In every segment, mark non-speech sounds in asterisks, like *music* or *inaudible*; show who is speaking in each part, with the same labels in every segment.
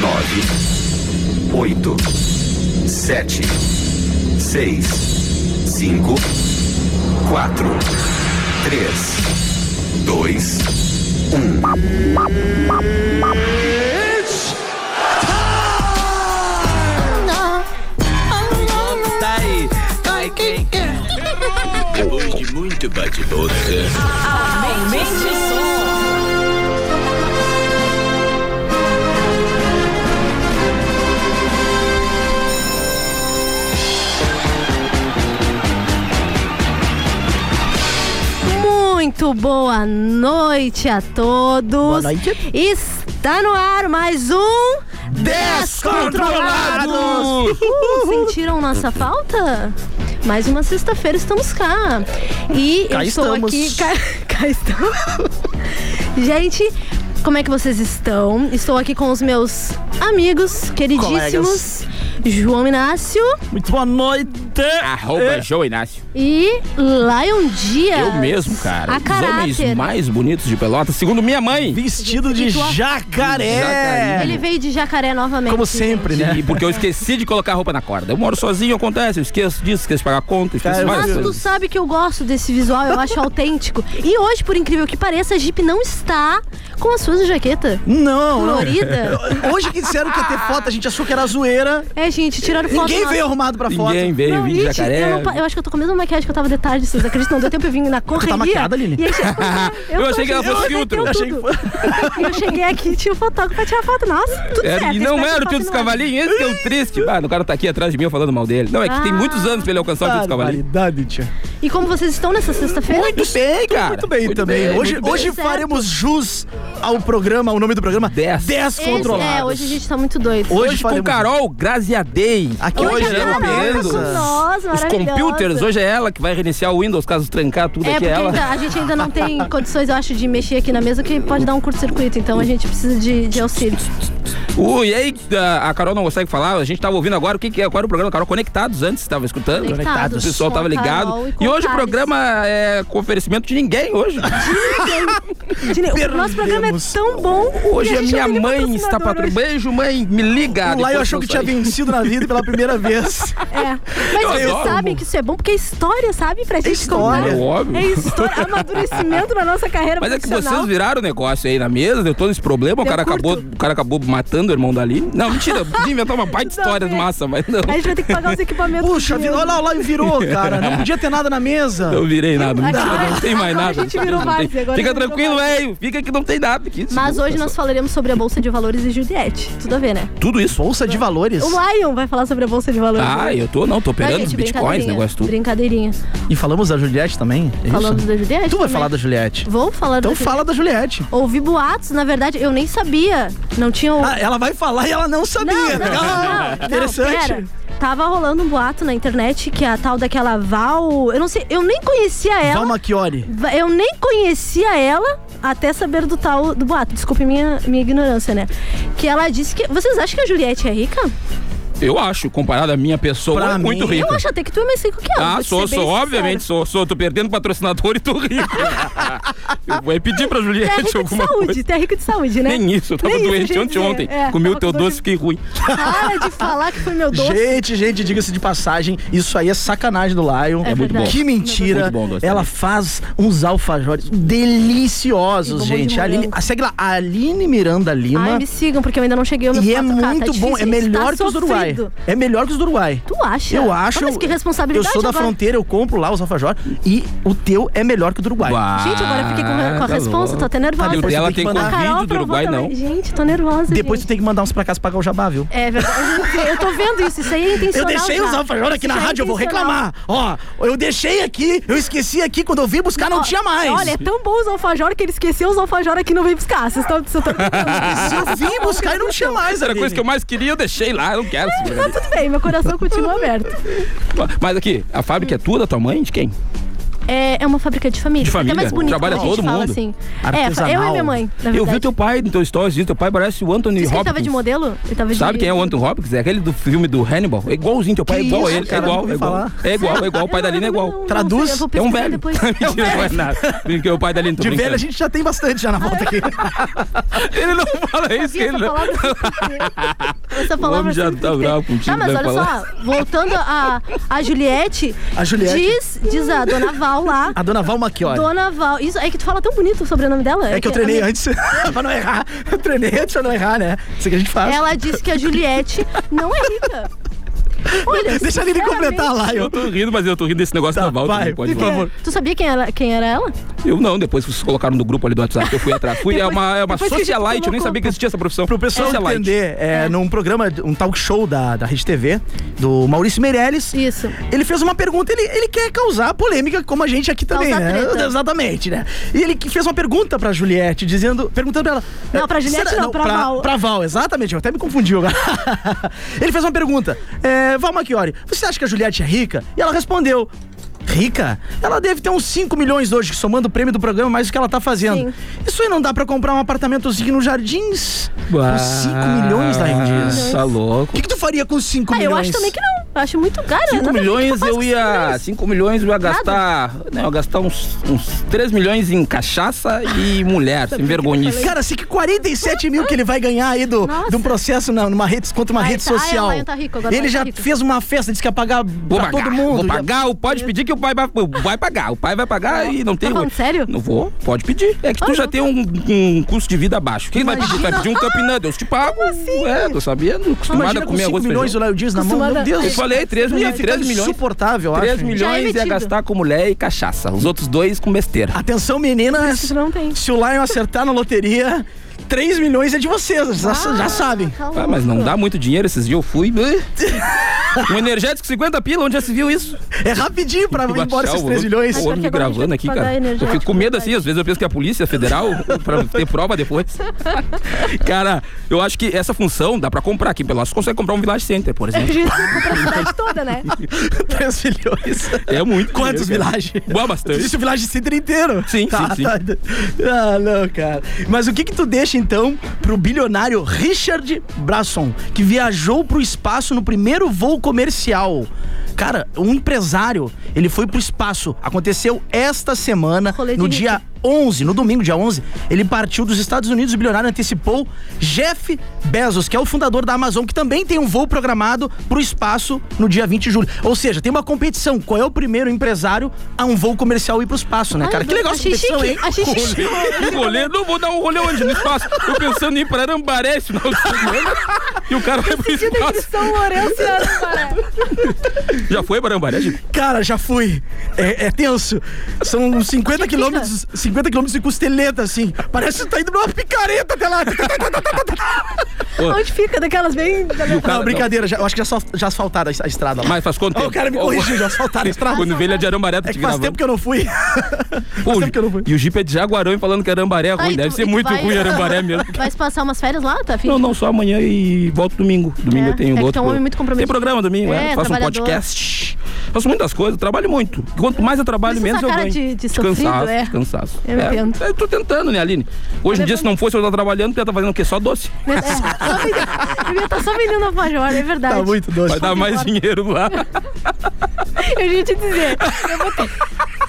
Speaker 1: nove, oito, sete, seis, cinco, quatro, três, dois, um.
Speaker 2: Tá aí. Ai, quem quer?
Speaker 3: Depois de muito bate-boca.
Speaker 4: Aumente o som.
Speaker 5: Muito boa noite a todos. Boa
Speaker 2: noite.
Speaker 5: Está no ar mais um
Speaker 2: Descontrolados!
Speaker 5: Uhul, sentiram nossa falta? Mais uma sexta-feira estamos cá. E
Speaker 2: Cá
Speaker 5: eu estou
Speaker 2: estamos.
Speaker 5: aqui. Cá, *laughs* cá estamos. Gente, como é que vocês estão? Estou aqui com os meus amigos queridíssimos. João Inácio
Speaker 2: Muito boa noite.
Speaker 3: Arroba
Speaker 2: É.
Speaker 3: João Inácio.
Speaker 5: e Lion Dia.
Speaker 3: Eu mesmo,
Speaker 5: É.
Speaker 3: cara.
Speaker 5: A
Speaker 3: Os homens
Speaker 5: caráter.
Speaker 3: mais bonitos de Pelotas, segundo minha mãe.
Speaker 2: Vestido de
Speaker 3: é
Speaker 2: jacaré.
Speaker 5: Ele veio de jacaré novamente.
Speaker 2: Como sempre, né?
Speaker 3: E porque eu esqueci de colocar a roupa na corda. Eu moro sozinho, acontece, eu esqueço disso, esqueço de pagar a conta, esqueço
Speaker 2: Cara,
Speaker 3: várias
Speaker 5: Mas tu
Speaker 3: coisas.
Speaker 5: sabe que eu gosto desse visual, eu acho autêntico. E hoje, por incrível que pareça, a Jeep não está com a sua jaqueta
Speaker 2: Não, não.
Speaker 3: *laughs*
Speaker 5: colorida.
Speaker 2: Hoje que disseram que ia ter foto, a gente achou que era zoeira.
Speaker 5: É, gente, tiraram foto.
Speaker 2: Ninguém
Speaker 5: nossa.
Speaker 2: veio arrumado pra foto.
Speaker 3: Ninguém veio,
Speaker 5: Não,
Speaker 3: vim de
Speaker 5: gente, eu,
Speaker 3: jacaré.
Speaker 5: não pa- eu acho que eu tô com a mesma maquiagem que eu tava de tarde, vocês acreditam? Não deu tempo eu vim na correria.
Speaker 2: maquiada, Aline?
Speaker 5: E aí,
Speaker 3: tá *laughs* Eu
Speaker 5: tô
Speaker 3: achei que ela
Speaker 5: achando-
Speaker 3: fosse
Speaker 5: eu um
Speaker 3: filtro.
Speaker 5: arrebentei
Speaker 2: Achei que foi-
Speaker 5: tudo. E eu cheguei aqui e tinha o fotógrafo pra tirar foto. Nossa, tudo
Speaker 3: Era-
Speaker 5: certo.
Speaker 3: É, e
Speaker 5: esse
Speaker 3: não
Speaker 5: pé de
Speaker 3: era o
Speaker 5: foto
Speaker 3: tio dos
Speaker 5: não era.
Speaker 3: cavalinhos, esse que é o triste. Mano, o cara tá aqui atrás de mim eu falando mal dele. Não, é que tem
Speaker 5: Ah.
Speaker 3: muitos anos pra ele alcançar o tio dos cavalinhos.
Speaker 2: Barbaridade, tia.
Speaker 5: E como vocês estão nessa sexta-feira?
Speaker 3: Muito bem, cara.
Speaker 2: Muito bem também.
Speaker 3: bem,
Speaker 2: hoje
Speaker 3: muito bem.
Speaker 2: hoje
Speaker 5: Certo.
Speaker 2: faremos jus ao programa, ao nome do programa
Speaker 3: Des-
Speaker 2: Descontrolados.
Speaker 5: É, hoje a gente tá muito doido.
Speaker 2: Hoje
Speaker 3: Hoje com
Speaker 2: faremos-
Speaker 3: Carol Graziadei.
Speaker 2: Aqui
Speaker 5: Hoje
Speaker 2: hoje,
Speaker 5: é
Speaker 2: é o
Speaker 5: Carol,
Speaker 2: momento.
Speaker 5: com nós,
Speaker 3: Os
Speaker 5: maravilhosa.
Speaker 3: computers, hoje é ela que vai reiniciar o Windows, caso trancar tudo
Speaker 5: É,
Speaker 3: aqui
Speaker 5: porque
Speaker 3: é ela.
Speaker 5: ainda- a gente ainda não
Speaker 3: *laughs*
Speaker 5: tem condições, eu acho, de mexer aqui na mesa, que pode dar um curto-circuito. Então a gente precisa de, de auxílio.
Speaker 3: Ui, e aí a a Carol não consegue falar, a gente tava ouvindo agora o que, que é, qual era o programa, Carol? Conectados antes, tava escutando. né?
Speaker 5: Conectados.
Speaker 3: O pessoal tava
Speaker 5: Com a
Speaker 3: ligado.
Speaker 5: Carol e
Speaker 3: E,
Speaker 5: com
Speaker 3: hoje o
Speaker 5: Thales. *laughs*
Speaker 3: programa é com oferecimento de ninguém hoje.
Speaker 5: De ne- O nosso programa é
Speaker 2: Perdemos.
Speaker 5: tão bom.
Speaker 3: Hoje
Speaker 5: que
Speaker 3: a
Speaker 5: gente
Speaker 3: minha
Speaker 5: não tem
Speaker 3: mãe está
Speaker 5: patrocinador
Speaker 3: patrocinando.
Speaker 5: hoje.
Speaker 3: Beijo, mãe, me liga.
Speaker 2: O Laio
Speaker 3: Ah, depois
Speaker 2: achou que
Speaker 3: eu
Speaker 2: tinha
Speaker 3: sair.
Speaker 2: vencido na vida
Speaker 5: *laughs*
Speaker 2: pela primeira vez.
Speaker 5: É. Mas vocês
Speaker 3: adoro.
Speaker 5: sabem que isso é bom, porque é história, sabe? Pra gente
Speaker 2: história.
Speaker 3: É
Speaker 5: contar.
Speaker 3: óbvio.
Speaker 5: É história, amadurecimento na nossa carreira
Speaker 3: Mas é que
Speaker 5: profissional.
Speaker 3: vocês viraram o negócio aí na mesa, deu todo esse problema, o
Speaker 5: Deu
Speaker 3: cara, acabou,
Speaker 5: curto.
Speaker 3: o cara acabou matando o irmão dali. Não, mentira, podia
Speaker 5: *laughs*
Speaker 3: inventar uma baita
Speaker 5: Não,
Speaker 3: história
Speaker 5: é.
Speaker 3: massa, mas não.
Speaker 5: A gente vai ter que pagar os equipamentos.
Speaker 2: Puxa vida, olha lá, o Laio virou, cara. Não podia ter nada na mesa.
Speaker 3: Eu virei nada,
Speaker 5: Agora-
Speaker 3: mentira, não tem mais
Speaker 5: agora a
Speaker 3: nada.
Speaker 5: gente virou
Speaker 3: Não tem.
Speaker 5: várzea, agora
Speaker 3: Fica
Speaker 5: virou
Speaker 3: tranquilo,
Speaker 5: várzea.
Speaker 3: velho. Fica que não tem nada. aqui.
Speaker 5: Mas hoje
Speaker 3: Desculpa,
Speaker 5: nós
Speaker 3: só-
Speaker 5: falaremos sobre a Bolsa de Valores e Juliette. Tudo a ver, né?
Speaker 3: Tudo isso.
Speaker 2: Bolsa de valores.
Speaker 5: O Lion vai falar sobre a Bolsa de Valores.
Speaker 3: Ah,
Speaker 5: hoje.
Speaker 3: eu tô, não, tô
Speaker 5: Mas,
Speaker 3: operando os
Speaker 5: gente,
Speaker 3: bitcoins,
Speaker 5: brincadeirinha,
Speaker 2: é
Speaker 3: negócio tudo.
Speaker 5: Brincadeirinha.
Speaker 2: E falamos da Juliette também? é isso?
Speaker 5: Falamos da Juliette.
Speaker 2: Tu vai
Speaker 5: também.
Speaker 2: falar da Juliette.
Speaker 5: Vou falar
Speaker 2: Então
Speaker 5: da
Speaker 2: fala da Juliette.
Speaker 5: Ouvi boatos, na verdade, eu nem sabia. Não tinha. o-
Speaker 2: Ah, ela vai falar e ela não sabia. tá? né?
Speaker 5: não, não, não, não,
Speaker 2: *laughs* Interessante.
Speaker 5: pera. Tava rolando um boato na internet que a tal daquela Val. Eu não sei, eu nem conhecia ela.
Speaker 2: Val Machiori.
Speaker 5: Va- Eu nem conhecia ela até saber do tal do boato. Desculpe minha, minha ignorância, né? Que ela disse que. Vocês acham que a Juliette é rica?
Speaker 3: Eu acho, comparado à minha pessoa,
Speaker 2: Pra
Speaker 3: é muito
Speaker 2: mim-
Speaker 3: rico.
Speaker 5: Eu acho até que tu é mais rico que ela.
Speaker 3: Ah,
Speaker 5: vou te
Speaker 3: sou,
Speaker 5: ser bem
Speaker 3: sou,
Speaker 5: sincera.
Speaker 3: obviamente sou, sou. Tô perdendo patrocinador e tô rico.
Speaker 5: *laughs*
Speaker 3: eu vou pedir pra *laughs*
Speaker 5: Tu é rico
Speaker 3: Juliette
Speaker 5: de
Speaker 3: alguma
Speaker 5: saúde,
Speaker 3: coisa.
Speaker 5: tu é rico de saúde, né?
Speaker 3: Nem isso, eu tava
Speaker 5: Nem isso,
Speaker 3: doente
Speaker 5: gente,
Speaker 3: ontem, ontem.
Speaker 5: é,
Speaker 3: Comi o
Speaker 5: tava
Speaker 3: teu
Speaker 5: com dor
Speaker 3: doce,
Speaker 5: de-
Speaker 3: fiquei ruim.
Speaker 5: Para de falar que foi meu doce.
Speaker 2: Gente, gente, diga-se de passagem, isso aí é sacanagem do Lion.
Speaker 5: É É muito verdade. bom.
Speaker 2: Que mentira.
Speaker 3: Muito bom, doce
Speaker 2: ela faz uns alfajores deliciosos,
Speaker 5: E bombom de
Speaker 2: gente. A Aline,
Speaker 5: morango.
Speaker 2: segue lá, Aline Miranda Lima.
Speaker 5: É Ai, me sigam, porque eu ainda não cheguei ao meu
Speaker 2: e é
Speaker 5: 4K, tá
Speaker 2: muito bom, é
Speaker 5: difícil,
Speaker 2: melhor
Speaker 5: tá
Speaker 2: que os do Uruguai.
Speaker 5: sofrido.
Speaker 2: É melhor que os do Uruguai.
Speaker 5: Tu acha?
Speaker 2: Eu acho.
Speaker 5: Ah, Mas que responsabilidade
Speaker 2: Eu sou da
Speaker 5: agora.
Speaker 2: fronteira, eu compro lá os alfajores e o teu é melhor que o do Uruguai.
Speaker 5: Gente, agora eu fiquei com, com a
Speaker 3: Tá
Speaker 5: responsa,
Speaker 3: louco.
Speaker 5: tô até nervosa.
Speaker 3: E o
Speaker 2: depois
Speaker 3: dela
Speaker 2: tu tem
Speaker 3: tem
Speaker 2: que
Speaker 3: Covid
Speaker 2: mandar.
Speaker 3: do
Speaker 5: aprovou
Speaker 3: Uruguai, não.
Speaker 5: também. Gente, tô nervosa,
Speaker 2: Depois tu
Speaker 5: gente.
Speaker 2: tem que mandar uns pra casa pagar o jabá, viu?
Speaker 5: É verdade, eu tô vendo isso, isso aí é
Speaker 2: Eu
Speaker 5: intencional
Speaker 2: deixei
Speaker 5: já.
Speaker 2: os alfajores aqui
Speaker 5: Isso já
Speaker 2: na
Speaker 5: é
Speaker 2: rádio, eu vou
Speaker 5: intencional.
Speaker 2: reclamar. Ó, eu deixei aqui, eu esqueci aqui, quando eu vim
Speaker 3: Ah,
Speaker 2: buscar não
Speaker 5: Ó,
Speaker 2: tinha mais.
Speaker 5: Olha, é tão bom os alfajores que ele esqueceu os alfajores aqui e não veio buscar. Vocês estão
Speaker 3: *laughs*
Speaker 5: vocês estão entendendo?
Speaker 2: eu vim buscar e não tinha mais.
Speaker 3: Era a
Speaker 2: Aline.
Speaker 3: coisa que eu mais queria, eu deixei lá, eu não quero. esse
Speaker 5: Tá
Speaker 3: programa.
Speaker 5: tudo bem, meu coração continua aberto.
Speaker 3: Mas aqui, a fábrica é tua, da tua mãe, de quem?
Speaker 5: é, é uma fábrica de família.
Speaker 3: De família,
Speaker 5: Até mais bonito
Speaker 3: trabalha
Speaker 5: quando a gente
Speaker 3: todo
Speaker 5: fala
Speaker 3: mundo.
Speaker 5: Assim.
Speaker 2: Artesanal.
Speaker 5: É, eu e minha mãe, na verdade.
Speaker 3: Eu vi o teu pai no teu stories, disso, teu pai parece o Anthony
Speaker 5: Diz que ele
Speaker 3: Hopkins.
Speaker 5: tava de modelo? Ele tava de...
Speaker 3: Sabe quem é o Anthony Hopkins? É aquele do filme do Hannibal. É igualzinho, teu pai é
Speaker 2: Que
Speaker 3: igual a
Speaker 2: isso,
Speaker 3: ele.
Speaker 2: cara,
Speaker 3: é
Speaker 2: nunca
Speaker 3: igual, é
Speaker 2: ouvi
Speaker 3: igual. É igual, é igual. O pai da Lina é
Speaker 5: Não,
Speaker 3: igual.
Speaker 5: não
Speaker 2: Traduz.
Speaker 5: sei, eu vou
Speaker 3: É um
Speaker 5: pesquisar
Speaker 3: velho.
Speaker 5: depois.
Speaker 3: *laughs* Mentira, não é nada. Brinquei, o pai da Lina, tô
Speaker 2: De velho a
Speaker 3: brincando.
Speaker 2: gente já tem bastante já na volta aqui.
Speaker 3: Ele não *laughs* fala isso,
Speaker 5: Vi
Speaker 3: que ele
Speaker 5: essa
Speaker 3: não...
Speaker 5: palavra sem querer. Essa palavra
Speaker 3: já
Speaker 5: sem
Speaker 3: tá
Speaker 5: querer.
Speaker 3: bravo contigo,
Speaker 5: Tá, mas
Speaker 3: vai
Speaker 5: olha
Speaker 3: falar.
Speaker 5: só, voltando a, a Juliette,
Speaker 2: A Juliette.
Speaker 5: Diz, diz a Dona Val lá.
Speaker 2: A dona Val Machioli.
Speaker 5: Dona Val. Isso, é que tu fala tão bonito o sobrenome dela.
Speaker 2: É que eu treinei
Speaker 5: a-
Speaker 2: antes *laughs* pra não errar. Eu treinei antes pra não errar, né? Isso que a gente faz.
Speaker 5: Ela disse que a Juliette não é
Speaker 3: *laughs*
Speaker 5: rica. Olha,
Speaker 2: Deixa ele completar lá, eu.
Speaker 3: Eu tô rindo, mas eu tô rindo desse negócio
Speaker 2: Tá,
Speaker 3: da Val.
Speaker 2: vai,
Speaker 3: também, pode
Speaker 2: por
Speaker 3: falar.
Speaker 2: favor.
Speaker 5: Tu sabia quem era, quem era ela?
Speaker 3: Eu não, depois que vocês colocaram no grupo ali do WhatsApp, eu fui atrás. Fui, é
Speaker 5: Depois-
Speaker 3: uma, é uma
Speaker 5: depois que a gente
Speaker 3: socialite, eu nem
Speaker 5: tomou
Speaker 3: sabia que
Speaker 5: conta.
Speaker 3: existia essa profissão.
Speaker 2: Pro pessoal
Speaker 3: socialite.
Speaker 2: entender, é, num programa, um talk show da, da Rede TV, do Maurício Meirelles.
Speaker 5: Isso.
Speaker 2: Ele fez uma pergunta, ele, ele quer causar polêmica, como a gente aqui também,
Speaker 5: Causar
Speaker 2: né?
Speaker 5: treta.
Speaker 2: Exatamente, né? E ele que fez uma pergunta pra Juliette, dizendo. Perguntando pra ela.
Speaker 5: Não, pra Juliette não, pra Val.
Speaker 2: Pra Val, exatamente. Eu até me confundi agora. *laughs* ele fez uma pergunta. É, Val Machiori, você acha que a Juliette é rica? E ela respondeu. Rica? Ela deve ter uns 5 milhões hoje, somando o prêmio do programa, mais o que ela tá fazendo.
Speaker 5: Sim.
Speaker 2: Isso aí não dá pra comprar um apartamentozinho no Jardins?
Speaker 3: Ah,
Speaker 2: Por 5 milhões, Larindis.
Speaker 3: Tá
Speaker 2: O
Speaker 3: louco.
Speaker 2: que, que tu faria com 5
Speaker 5: Ah,
Speaker 2: milhões?
Speaker 5: eu acho também que não. Eu acho muito caro.
Speaker 3: 5
Speaker 5: nada a ver,
Speaker 3: milhões
Speaker 5: que eu faço
Speaker 3: eu
Speaker 5: com
Speaker 3: ia.
Speaker 5: milhões?
Speaker 3: *laughs* 5 milhões eu ia gastar. Não, eu ia gastar uns, uns 3 milhões em cachaça e mulher, sem vergonhice.
Speaker 2: Cara, sei que 47 mil que ele vai ganhar aí do,
Speaker 5: Nossa.
Speaker 2: de um processo na, numa rede, contra uma
Speaker 5: Ai,
Speaker 2: rede
Speaker 5: tá. Ai,
Speaker 2: social.
Speaker 5: Alain tá rico, agora
Speaker 2: ele
Speaker 5: Alain tá
Speaker 2: já
Speaker 5: rico.
Speaker 2: fez uma festa, disse que ia pagar
Speaker 3: Vou
Speaker 2: pra
Speaker 3: pagar,
Speaker 2: todo mundo.
Speaker 3: vou pagar, o- pode pedir que o pai vai, vai pagar. O pai vai pagar e não tem.
Speaker 5: Tá falando sério?
Speaker 3: Não vou, pode pedir. É que tu
Speaker 5: Ah,
Speaker 3: já
Speaker 5: não.
Speaker 3: tem um, um custo de vida baixo. Quem vai pedir? Tu vai pedir um Cup Noodles, te pago.
Speaker 5: assim?
Speaker 3: É, tô sabendo, acostumada
Speaker 2: Imagina
Speaker 3: a
Speaker 2: com
Speaker 3: comer
Speaker 2: 5
Speaker 3: arroz e
Speaker 2: milhões
Speaker 3: feijão.
Speaker 2: o Léo Dias na mão. Meu
Speaker 5: Acostumada.
Speaker 2: Deus.
Speaker 3: Eu falei 3
Speaker 2: Ia
Speaker 3: milhões,
Speaker 2: ficar
Speaker 3: 3 milhões.
Speaker 2: insuportável, eu
Speaker 3: 3
Speaker 2: acho.
Speaker 5: Já é
Speaker 3: milhões ia
Speaker 5: metido.
Speaker 3: gastar com mulher e cachaça. Os outros dois com besteira.
Speaker 2: Atenção, meninas.
Speaker 5: Isso não tem.
Speaker 2: Se o Lion acertar na loteria, 3 milhões é de vocês. Já, já sabem.
Speaker 5: Tá
Speaker 3: Ah, mas não
Speaker 5: louco.
Speaker 3: dá muito dinheiro esses dias, eu fui.
Speaker 2: *laughs*
Speaker 3: eh. um energético 50 pila, onde já se viu isso?
Speaker 2: É rapidinho pra ir
Speaker 3: Baixar
Speaker 2: embora esses
Speaker 3: o
Speaker 2: 3
Speaker 3: volume.
Speaker 2: milhões.
Speaker 3: O homem me
Speaker 5: Acho que agora a gente
Speaker 3: gravando
Speaker 5: vai
Speaker 3: aqui,
Speaker 5: pagar
Speaker 3: cara. Eu
Speaker 5: energético,
Speaker 3: fico com medo assim,
Speaker 5: verdade.
Speaker 3: às vezes eu penso que é a
Speaker 5: *laughs*
Speaker 3: Polícia Federal, pra ter prova depois. *laughs* Cara, eu acho que essa função dá pra comprar aqui, pelo menos. Você consegue comprar um Village Center, por
Speaker 5: A
Speaker 3: exemplo.
Speaker 5: gente compra a cidade toda,
Speaker 3: *laughs*
Speaker 5: né?
Speaker 2: *laughs* 3 milhões.
Speaker 3: É muito.
Speaker 2: Quantos
Speaker 3: dinheiro, cara.
Speaker 2: Village?
Speaker 3: Boa,
Speaker 2: Tu
Speaker 3: bastante.
Speaker 2: disse o Village Center inteiro?
Speaker 3: Sim,
Speaker 2: tá,
Speaker 3: sim, sim.
Speaker 2: tá. Ah, não, cara. Mas o que que tu deixa, então, pro bilionário Richard Branson, que viajou pro espaço no primeiro voo comercial? Cara, um empresário, ele foi pro espaço. Aconteceu esta semana,
Speaker 5: Rolê de
Speaker 2: no
Speaker 5: rico.
Speaker 2: dia 11, no domingo, dia 11, ele partiu dos Estados Unidos. O bilionário antecipou Jeff Bezos, que é o fundador da Amazon, que também tem um voo programado para o espaço no dia 20 de julho. Ou seja, tem uma competição. Qual é o primeiro empresário a um voo comercial ir para o espaço, né,
Speaker 5: Ai,
Speaker 2: cara? Que
Speaker 5: eu
Speaker 2: legal essa
Speaker 5: achei
Speaker 2: competição,
Speaker 5: chique,
Speaker 2: hein?
Speaker 5: achei chique.
Speaker 3: Um rolê, não vou dar um rolê hoje no espaço. Tô pensando em ir pra Arambaré esse final de semana. E o cara vai pro espaço.
Speaker 5: São Lourenço e Arambaré.
Speaker 3: Já foi pra Arambaré, gente?
Speaker 2: Cara, já fui. É, é tenso. São uns 50
Speaker 5: Onde
Speaker 2: quilômetros, 50 quilômetros de costeleta, assim. Parece que tá indo numa picareta até lá.
Speaker 3: Pô,
Speaker 5: Onde fica? Daquelas bem...
Speaker 3: e o cara-
Speaker 2: Não, brincadeira. já- eu acho que já, asfal- já asfaltaram a, a estrada lá.
Speaker 3: Mas faz quanto
Speaker 2: Ó,
Speaker 3: tempo?
Speaker 2: o cara me corrigiu,
Speaker 3: *laughs*
Speaker 2: já asfaltaram a estrada.
Speaker 3: Quando veio ele é de Arambaré, tá
Speaker 2: É
Speaker 3: te
Speaker 2: que faz
Speaker 3: gravando.
Speaker 2: tempo que eu não fui.
Speaker 3: Pô,
Speaker 2: tempo que eu não fui.
Speaker 3: E o Jeep é de Jaguarão e falando que Arambaré é ruim.
Speaker 5: Ah, e
Speaker 3: Deve
Speaker 5: tu-
Speaker 3: ser
Speaker 5: e tu
Speaker 3: muito
Speaker 5: vai-
Speaker 3: ruim Arambaré mesmo.
Speaker 5: *laughs* Vai se passar umas férias lá, tá, filho?
Speaker 3: Não, não, só amanhã e volto domingo. Domingo
Speaker 5: É,
Speaker 3: eu tenho
Speaker 5: é que
Speaker 3: outro.
Speaker 5: tu é um homem muito comprometido.
Speaker 3: Tem programa domingo, é,
Speaker 5: É,
Speaker 3: faço um
Speaker 5: trabalhador.
Speaker 3: podcast. Faço muitas coisas, trabalho muito. Quanto mais eu trabalho,
Speaker 5: Por isso
Speaker 3: menos eu
Speaker 5: essa
Speaker 3: ganho.
Speaker 5: cara de- de sofrido,
Speaker 3: cansaço,
Speaker 5: é.
Speaker 3: cansaço.
Speaker 5: Eu
Speaker 3: é,
Speaker 5: entendo.
Speaker 3: Eu tô tentando, né, Aline? Hoje em dia, se não fosse eu estar trabalhando, eu ia estar fazendo o quê? Só doce.
Speaker 5: É, só *laughs* vendendo- eu ia estar só vendendo a Major, é verdade.
Speaker 2: Tá muito doce.
Speaker 3: Vai dar mais dinheiro lá.
Speaker 5: Eu ia te dizer, eu vou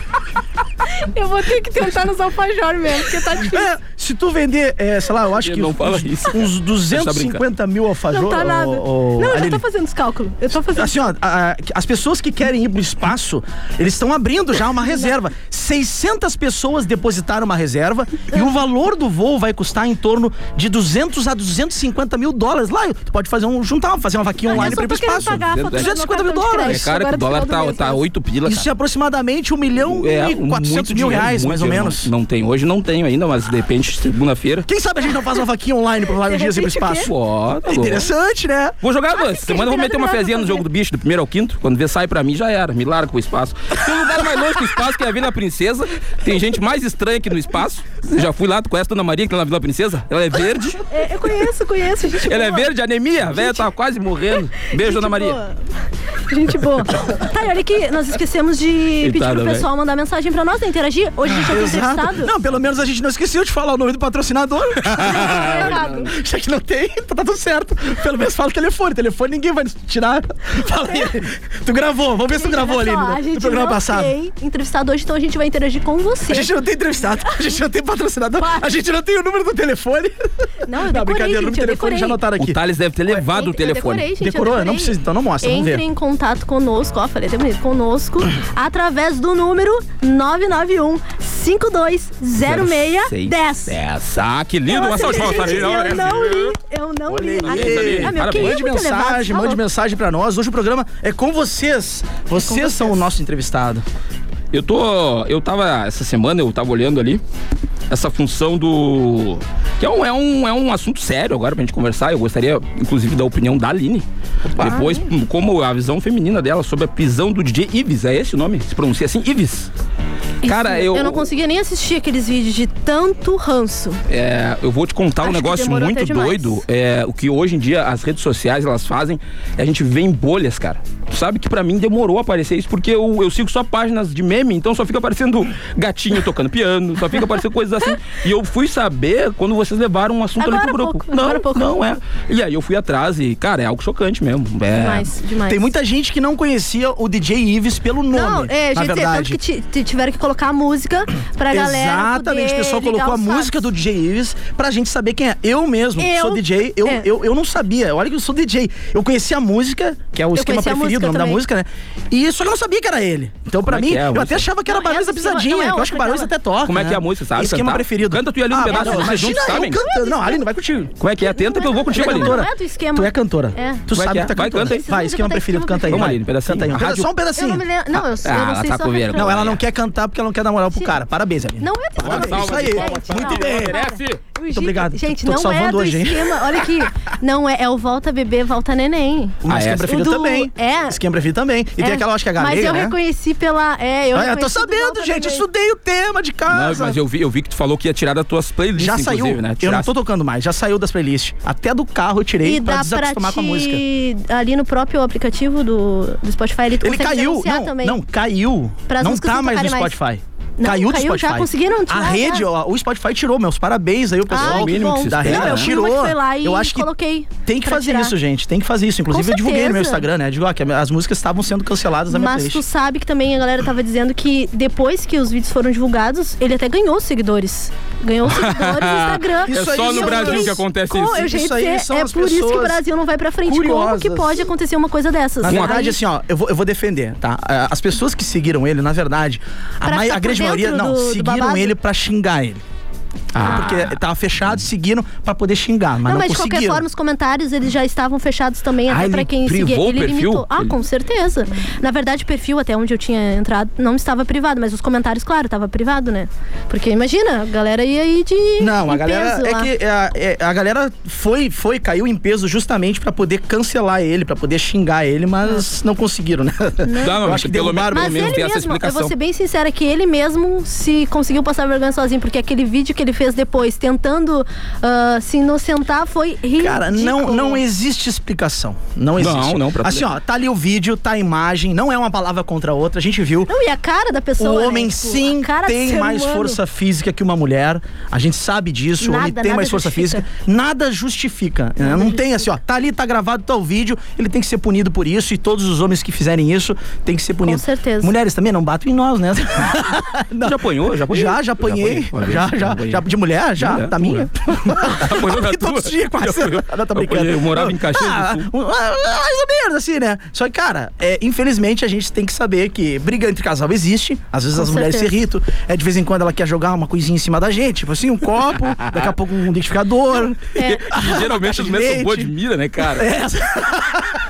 Speaker 2: *laughs*
Speaker 5: ter... Eu vou ter que tentar nos alfajor mesmo, porque tá difícil.
Speaker 2: *laughs* É, se tu vender, é, sei lá, eu acho
Speaker 3: Ele
Speaker 2: que
Speaker 3: não
Speaker 2: uns,
Speaker 3: fala isso.
Speaker 2: uns 250 mil alfajor.
Speaker 5: Não tá nada.
Speaker 2: ô, ô,
Speaker 5: Não, eu já
Speaker 2: Aline.
Speaker 5: tô fazendo os cálculos. Eu tô fazendo.
Speaker 2: Assim, ó, a- a- as pessoas que querem ir pro espaço, eles estão abrindo já uma reserva. 600 pessoas depositaram uma reserva e o valor do voo vai custar em torno de 200 a 250 mil dólares. Lá, tu pode fazer um, juntar, uma- fazer uma vaquinha
Speaker 5: eu
Speaker 2: online pra
Speaker 5: só
Speaker 2: ir pro
Speaker 5: tô querendo
Speaker 2: espaço.
Speaker 5: pagar a fatura do meu
Speaker 2: 250 mil
Speaker 5: cartão de
Speaker 2: dólares.
Speaker 3: É,
Speaker 5: crédito.
Speaker 3: cara,
Speaker 5: Agora
Speaker 3: que o
Speaker 5: no
Speaker 3: dólar
Speaker 5: final
Speaker 3: tá,
Speaker 5: do mês,
Speaker 3: tá
Speaker 5: né?
Speaker 3: 8 pila,
Speaker 2: Isso é
Speaker 3: cara. É,
Speaker 2: aproximadamente 1 milhão e
Speaker 3: muito
Speaker 2: 400 mil
Speaker 3: dinheiro,
Speaker 2: reais,
Speaker 3: muito
Speaker 2: mais ou
Speaker 3: dinheiro.
Speaker 2: menos.
Speaker 3: Não, não tem. Hoje não tenho ainda, mas de repente, segunda-feira.
Speaker 2: Quem sabe a gente não faz uma vaquinha online pro Lion
Speaker 5: De
Speaker 2: Dias ir pro
Speaker 5: repente, o quê?
Speaker 2: espaço?
Speaker 3: Ó, tá louco.
Speaker 2: Interessante, né?
Speaker 3: Vou jogar
Speaker 5: É. Ah,
Speaker 3: avanço.
Speaker 5: fica
Speaker 3: Semana eu vou
Speaker 5: liberado,
Speaker 3: meter uma
Speaker 5: liberado
Speaker 3: fezinha no
Speaker 5: pra
Speaker 3: jogo
Speaker 5: fazer.
Speaker 3: do bicho, do primeiro ao quinto. Quando vê, sai pra mim, já era. Me larga pro espaço. Tem um lugar mais longe que o espaço, que é a Vila Princesa. Tem gente mais estranha aqui no espaço. Eu já fui lá, tu conhece a Dona Maria, que tá na Vila Princesa? Ela é verde.
Speaker 5: É, eu conheço, conheço, gente.
Speaker 3: Ela é
Speaker 5: boa.
Speaker 3: verde, anemia. A velha tá quase morrendo. Beijo,
Speaker 5: Gente
Speaker 3: Dona Maria.
Speaker 5: boa. Gente boa. Tá, e olha que nós esquecemos de pedir pro
Speaker 3: velho.
Speaker 5: pessoal mandar mensagem pra nós, né? Interagir. Hoje a gente já tem entrevistado.
Speaker 2: Não, pelo menos a gente não esqueceu de falar o nome do
Speaker 3: *laughs*
Speaker 2: patrocinador.
Speaker 5: Não, é errado.
Speaker 2: *laughs* Já que não tem, tá tudo certo. Pelo menos fala o telefone. Telefone ninguém vai tirar. *laughs* Fala aí. Tu gravou, vamos ver se tu gravou ali
Speaker 5: Olha só,
Speaker 2: no,
Speaker 5: a
Speaker 2: no
Speaker 5: gente
Speaker 2: programa
Speaker 5: não
Speaker 2: passado.
Speaker 5: tem entrevistado hoje, então a gente vai interagir com você.
Speaker 2: A gente não tem entrevistado, a gente não tem patrocinador, a gente não tem o número do
Speaker 5: *laughs*
Speaker 2: telefone.
Speaker 5: Não, eu decorei,
Speaker 2: Não, brincadeira, o número
Speaker 5: gente,
Speaker 2: do
Speaker 5: eu
Speaker 2: telefone
Speaker 5: decorei.
Speaker 2: já anotaram aqui.
Speaker 3: O Thales deve ter
Speaker 2: Ah,
Speaker 3: levado o
Speaker 5: Eu
Speaker 3: telefone.
Speaker 5: decorei, gente, eu
Speaker 2: Decorou? Não
Speaker 5: decorei.
Speaker 2: precisa, então não mostra, vamos
Speaker 5: Entre
Speaker 2: ver.
Speaker 5: em contato conosco, ó, falei até bonito,
Speaker 2: *clears throat*
Speaker 5: conosco, através do número 991 520610.
Speaker 3: Ah, que lindo, uma salva de
Speaker 2: tá
Speaker 3: palmas pra
Speaker 5: gente,
Speaker 3: mim.
Speaker 5: eu não li, eu não li.
Speaker 2: Olha aí.
Speaker 5: Aqui. Ah, meu, que
Speaker 3: Parabéns.
Speaker 5: é
Speaker 2: Mande
Speaker 5: muito
Speaker 2: mensagem,
Speaker 5: elevado,
Speaker 2: mande
Speaker 5: tá
Speaker 2: mensagem pra nós. Hoje o programa é com vocês.
Speaker 5: É
Speaker 2: Vocês são o nosso entrevistado.
Speaker 3: Eu tô. Eu tava. Essa semana eu tava olhando ali. Essa função do. Que é um, é, um, é um assunto sério agora pra gente conversar. Eu gostaria, inclusive, da opinião da Aline. Depois, hum, como a visão feminina dela sobre a prisão do DJ Ives. É esse o nome? Se pronuncia assim? Ives. Cara, eu.
Speaker 5: Eu não conseguia nem assistir aqueles vídeos de tanto ranço.
Speaker 3: É, eu vou te contar
Speaker 5: Acho
Speaker 3: um
Speaker 5: que
Speaker 3: negócio
Speaker 5: demorou
Speaker 3: muito
Speaker 5: até demais.
Speaker 3: doido. É, o que hoje em dia as redes sociais elas fazem, é a gente vê em bolhas, cara. Tu sabe que pra mim demorou aparecer isso, porque eu, eu sigo só páginas de meme, então só fica aparecendo gatinho tocando piano, só fica aparecendo
Speaker 5: *laughs*
Speaker 3: coisas assim. E eu fui saber quando vocês levaram um assunto ali
Speaker 5: Agora
Speaker 3: pro
Speaker 5: há
Speaker 3: grupo.
Speaker 5: pouco,
Speaker 3: não,
Speaker 5: agora há pouco.
Speaker 3: não é. E aí eu fui atrás e, cara, é algo chocante mesmo. É.
Speaker 5: Demais, demais.
Speaker 2: Tem muita gente que não conhecia o DJ Ives pelo nome.
Speaker 5: Não, é,
Speaker 2: na
Speaker 5: gente, tanto
Speaker 2: verdade.
Speaker 5: que ti- ti- tiveram que colocar a música pra galera.
Speaker 2: Exatamente,
Speaker 5: poder
Speaker 2: o pessoal
Speaker 5: ligar
Speaker 2: colocou a
Speaker 5: os
Speaker 2: música do
Speaker 5: fatos.
Speaker 2: DJ Ives pra gente saber quem é. Eu mesmo, que
Speaker 5: Eu-
Speaker 2: sou DJ, eu,
Speaker 5: é.
Speaker 2: eu, eu não sabia. Olha que eu sou DJ. Eu conheci a música, que é o esquema
Speaker 5: conheci a
Speaker 2: preferido, o
Speaker 5: música
Speaker 2: nome da
Speaker 5: também.
Speaker 2: música, né? E só que eu não sabia que era ele. Então, pra
Speaker 3: é
Speaker 2: mim,
Speaker 3: que é a
Speaker 2: eu
Speaker 3: música?
Speaker 2: até achava que era
Speaker 5: Não, é
Speaker 2: Barões da
Speaker 5: a música,
Speaker 2: Pisadinha.
Speaker 5: não é
Speaker 2: que eu acho que
Speaker 5: outra,
Speaker 2: Barões
Speaker 5: aquela.
Speaker 2: até toca.
Speaker 3: Como é que é a
Speaker 2: né?
Speaker 3: música, sabe
Speaker 2: Esquema
Speaker 3: cantar?
Speaker 2: preferido. Ah,
Speaker 3: Canta tu e a Aline um pedaço,
Speaker 2: mas
Speaker 3: vocês
Speaker 2: Imagina
Speaker 3: juntos
Speaker 2: eu
Speaker 3: sabem.
Speaker 2: cantando. Não, Aline, vai contigo.
Speaker 3: Como é que é? Tenta que eu vou contigo
Speaker 5: é
Speaker 3: ali.
Speaker 5: cantora. Não é do esquema.
Speaker 2: Tu é cantora.
Speaker 5: É.
Speaker 2: Tu
Speaker 3: Como é
Speaker 2: sabe
Speaker 3: que
Speaker 2: que
Speaker 3: é?
Speaker 2: tá
Speaker 3: Vai,
Speaker 2: cantando.
Speaker 3: canta aí.
Speaker 2: Vai, esquema
Speaker 5: Vamos,
Speaker 2: preferido,
Speaker 5: Aline,
Speaker 2: canta aí.
Speaker 3: Vamos,
Speaker 2: vai.
Speaker 3: Aline, pedacinho.
Speaker 2: Canta aí. Só
Speaker 3: Rádio-
Speaker 5: Eu
Speaker 2: um
Speaker 5: não me
Speaker 2: pedacinho.
Speaker 5: lembro. Não, eu, eu
Speaker 3: Ah,
Speaker 5: não sei
Speaker 3: tá
Speaker 5: só
Speaker 3: com
Speaker 5: a
Speaker 3: vergonha.
Speaker 5: cantora.
Speaker 2: Não, ela não quer cantar porque ela não quer dar moral pro
Speaker 5: Sim.
Speaker 2: cara. Parabéns, Aline.
Speaker 5: Não é do esquema.
Speaker 2: Parabéns. Isso aí.
Speaker 5: gente,
Speaker 2: Muito
Speaker 5: não,
Speaker 2: bem.
Speaker 5: para.
Speaker 3: Merece.
Speaker 5: O
Speaker 2: Muito
Speaker 5: Gi-
Speaker 2: obrigado.
Speaker 5: Gente,
Speaker 2: Tô te
Speaker 5: não é
Speaker 2: salvando
Speaker 5: do
Speaker 2: hoje, hein?
Speaker 5: esquema. Olha aqui. Não é. É o volta bebê, volta neném.
Speaker 2: O meu
Speaker 3: Ah, é?
Speaker 2: esquema preferido
Speaker 5: O do-
Speaker 2: também.
Speaker 5: é.
Speaker 2: Esquema preferido também. E tem
Speaker 5: É,
Speaker 2: aquela, eu acho que é a
Speaker 5: Mas
Speaker 2: galega,
Speaker 5: eu
Speaker 2: né?
Speaker 5: reconheci pela. É, eu
Speaker 2: Ah, eu tô
Speaker 5: reconheci do
Speaker 2: sabendo,
Speaker 5: volta
Speaker 2: gente. Eu
Speaker 5: neném.
Speaker 2: estudei o tema de
Speaker 3: Não,
Speaker 2: casa.
Speaker 3: mas eu vi, eu vi que tu falou que ia tirar das tuas playlists,
Speaker 2: Já saiu.
Speaker 3: inclusive, né?
Speaker 2: Eu não
Speaker 3: Tirasse.
Speaker 2: tô tocando mais. Já saiu das playlists. Até do carro eu tirei
Speaker 5: E
Speaker 2: pra
Speaker 5: dá pra
Speaker 2: desacostumar com a música.
Speaker 5: te... Ali no próprio aplicativo do, do Spotify, ele,
Speaker 2: Ele
Speaker 5: consegue
Speaker 2: caiu.
Speaker 5: denunciar
Speaker 2: Não,
Speaker 5: também.
Speaker 2: não, caiu.
Speaker 5: Pras
Speaker 2: não
Speaker 5: músicas
Speaker 2: tá
Speaker 5: não
Speaker 2: mais no
Speaker 5: tocarem mais.
Speaker 2: Spotify.
Speaker 5: Não,
Speaker 2: caiu do
Speaker 5: caiu,
Speaker 2: Spotify.
Speaker 5: já conseguiram tirar,
Speaker 2: A rede,
Speaker 5: já.
Speaker 2: ó, o Spotify tirou, meus parabéns aí, o pessoal.
Speaker 5: Ah, que
Speaker 3: mínimo que
Speaker 5: bom.
Speaker 3: se
Speaker 2: da
Speaker 3: espera,
Speaker 2: rede
Speaker 5: Não, eu
Speaker 3: né?
Speaker 5: fui uma
Speaker 2: tirou.
Speaker 5: que foi lá e
Speaker 2: eu acho que
Speaker 5: coloquei
Speaker 2: tem que
Speaker 5: pra
Speaker 2: fazer
Speaker 5: tirar.
Speaker 2: isso, gente. Tem que fazer isso. Inclusive, eu divulguei no meu
Speaker 5: certeza.
Speaker 2: Instagram, né? Digo, ó, que as músicas estavam sendo canceladas da minha
Speaker 5: Mas tu
Speaker 2: playlist.
Speaker 5: sabe que também a galera tava dizendo que depois que os vídeos foram divulgados, ele até ganhou seguidores. Ganhou
Speaker 2: *laughs*
Speaker 5: seguidores no Instagram.
Speaker 2: Isso É aí só no são Brasil as- que
Speaker 3: acontece
Speaker 5: Co-
Speaker 3: isso.
Speaker 5: Eu, gente,
Speaker 2: Isso aí
Speaker 5: é,
Speaker 2: são
Speaker 5: é
Speaker 2: as
Speaker 5: por isso que o
Speaker 2: pessoas
Speaker 5: Brasil não vai pra frente. Como
Speaker 2: curiosas.
Speaker 5: que pode acontecer uma coisa dessas?
Speaker 2: Na
Speaker 5: Aí-
Speaker 2: verdade, assim, ó, eu vou, eu vou defender, tá? Ah, As pessoas que seguiram ele, na verdade, a,
Speaker 5: Pra
Speaker 2: mai-
Speaker 5: ficar
Speaker 2: a
Speaker 5: por
Speaker 2: grande
Speaker 5: dentro
Speaker 2: maioria,
Speaker 5: do-
Speaker 2: não,
Speaker 5: do
Speaker 2: seguiram
Speaker 5: babado?
Speaker 2: ele pra xingar ele.
Speaker 3: Ah.
Speaker 2: Porque tava fechado, seguiram pra poder xingar, mas
Speaker 5: Não,
Speaker 2: não,
Speaker 5: mas de qualquer
Speaker 2: conseguiram.
Speaker 5: forma, os comentários eles já estavam fechados também,
Speaker 3: Ah,
Speaker 5: até
Speaker 3: ele
Speaker 5: pra quem
Speaker 3: privou
Speaker 5: seguia.
Speaker 3: o
Speaker 5: Ele
Speaker 3: perfil?
Speaker 5: limitou. Ah,
Speaker 3: Ele-
Speaker 5: com certeza. Na verdade, o perfil, até onde eu tinha entrado, não estava privado, mas os comentários, claro, estava privado, né? Porque imagina, a galera ia aí de.
Speaker 2: Não, a
Speaker 5: em
Speaker 2: galera
Speaker 5: peso
Speaker 2: é
Speaker 5: lá.
Speaker 2: que é, é, a galera foi, foi, caiu em peso justamente pra poder cancelar ele, pra poder xingar ele, mas não conseguiram, né?
Speaker 3: Não,
Speaker 2: Eu acho que
Speaker 3: pelo
Speaker 2: derrubaram
Speaker 3: menos,
Speaker 5: Mas
Speaker 3: pelo menos
Speaker 5: ele
Speaker 3: tem essa
Speaker 5: mesmo, eu vou
Speaker 3: explicação.
Speaker 5: ser bem sincera, que ele mesmo se conseguiu passar vergonha sozinho, porque aquele vídeo que ele fez depois, tentando ah, se inocentar, foi ridículo.
Speaker 2: Cara, não, não existe explicação. Não existe.
Speaker 3: Não, não, pra-
Speaker 2: Assim, ó, tá ali o vídeo, tá a imagem, não é uma palavra contra a outra, a gente viu.
Speaker 5: Não, e a cara da pessoa.
Speaker 2: O
Speaker 5: né?
Speaker 2: Um homem
Speaker 5: Tipo, a
Speaker 2: sim
Speaker 5: cara do
Speaker 2: tem
Speaker 5: ser
Speaker 2: mais
Speaker 5: humano.
Speaker 2: força física que uma mulher. A gente sabe disso. o
Speaker 5: Nada,
Speaker 2: homem tem
Speaker 5: nada
Speaker 2: mais força
Speaker 5: justifica.
Speaker 2: física. Nada justifica. né? não tem assim, ó. Tá ali, tá gravado, tá o vídeo. Ele tem que ser punido por isso. E todos os homens que fizerem isso têm que ser punidos.
Speaker 5: certeza.
Speaker 2: Mulheres também não batem em
Speaker 5: *laughs*
Speaker 2: nós, né? Não.
Speaker 3: Já apanhou? Já apanhei?
Speaker 2: Já, já apanhei. Já, já. já de mulher? Já.
Speaker 3: Mulher,
Speaker 2: da minha? *laughs*
Speaker 3: Apanhou da
Speaker 2: E todos os
Speaker 3: tua?
Speaker 2: dias quase.
Speaker 3: Já apanhou?
Speaker 2: Não, tô brincando.
Speaker 3: Apanhei, eu morava em Caxias do
Speaker 2: Ah,
Speaker 3: Sul.
Speaker 2: um- ah, mais ou menos, assim, né? Só que, cara, é, infelizmente a gente tem que saber que briga entre casal existe. Às vezes as mulheres se
Speaker 5: certeza.
Speaker 2: irritam. É, de vez em quando ela quer jogar uma coisinha em cima da gente. Tipo assim, um
Speaker 3: *laughs*
Speaker 2: copo, daqui a pouco um liquidificador.
Speaker 5: É.
Speaker 3: E *laughs* geralmente os
Speaker 2: de
Speaker 3: meus são
Speaker 2: leite.
Speaker 3: boas de mira, né, cara?
Speaker 2: É.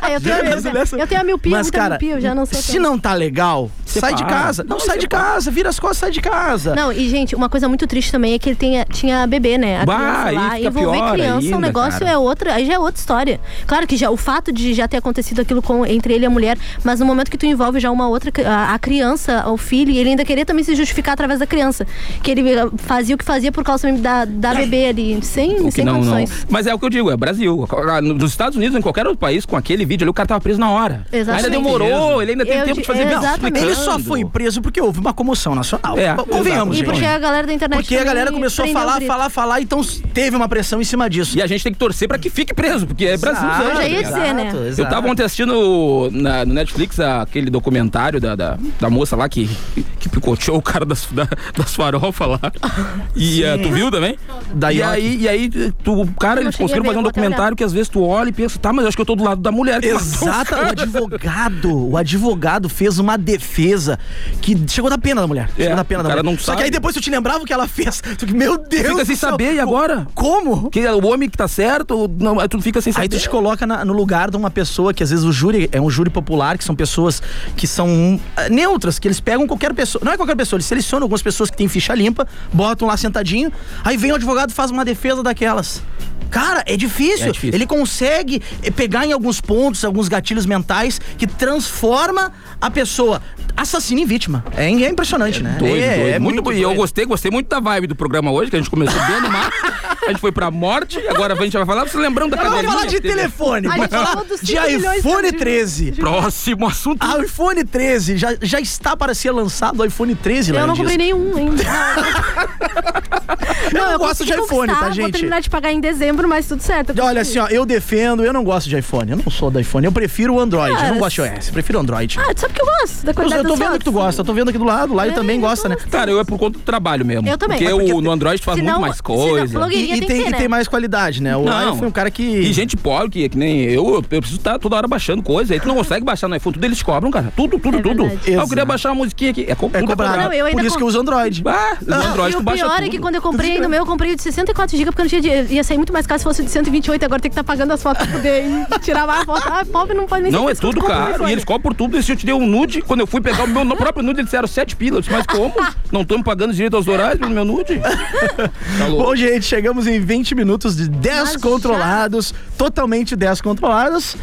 Speaker 5: Ah, é.
Speaker 2: *laughs*
Speaker 5: eu, tenho,
Speaker 2: Mas
Speaker 5: eu,
Speaker 2: nessa-
Speaker 5: eu tenho a miopia,
Speaker 2: Mas,
Speaker 5: muita
Speaker 2: cara,
Speaker 5: miopia, eu já não sou
Speaker 2: Se
Speaker 5: tão-
Speaker 2: não tá legal, sai de
Speaker 3: Separa.
Speaker 2: casa. Não,
Speaker 3: Não,
Speaker 2: sai de
Speaker 3: separa.
Speaker 2: casa. Vira as costas, sai de casa.
Speaker 5: Não, e gente, uma coisa muito triste também é que que ele tenha, tinha bebê, né? A
Speaker 3: Bah,
Speaker 5: criança
Speaker 3: aí
Speaker 5: lá.
Speaker 3: fica
Speaker 5: Envolver
Speaker 3: pior
Speaker 5: criança, o
Speaker 3: ainda,
Speaker 5: negócio
Speaker 3: cara.
Speaker 5: é outro. Aí já é outra história. Claro que já o fato de já ter acontecido aquilo com, entre ele e a mulher, mas no momento que tu envolve já uma outra, cri- a, a criança, o filho, e ele ainda querer também se justificar através da criança. Que ele eh, fazia o que fazia por causa da, da bebê ali, sem,
Speaker 3: O que
Speaker 5: sem
Speaker 3: não, não.
Speaker 5: condições.
Speaker 3: Mas é o que eu digo, é Brasil. Nos Estados Unidos, em qualquer outro país, com aquele vídeo ali, o cara tava preso na hora.
Speaker 5: Exatamente.
Speaker 3: Ainda demorou, ele ainda teve
Speaker 5: Eu
Speaker 3: tempo
Speaker 5: di-
Speaker 3: de fazer
Speaker 5: é,
Speaker 3: vídeo
Speaker 5: exatamente.
Speaker 2: Ele
Speaker 3: explicando.
Speaker 2: só foi preso porque houve uma comoção nacional.
Speaker 3: É,
Speaker 2: Convenhamos,
Speaker 5: E
Speaker 3: exato.
Speaker 2: gente.
Speaker 5: porque a galera da internet.
Speaker 2: Porque a
Speaker 5: também
Speaker 2: galera começou a
Speaker 5: prendeu o
Speaker 2: falar,
Speaker 5: grito.
Speaker 2: falar, falar, então s- teve uma pressão em cima disso.
Speaker 3: E a gente tem que torcer pra que fique preso, porque é Brasil.
Speaker 2: Exato,
Speaker 5: Eu já ia dizer, né?
Speaker 2: exato,
Speaker 3: Eu
Speaker 2: exato.
Speaker 3: tava um ontem assistindo na- no Netflix a- aquele documentário da, da, da moça lá que, que picoteou o cara das, da, das
Speaker 5: *laughs*
Speaker 3: farofas lá. E eh, tu viu também?
Speaker 2: Da
Speaker 3: e,
Speaker 2: York.
Speaker 3: aí, e aí, tu,
Speaker 5: Eu
Speaker 3: cara,
Speaker 5: não cheguei
Speaker 3: eles
Speaker 5: a
Speaker 3: conseguiram
Speaker 5: ver,
Speaker 3: fazer um
Speaker 5: vou até
Speaker 3: documentário que às vezes tu olha e pensa, tá, mas eu acho que eu tô do lado da mulher. que matou o
Speaker 2: Exata, o
Speaker 3: cara.
Speaker 2: advogado, o advogado fez uma defesa que chegou da pena da mulher.
Speaker 3: É,
Speaker 2: Chegou da pena
Speaker 3: o
Speaker 2: da
Speaker 3: cara
Speaker 2: mulher.
Speaker 3: não
Speaker 2: Só que
Speaker 3: sabe.
Speaker 2: aí depois tu te lembrava o que ela fez. Tu, meu Deus,
Speaker 3: Fica sem
Speaker 2: do céu,
Speaker 3: saber, e agora?
Speaker 2: Como?
Speaker 3: Que é o homem que tá certo, ou não, aí tu fica sem saber.
Speaker 2: Aí tu te coloca na- no lugar de uma pessoa que às vezes o júri é um júri popular, que são pessoas que são hum, neutras, que eles pegam qualquer pessoa. Não é qualquer pessoa, eles selecionam algumas pessoas que têm ficha limpa, botam lá sentadinho, aí vem o advogado e faz uma defesa daquelas. Cara, é difícil.
Speaker 3: É difícil.
Speaker 2: Ele consegue eh, pegar em alguns pontos, alguns gatilhos mentais que transforma a pessoa assassina em vítima. É, é impressionante, né?
Speaker 3: Doido,
Speaker 2: é,
Speaker 3: doido.
Speaker 2: é
Speaker 3: muito, e eu
Speaker 2: doido.
Speaker 3: gostei, gostei muito da vibe do programa hoje, que a gente começou bem animado. A gente foi pra morte, agora a gente vai falar, você lembrando da
Speaker 2: Agora
Speaker 3: cadelinha.
Speaker 2: Vamos falar de
Speaker 3: entendeu?
Speaker 2: telefone,
Speaker 5: A gente
Speaker 2: vamos falar
Speaker 5: falou dos
Speaker 2: de
Speaker 5: cinco milhões
Speaker 2: iPhone
Speaker 5: de-
Speaker 2: 13.
Speaker 3: Próximo assunto.
Speaker 2: A Ah, iPhone 13 já, já está para ser lançado o iPhone 13,
Speaker 5: Eu não
Speaker 2: Leandro
Speaker 5: comprei
Speaker 2: Dias.
Speaker 5: nenhum ainda.
Speaker 2: *laughs* Eu não gosto de
Speaker 5: consegui
Speaker 2: iPhone, tá,
Speaker 5: conquistar, Vou
Speaker 2: gente?
Speaker 5: terminar de pagar em dezembro, mas tudo certo. eu
Speaker 2: Olha assim,
Speaker 5: consegui.
Speaker 2: ó, eu defendo, eu não gosto de iPhone, eu não sou do iPhone, eu prefiro o Android, eu não
Speaker 5: Cara,
Speaker 2: gosto de iOS, eu prefiro Android.
Speaker 5: Ah, tu sabe que eu gosto da
Speaker 2: eu,
Speaker 5: qualidade
Speaker 2: eu tô
Speaker 5: dos
Speaker 2: vendo
Speaker 5: fotos.
Speaker 2: que tu gosta, eu tô vendo aqui do lado, lá e
Speaker 5: É,
Speaker 2: também
Speaker 5: eu
Speaker 2: gosta, né?
Speaker 5: gosto.
Speaker 3: Cara, eu é por conta do trabalho mesmo.
Speaker 5: Eu também.
Speaker 3: Porque,
Speaker 5: Mas
Speaker 3: o-
Speaker 5: porque
Speaker 3: no Android tu faz
Speaker 5: senão-
Speaker 3: muito mais coisa.
Speaker 5: senão blogueira-
Speaker 2: E, e
Speaker 5: tem que
Speaker 2: tem,
Speaker 5: ter,
Speaker 2: e
Speaker 5: né?
Speaker 2: tem mais qualidade, né? O
Speaker 3: Não.
Speaker 2: iPhone é um cara que.
Speaker 3: E gente pobre, que, que nem eu, eu preciso estar toda hora baixando coisa. Aí tu não consegue baixar no iPhone, tudo eles cobram, cara. Tudo, tudo,
Speaker 5: É
Speaker 3: tudo.
Speaker 5: verdade.
Speaker 3: Ah, eu
Speaker 2: Exato.
Speaker 3: queria baixar uma musiquinha aqui. É, co-
Speaker 2: é
Speaker 3: tudo
Speaker 2: cobrado.
Speaker 5: Não, eu ainda
Speaker 2: Por isso que eu
Speaker 5: com-
Speaker 2: uso Android.
Speaker 3: Ah, no Android
Speaker 5: e
Speaker 3: tu
Speaker 5: o
Speaker 3: baixa
Speaker 5: pior é
Speaker 3: tudo.
Speaker 5: que quando eu comprei no meu, eu comprei o de 64 GB, porque eu não tinha dinheiro. ia sair muito mais caro se fosse o de 128, agora tem que estar pagando as fotos pra poder ir tirar mais foto. Ah, pobre não pode nem
Speaker 3: Não,
Speaker 5: saber
Speaker 3: é
Speaker 5: se tu
Speaker 3: tudo
Speaker 5: compra um
Speaker 3: caro.
Speaker 5: iPhone.
Speaker 3: E eles cobram por tudo. E se eu te dei um nude, quando eu fui pegar o meu no próprio nude, eles disseram sete pilas. Mas como? Não estão me pagando direito aos horários pelo
Speaker 2: *laughs*
Speaker 3: meu nude? Tá louco.
Speaker 2: Bom, gente, chegamos em 20 minutos de
Speaker 5: Mas
Speaker 2: 10
Speaker 5: já?
Speaker 2: controlados, totalmente 10 controlados.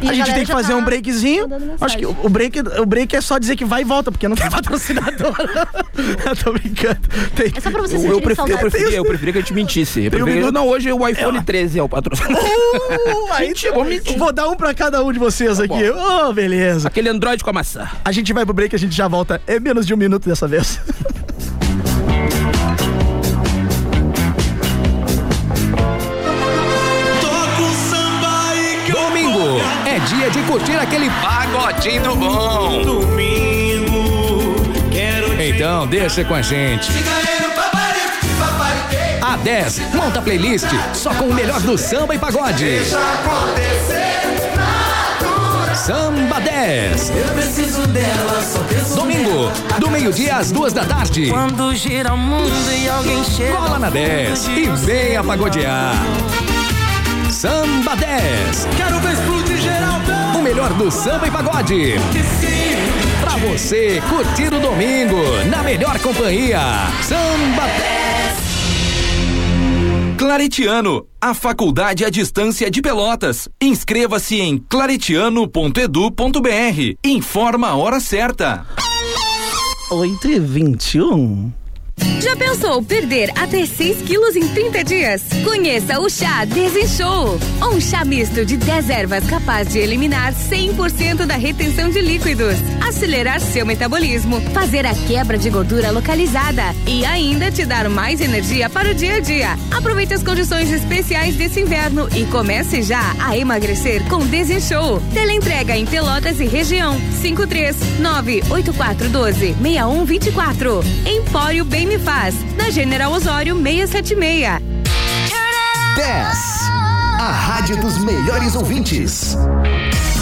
Speaker 5: E
Speaker 2: a
Speaker 5: a
Speaker 2: gente
Speaker 5: galera
Speaker 2: tem que
Speaker 5: já
Speaker 2: fazer
Speaker 5: tá
Speaker 2: um breakzinho.
Speaker 5: mandando mensagem.
Speaker 2: Acho que o o break, o break é só dizer que vai e volta, porque não tem *laughs* patrocinador. eu tô brincando. Tem-
Speaker 5: É só pra vocês
Speaker 3: Eu, eu,
Speaker 5: sentirem
Speaker 3: prefiro, eu,
Speaker 5: saudade.
Speaker 3: preferia, eu preferia que a gente mentisse. Eu
Speaker 2: Tem um
Speaker 3: preferia,
Speaker 2: minuto.
Speaker 3: não, hoje o iPhone 13 é o patrocinador.
Speaker 2: Uh, aí
Speaker 3: Mentira,
Speaker 2: tá-
Speaker 3: vou mentir.
Speaker 2: Vou dar um pra cada um de vocês aqui. Oh, beleza.
Speaker 3: *laughs* Aquele Android com a maçã.
Speaker 2: A gente vai pro break, a gente já volta. É menos de um minuto dessa vez. *laughs*
Speaker 6: Domingo é dia de curtir aquele pagodinho bom. Então deixa com a gente. A 10 monta a playlist só com o melhor do samba e pagode. Samba 10. Eu preciso dela, só Domingo, do meio-dia às duas da tarde.
Speaker 4: Quando gira o mundo e alguém chega.
Speaker 6: Cola na 10 e venha pagodear. Samba 10. Quero ver explodir geral. O melhor do samba e pagode. Pra você curtir o domingo na melhor companhia. Samba 10.
Speaker 7: Claretiano, a faculdade à distância de Pelotas. Inscreva-se em claretiano.edu.br. Informa a hora certa.
Speaker 2: 8 e 21.
Speaker 8: Já pensou perder até 6 quilos em 30 dias? Conheça o chá Desenchou. Um chá misto de 10 ervas capaz de eliminar 100% da retenção de líquidos, acelerar seu metabolismo, fazer a quebra de gordura localizada e ainda te dar mais energia para o dia a dia. Aproveite as condições especiais desse inverno e comece já a emagrecer com Desenchou. Teleentrega em Pelotas e região 53984126124. Empório Bem Me Faz, na General Osório 676.
Speaker 6: 10. A
Speaker 9: rádio dos melhores ouvintes.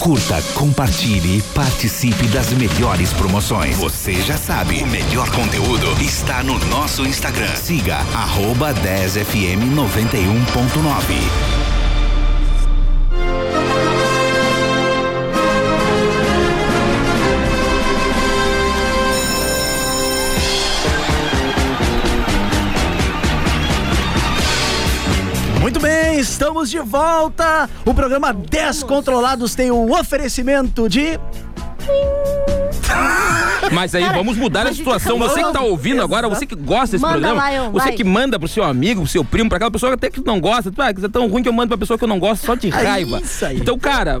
Speaker 10: Curta, compartilhe e participe das melhores promoções. Você já sabe, o melhor conteúdo está no nosso Instagram. Siga arroba 10fm91.9.
Speaker 2: Muito bem, estamos de volta. O programa Descontrolados tem um oferecimento de.
Speaker 3: Mas aí vamos mudar a
Speaker 2: mas
Speaker 3: situação.
Speaker 2: fica
Speaker 3: Você que tá
Speaker 2: bom.
Speaker 3: ouvindo agora, você que gosta desse
Speaker 5: Manda,
Speaker 3: programa,
Speaker 5: Lion,
Speaker 3: você
Speaker 5: vai.
Speaker 3: que manda pro seu amigo, pro seu primo, pra aquela pessoa até que não gosta, ah, que é tão ruim que eu mando pra pessoa que eu não gosto só de
Speaker 2: É
Speaker 3: raiva.
Speaker 2: isso aí.
Speaker 3: Então, cara,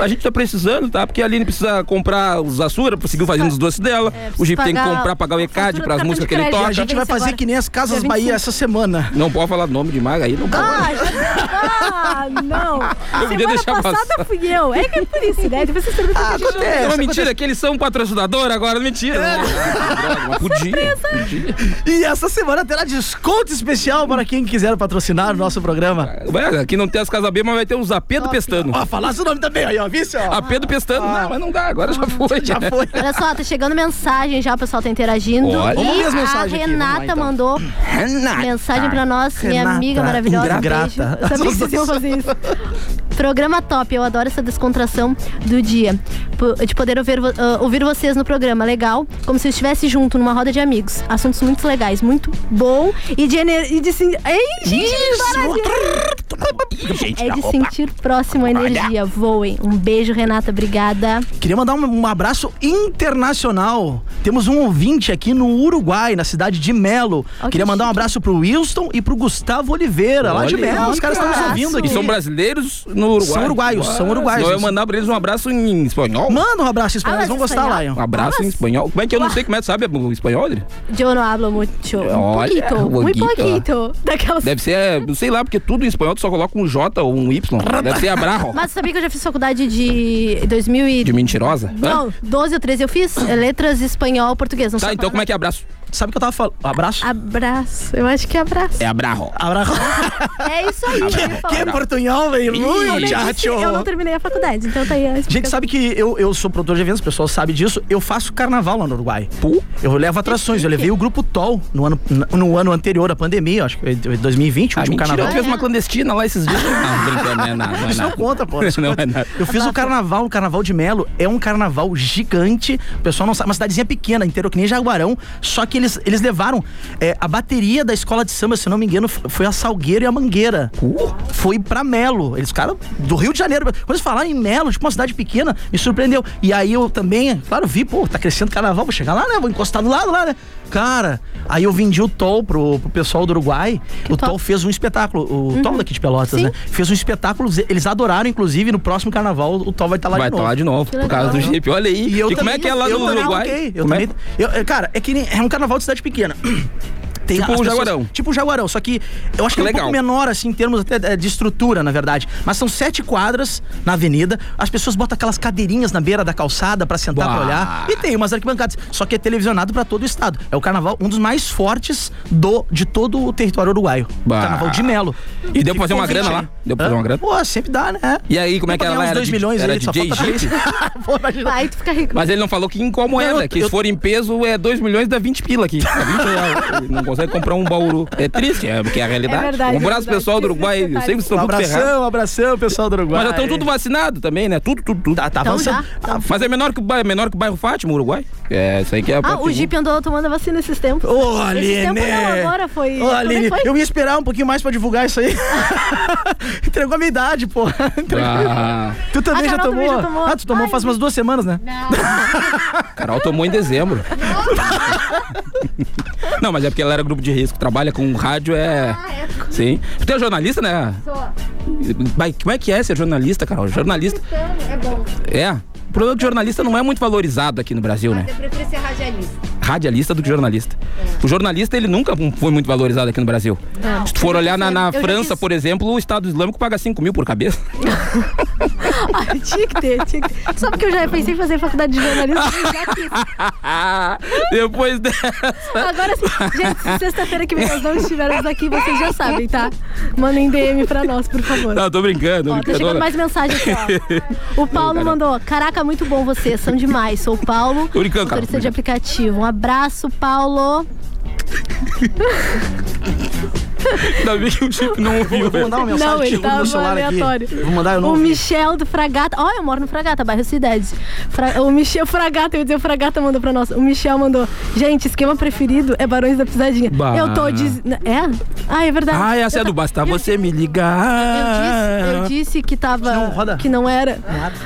Speaker 3: a gente tá precisando, tá? Porque a Aline precisa comprar os açúcar, conseguiu fazendo os doces dela. o
Speaker 5: É, precisa
Speaker 3: Jeep tem que
Speaker 5: pagar
Speaker 3: comprar, pagar o
Speaker 5: a
Speaker 3: ECAD
Speaker 5: fatura do
Speaker 3: pras
Speaker 5: cartão
Speaker 3: músicas
Speaker 5: de
Speaker 3: que ele
Speaker 5: crédito.
Speaker 3: toca.
Speaker 2: A gente vai
Speaker 5: Vence
Speaker 2: fazer
Speaker 5: agora.
Speaker 2: que nem as Casas
Speaker 5: Dia
Speaker 2: Bahia
Speaker 5: 25.
Speaker 2: essa semana.
Speaker 3: Não pode falar nome demais aí, não pode.
Speaker 5: Ah, já- ah, não.
Speaker 3: podia
Speaker 5: Semana
Speaker 3: deixar
Speaker 5: passada
Speaker 3: passar.
Speaker 5: fui eu. É que é por isso, né? Depois vocês perguntam ah,
Speaker 3: Não, é uma mentira, que eles são patrocinador agora, é mentira. Droga,
Speaker 5: É.
Speaker 3: mas podia, podia.
Speaker 2: E essa semana terá desconto especial para quem quiser patrocinar o nosso programa.
Speaker 3: Ué, aqui não tem as casas B, mas vai ter os AP do Pestano.
Speaker 2: Ó, falasse o nome também aí, ó. Vice, ó.
Speaker 3: AP do Pestano. Ah, Não, mas não dá, agora já foi.
Speaker 2: Ah. Já foi.
Speaker 5: Olha só, tá chegando mensagem já, o pessoal tá interagindo.
Speaker 3: Olha.
Speaker 5: E
Speaker 3: Vamos
Speaker 2: ler as
Speaker 5: a
Speaker 2: mensagens aqui, vamos lá,
Speaker 5: Renata
Speaker 2: então.
Speaker 5: mandou mensagem pra nós, minha
Speaker 2: Renata,
Speaker 5: amiga maravilhosa. um
Speaker 2: ingrata.
Speaker 5: Beijo. Eu sabia que vocês iam fazer isso. Programa top, eu adoro essa descontração do dia. P- De poder ouvir, vo- ah, ouvir vocês no programa, legal. Como se eu estivesse junto numa roda de amigos. Assuntos muito legais, muito bom. E de, ener- e de sen- Ei, gente,
Speaker 3: Isso. Gente,
Speaker 5: É
Speaker 3: da
Speaker 5: de
Speaker 3: roupa.
Speaker 5: sentir próximo a energia. Voem. Um beijo, Renata. Obrigada.
Speaker 2: Queria mandar um, um abraço internacional. Temos um ouvinte aqui no Uruguai, na cidade de Melo.
Speaker 5: Ó, que
Speaker 2: Queria mandar um
Speaker 5: chique.
Speaker 2: abraço pro Wilson e pro Gustavo Oliveira, lá de
Speaker 3: Olha,
Speaker 2: Melo. Os caras estão nos
Speaker 5: abraço.
Speaker 2: ouvindo
Speaker 3: E
Speaker 2: aqui.
Speaker 3: são brasileiros no Uruguai.
Speaker 2: São uruguaios, são
Speaker 3: Ah,
Speaker 2: uruguaios.
Speaker 3: senão Eu ia mandar pra eles um abraço em espanhol.
Speaker 2: Manda um abraço, em espanhol, eles vão
Speaker 5: Abraço em
Speaker 2: gostar,
Speaker 5: espanhol.
Speaker 2: Lion.
Speaker 3: Um abraço em espanhol. Como é que eu não sei como é que sabe o espanhol? Adri?
Speaker 5: Eu não hablo muito. Um
Speaker 3: Olha,
Speaker 5: pouquinho. Muito
Speaker 3: Wanguito, ó.
Speaker 5: pouquinho. Daquelas.
Speaker 3: Deve ser, é, sei lá, porque tudo em espanhol tu só coloca um J ou um Y. Deve ser abraço.
Speaker 5: Mas sabia que eu já fiz faculdade de 2000 e...
Speaker 3: De mentirosa.
Speaker 5: Não, 12 ou 13 eu fiz. é, Letras espanhol, português. Não
Speaker 3: Tá, então como é que é abraço?
Speaker 2: Sabe o que eu tava falando? Abraço?
Speaker 5: Abraço. Eu acho que é abraço.
Speaker 3: É abraço.
Speaker 5: *laughs*
Speaker 2: Abraço.
Speaker 5: É isso aí. eu ia falar.
Speaker 2: Que portunhol, velho.
Speaker 5: Eu
Speaker 2: Muito
Speaker 5: nem disse, eu não
Speaker 2: chato.
Speaker 5: terminei a faculdade, então tá aí a explicação.
Speaker 2: Gente, sabe que eu, eu sou produtor de eventos, o pessoal sabe disso. Eu faço carnaval lá no Uruguai.
Speaker 3: Pô.
Speaker 2: Eu levo atrações. Eu levei o grupo TOL no ano, no ano anterior à pandemia, acho que foi 2020, o
Speaker 3: Ah,
Speaker 2: último
Speaker 3: mentira,
Speaker 2: um carnaval.
Speaker 3: tu fez uma clandestina lá esses *laughs* dias. Não, brincando, não é nada. Não, é
Speaker 2: Isso não
Speaker 3: nada.
Speaker 2: conta,
Speaker 3: *laughs*
Speaker 2: pô. Isso
Speaker 3: Não
Speaker 2: conta.
Speaker 3: é nada.
Speaker 2: Eu fiz o carnaval, o carnaval de Melo é um carnaval gigante. O pessoal não sabe, uma cidadezinha pequena, inteiro que nem Jaguarão. Só que eles, eles levaram é, a bateria da escola de samba, se eu não me engano, f- foi a Salgueira e a Mangueira.
Speaker 3: Uh!
Speaker 2: Foi pra Melo. Eles ficaram do Rio de Janeiro. Quando eles falaram em Melo, tipo uma cidade pequena, me surpreendeu. E aí eu também, claro, vi, pô, tá crescendo carnaval, vou chegar lá, né? Vou encostar do lado lá, né? Cara, aí eu vendi o Tol pro, pro pessoal do Uruguai. o
Speaker 5: top.
Speaker 2: Tol fez um espetáculo, o
Speaker 3: Uhum.
Speaker 2: Tol daqui de Pelotas,
Speaker 5: Sim.
Speaker 2: né? Fez um espetáculo, eles adoraram, inclusive, no próximo carnaval o Tol vai estar lá
Speaker 3: Vai
Speaker 2: de
Speaker 3: estar
Speaker 2: novo.
Speaker 3: lá de novo,
Speaker 5: Que
Speaker 3: por causa do
Speaker 5: legal.
Speaker 3: Jeep. Olha aí. E, como é que é lá
Speaker 2: eu
Speaker 3: no
Speaker 2: também
Speaker 3: Uruguai?
Speaker 2: arroquei, eu
Speaker 3: Como é?
Speaker 2: também, eu- é, cara, é que nem, é um carnaval de cidade pequena. *clears throat* Tem
Speaker 3: Tipo
Speaker 2: as
Speaker 3: o Jaguarão.
Speaker 2: Tipo o Jaguarão, só que eu acho que é um
Speaker 3: Legal.
Speaker 2: pouco menor, assim, em termos até é, de estrutura, na verdade. Mas são sete quadras na avenida, as pessoas botam aquelas cadeirinhas na beira da calçada pra sentar
Speaker 3: Bah.
Speaker 2: pra olhar. E tem umas arquibancadas, só que é televisionado pra todo o estado. É o carnaval, um dos mais fortes do, de todo o território uruguaio.
Speaker 3: Bah.
Speaker 2: Carnaval de Melo.
Speaker 3: E deu pra fazer uma
Speaker 2: Convite
Speaker 3: grana
Speaker 2: aí.
Speaker 3: lá? Deu pra fazer
Speaker 2: Hã?
Speaker 3: uma grana?
Speaker 2: Pô, sempre dá, né?
Speaker 3: E aí, como
Speaker 2: Deu
Speaker 3: é que
Speaker 2: pra ganhar
Speaker 3: ela
Speaker 2: uns
Speaker 3: era?
Speaker 2: 2
Speaker 3: de-
Speaker 2: milhões
Speaker 3: era
Speaker 2: aí, só
Speaker 3: DJ
Speaker 2: falta
Speaker 3: Jeep?
Speaker 2: Pô, imagina.
Speaker 5: Vai, tu fica rico.
Speaker 3: *laughs* Mas ele não falou que em qual moeda,
Speaker 2: Não, eu-
Speaker 3: que se
Speaker 2: eu-
Speaker 3: for em peso é 2 milhões dá 20 pila aqui. Dá 20 reais. Não consegue comprar um bauru. É triste, é porque é a realidade.
Speaker 5: É verdade,
Speaker 3: um abraço
Speaker 5: é verdade.
Speaker 3: pessoal do Uruguai, eu sei que vocês
Speaker 2: Um
Speaker 3: estão tudo ferrados.
Speaker 2: abração, um abração, pessoal do Uruguai.
Speaker 3: Mas já estão tudo vacinado também, né? Tudo, tudo, tudo.
Speaker 2: Tá, tá
Speaker 5: Então
Speaker 2: avançando.
Speaker 5: já.
Speaker 2: Ah,
Speaker 3: Mas é menor que, o bairro, menor que o bairro Fátima, o Uruguai? É, isso aí que é a
Speaker 5: Ah, o
Speaker 3: parte
Speaker 5: Jeep andou tomando vacina esses tempos.
Speaker 2: Ô,
Speaker 5: Esses
Speaker 2: Aline!
Speaker 5: tempos não, agora foi.
Speaker 2: Ô,
Speaker 5: como é que
Speaker 2: Aline,
Speaker 5: foi?
Speaker 2: eu ia esperar um pouquinho mais pra divulgar
Speaker 5: *laughs*
Speaker 2: isso aí. Entregou a minha idade, pô.
Speaker 5: é
Speaker 3: Ah.
Speaker 2: Tu também,
Speaker 5: A
Speaker 2: já,
Speaker 5: Carol
Speaker 2: tomou?
Speaker 5: também já tomou.
Speaker 2: Ah, tu tomou faz umas duas semanas, né?
Speaker 3: Carol tomou em dezembro. Não, mas é porque ela era grupo de risco, trabalha com rádio, é. Sim. Tu é jornalista, né? Mas como é que é ser jornalista, Carol? Jornalista.
Speaker 11: É bom.
Speaker 3: É. O produto de jornalista não é muito valorizado aqui no Brasil, né?
Speaker 11: Eu prefiro ser radialista.
Speaker 3: Radialista do que jornalista. O jornalista, ele nunca foi muito valorizado aqui no Brasil.
Speaker 5: Não.
Speaker 3: Se tu for olhar na, na
Speaker 5: Eu já
Speaker 3: França,
Speaker 5: quis-
Speaker 3: por exemplo, o Estado Islâmico paga 5 mil por cabeça. *laughs*
Speaker 5: Ai, *laughs* tinha que ter, tinha que ter. Só porque eu já pensei em fazer faculdade de jornalismo. eu já quis.
Speaker 3: Depois dessa.
Speaker 5: Agora sim, gente, se sexta-feira que nós não estivermos aqui, vocês já sabem, tá? Mandem DM pra nós, por favor.
Speaker 3: Não, tô brincando, tô
Speaker 5: Ó, tá
Speaker 3: brincando.
Speaker 5: chegando mais mensagem aqui,
Speaker 3: *laughs*
Speaker 5: ó. O Paulo mandou: Caraca, muito bom vocês, são demais. Sou o Paulo,
Speaker 3: Tô brincando, cara,
Speaker 5: motorista de aplicativo. Um abraço, Paulo.
Speaker 3: Ainda bem que o tipo não ouviu.
Speaker 2: Eu vou mandar uma mensagem
Speaker 5: Não, ele
Speaker 2: tipo, no meu
Speaker 5: tava
Speaker 2: celular aqui.
Speaker 5: aleatório.
Speaker 2: Eu Vou mandar eu não
Speaker 5: O
Speaker 2: ouvi.
Speaker 5: Michel do Fragata. Ó, eu moro no Fragata, bairro Cidades. Fra- O Michel Fragata, eu ia dizer, o Fragata mandou pra nós. O Michel mandou. Gente, esquema preferido é Barões da Pisadinha.
Speaker 3: Bah.
Speaker 5: Eu tô dizendo. É? Ah, é verdade.
Speaker 3: Ah, essa é do Basta Você Me Ligar.
Speaker 5: Eu disse que tava.
Speaker 3: Não, roda.
Speaker 5: Que não era.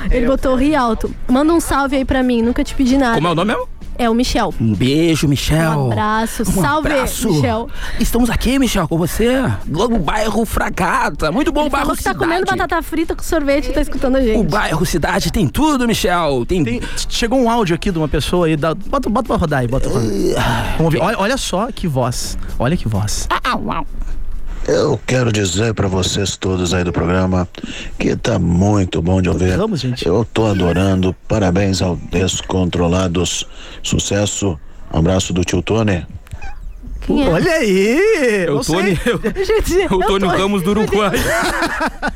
Speaker 5: Ele botou ri alto. Manda um salve aí pra mim, nunca te pedi nada.
Speaker 3: Como é o nome mesmo?
Speaker 5: É o Michel.
Speaker 3: Um beijo, Michel.
Speaker 5: Um abraço.
Speaker 3: Um
Speaker 5: salve,
Speaker 3: abraço. Um
Speaker 5: Michel.
Speaker 3: Estamos aqui, Michel, com você. Logo, bairro Fragata. Muito bom,
Speaker 5: Ele
Speaker 3: bairro
Speaker 5: falou que tá
Speaker 3: Cidade.
Speaker 5: comendo batata frita com sorvete e tá escutando a
Speaker 3: O
Speaker 5: gente.
Speaker 3: bairro Cidade tem tudo, Michel. Tem...
Speaker 2: Chegou um áudio aqui de uma pessoa aí. dá- Bota, bota pra rodar aí, bota pra Vamos ouvir. Olha, olha só que voz. Olha que voz.
Speaker 12: Eu quero dizer pra vocês todos aí do programa que tá muito bom de ouvir.
Speaker 2: Vamos, gente.
Speaker 12: Eu tô adorando. Parabéns ao Descontrolados. Sucesso. Abraço do tio Tony.
Speaker 5: Quem é?
Speaker 2: Olha aí!
Speaker 3: Eu,
Speaker 2: não sei.
Speaker 3: Tony, eu,
Speaker 5: Gente,
Speaker 3: eu,
Speaker 5: eu
Speaker 3: Tony
Speaker 5: tô-
Speaker 3: Ramos do
Speaker 5: *laughs*
Speaker 3: Uruguai.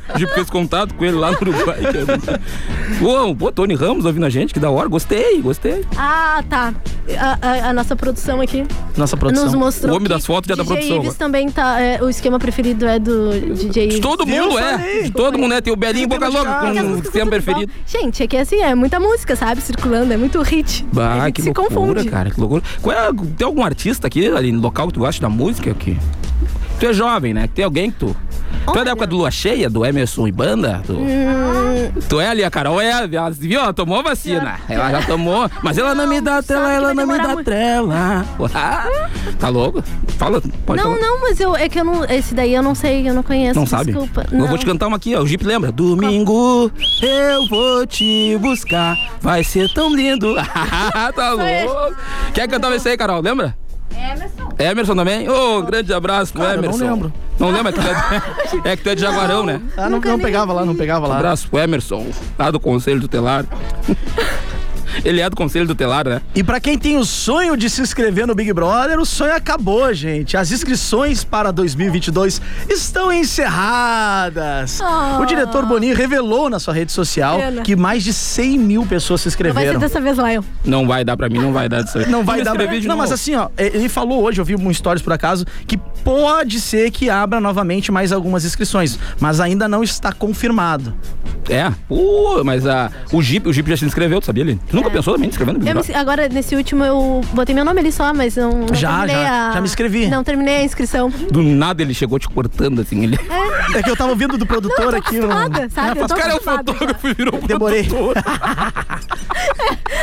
Speaker 3: A gente fez contato com ele lá no Uruguai. Uou, pô, Tony Ramos ouvindo a gente, que da hora. Gostei, gostei.
Speaker 5: Ah, tá. A, a- a nossa produção aqui
Speaker 2: Nossa
Speaker 5: nos mostrou.
Speaker 3: O homem
Speaker 5: que
Speaker 3: das fotos já da
Speaker 5: DJ
Speaker 3: produção.
Speaker 5: Ives também tá. é, o esquema preferido é do DJ
Speaker 3: De
Speaker 5: Ives.
Speaker 3: todo mundo é. De todo mundo é. Tem o Belinho e Boca Louca
Speaker 5: Porque as
Speaker 3: com o
Speaker 5: músicas
Speaker 3: tema
Speaker 5: são tudo
Speaker 3: preferido.
Speaker 5: igual. Gente, é que assim, é muita música, sabe? Circulando, é muito hit. a
Speaker 3: Bah,
Speaker 5: gente
Speaker 3: que
Speaker 5: se
Speaker 3: loucura,
Speaker 5: confunde.
Speaker 3: cara, que loucura. Qual é- tem algum artista aqui, ali no local que tu gosta da música aqui? Tu é jovem, né? Tem alguém que tu. Tu é da época do Lua Cheia, do Emerson e Banda? Tu,
Speaker 5: Hum.
Speaker 3: tu é ali, a Carol é. ela- Viu? Ela tomou a vacina. Ela já tomou. Mas ela não, me dá trela, ela não me dá trela. Ah, tá louco? Fala, pode
Speaker 5: Não,
Speaker 3: falar.
Speaker 5: não, mas eu, é que eu não. Esse daí eu não sei, eu não conheço.
Speaker 3: Não sabe?
Speaker 5: Desculpa.
Speaker 3: Eu vou te cantar uma aqui, ó. O Jeep lembra. Domingo eu vou te buscar. Vai ser tão lindo. *laughs* tá louco. Quer cantar isso aí, Carol? Lembra? Emerson. Emerson também? Ô, um grande abraço pro
Speaker 2: Cara, eu não
Speaker 3: Emerson.
Speaker 2: lembro.
Speaker 3: Não lembra? É que tu é, é que tu é de *laughs* Jaguarão, né?
Speaker 2: Ah, não, não pegava lá, não pegava
Speaker 3: Um
Speaker 2: lá.
Speaker 3: abraço pro Emerson, lá do Conselho Tutelar. *laughs* Ele é do Conselho Tutelar, né?
Speaker 2: E pra quem tem o sonho de se inscrever no Big Brother, o sonho acabou, gente. As inscrições para 2022 estão encerradas.
Speaker 5: Ah.
Speaker 2: O diretor Boninho revelou na sua rede social
Speaker 5: Pena.
Speaker 2: que mais de 100 mil pessoas se
Speaker 5: Não vai ser
Speaker 2: inscreveram.
Speaker 5: dessa vez, Lion.
Speaker 3: Não vai dar pra mim, não vai dar disso aí.
Speaker 2: Não vai
Speaker 3: Me
Speaker 2: dar.
Speaker 3: inscrevi de
Speaker 2: Não,
Speaker 3: novo.
Speaker 2: mas assim, ó, ele falou hoje, eu vi um stories por acaso, que pode ser que abra novamente mais algumas inscrições, mas ainda não está confirmado.
Speaker 3: É, uh, mas a, o Jeep, o Jeep já se inscreveu, tu sabia, Lili? Tu nunca pensou também em inscrever no Big
Speaker 5: É. Eu me-
Speaker 3: Brother?
Speaker 5: agora, nesse último, eu botei meu nome ali só, mas não. não
Speaker 2: Já,
Speaker 5: terminei
Speaker 2: já,
Speaker 5: a-
Speaker 2: já me inscrevi.
Speaker 5: Não terminei a inscrição.
Speaker 3: Do nada ele chegou te cortando, assim, ele...
Speaker 2: É que eu tava ouvindo do produtor
Speaker 5: Não, tá eu tô
Speaker 2: aqui. não-
Speaker 5: *laughs* acostumada, sabe?
Speaker 2: Ah,
Speaker 5: Eu
Speaker 2: faz-
Speaker 5: tô
Speaker 3: cara é um
Speaker 5: acostumada já.
Speaker 3: fotógrafo e virou
Speaker 2: Demorei.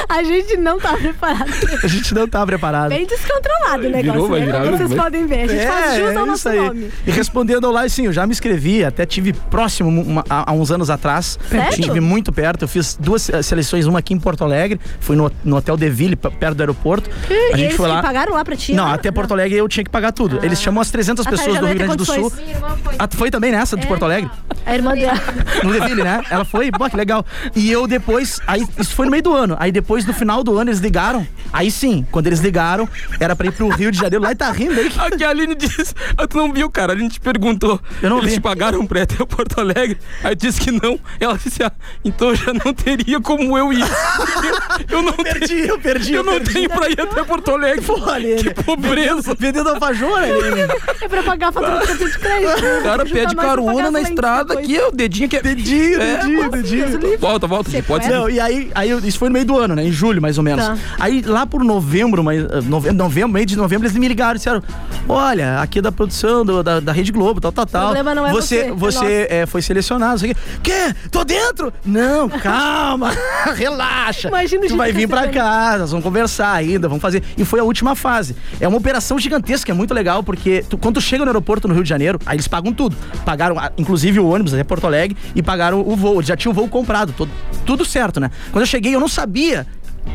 Speaker 5: A gente não tá preparado.
Speaker 2: A gente não tá preparado.
Speaker 5: Bem descontrolado o negócio.
Speaker 3: Virou, vai
Speaker 5: né?
Speaker 3: virar,
Speaker 5: Como vocês
Speaker 3: vai.
Speaker 5: podem ver. A
Speaker 2: É,
Speaker 5: gente faz jus ao nosso nome.
Speaker 2: E respondendo ao lá, sim, eu já me inscrevi, até tive próximo uma- há há uns anos atrás.
Speaker 5: Sério?
Speaker 2: Tive muito perto, eu fiz duas eh, seleções, uma aqui em Porto Alegre, fui no, no Hotel Deville, p- perto do aeroporto.
Speaker 5: E
Speaker 2: a gente
Speaker 5: eles
Speaker 2: foi
Speaker 5: que
Speaker 2: lá.
Speaker 5: pagaram lá pra ti?
Speaker 2: Não,
Speaker 5: né?
Speaker 2: até Porto Alegre eu tinha que pagar tudo. Eles chamam as 300
Speaker 5: Ah, tá,
Speaker 2: pessoas
Speaker 5: já
Speaker 2: do
Speaker 5: não ia
Speaker 2: Rio
Speaker 5: ter
Speaker 2: Grande do Sul.
Speaker 5: condições. É.
Speaker 2: Ah, tu foi também nessa, de Porto Alegre?
Speaker 5: A irmã dela.
Speaker 2: No Deville, né? Ela foi, pô, que legal. E eu depois, aí isso foi no meio do ano. Aí depois, no final do ano, eles ligaram. Aí sim, quando eles ligaram, era pra ir pro Rio de Janeiro. Lá e tá rindo aí. que-
Speaker 3: Aqui a Aline disse, ah, tu não viu, cara, a Aline te perguntou.
Speaker 2: Eu não
Speaker 3: Eles
Speaker 2: vi.
Speaker 3: te pagaram pra ir até Porto Alegre? Aí disse que não. Ela disse, ah, então eu já não teria como eu ir. *laughs* Eu, eu não perdi,
Speaker 2: Perdi, eu perdi.
Speaker 3: eu não
Speaker 2: perdi.
Speaker 3: tenho pra ir até Porto Alegre.
Speaker 2: *laughs* Porra, Aline.
Speaker 5: Tipo,
Speaker 3: Que pobreza.
Speaker 2: Vendendo alfajor, Aline.
Speaker 5: *laughs* É pra pagar a fatura do cartão de crédito.
Speaker 3: O
Speaker 5: Juntar
Speaker 3: cara
Speaker 5: mais né? pra
Speaker 3: pede
Speaker 5: pagar
Speaker 3: carona
Speaker 5: as
Speaker 3: na
Speaker 5: lentes
Speaker 3: estrada
Speaker 5: depois.
Speaker 3: aqui, o dedinho que é...
Speaker 2: Dedinho,
Speaker 3: É.
Speaker 2: dedinho, dedinho.
Speaker 3: Volta, volta, Gigi, pode ser.
Speaker 2: Não, e aí, aí eu- isso foi no meio meio do ano, né? Em julho, mais ou menos.
Speaker 5: Tá.
Speaker 2: Aí lá por novembro, mas, eh, nove- novembro, meio de novembro, eles me ligaram e disseram: Olha, aqui é da produção do- da, da Rede Globo, tal, tal, tal.
Speaker 5: problema não é você, é
Speaker 2: Você eh, foi selecionado, sei o quê. Quê? Tô dentro? Não, calma, *laughs* relaxa.
Speaker 5: Imagina,
Speaker 2: Tu vai vir pra cá, nós vamos conversar ainda, vamos fazer. E foi a última fase. É uma operação gigantesca, é muito legal, porque tu- quando tu chega no aeroporto no Rio de Janeiro, aí eles pagam tudo. Pagaram, ah, inclusive, o ônibus até Porto Alegre e pagaram o voo. Eles já tinham o voo comprado, todo- tudo certo, né? Quando eu cheguei, eu não sabia.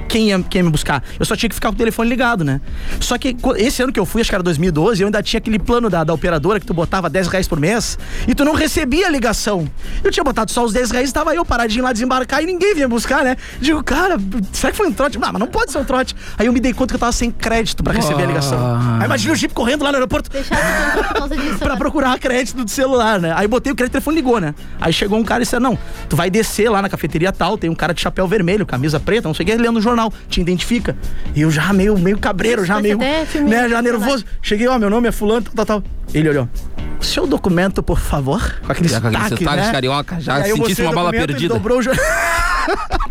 Speaker 2: Quem ia, quem ia me buscar? Eu só tinha que ficar com o telefone ligado, né? Só que co- esse ano que eu fui, acho que era 2012, eu ainda tinha aquele plano da, da operadora que tu botava 10 reais por mês e tu não recebia a ligação. Eu tinha botado só os 10 reais e tava eu paradinho lá desembarcar e ninguém vinha buscar, né? Digo, cara, será que foi um trote? Ah, mas não pode ser um trote. Aí eu me dei conta que eu tava sem crédito pra receber a ligação. Aí imagina o Jeep correndo lá no aeroporto
Speaker 5: né?
Speaker 2: pra procurar crédito do celular, né? Aí botei o crédito, o telefone ligou, né? Aí chegou um cara e disse: Não, tu vai descer lá na cafeteria tal, tem um cara de chapéu vermelho, camisa preta, não sei o que, lendo o jornal, te identifica. E eu já meio, meio cabreiro, já
Speaker 5: Parece
Speaker 2: meio.
Speaker 5: até filme
Speaker 2: Né, já
Speaker 5: de
Speaker 2: nervoso. Cheguei, ó, meu nome é Fulano, tal, tal, tal. Ele olhou. Seu documento, por favor. Com aquele
Speaker 3: Já com aquele
Speaker 2: sotaque,
Speaker 3: sotaque
Speaker 2: né?
Speaker 3: carioca, já
Speaker 2: E aí eu
Speaker 3: sentisse
Speaker 2: mostrei
Speaker 3: uma
Speaker 2: o
Speaker 3: bala
Speaker 2: documento, ele
Speaker 3: perdida.
Speaker 2: Dobrou o jo...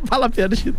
Speaker 2: bala perdida.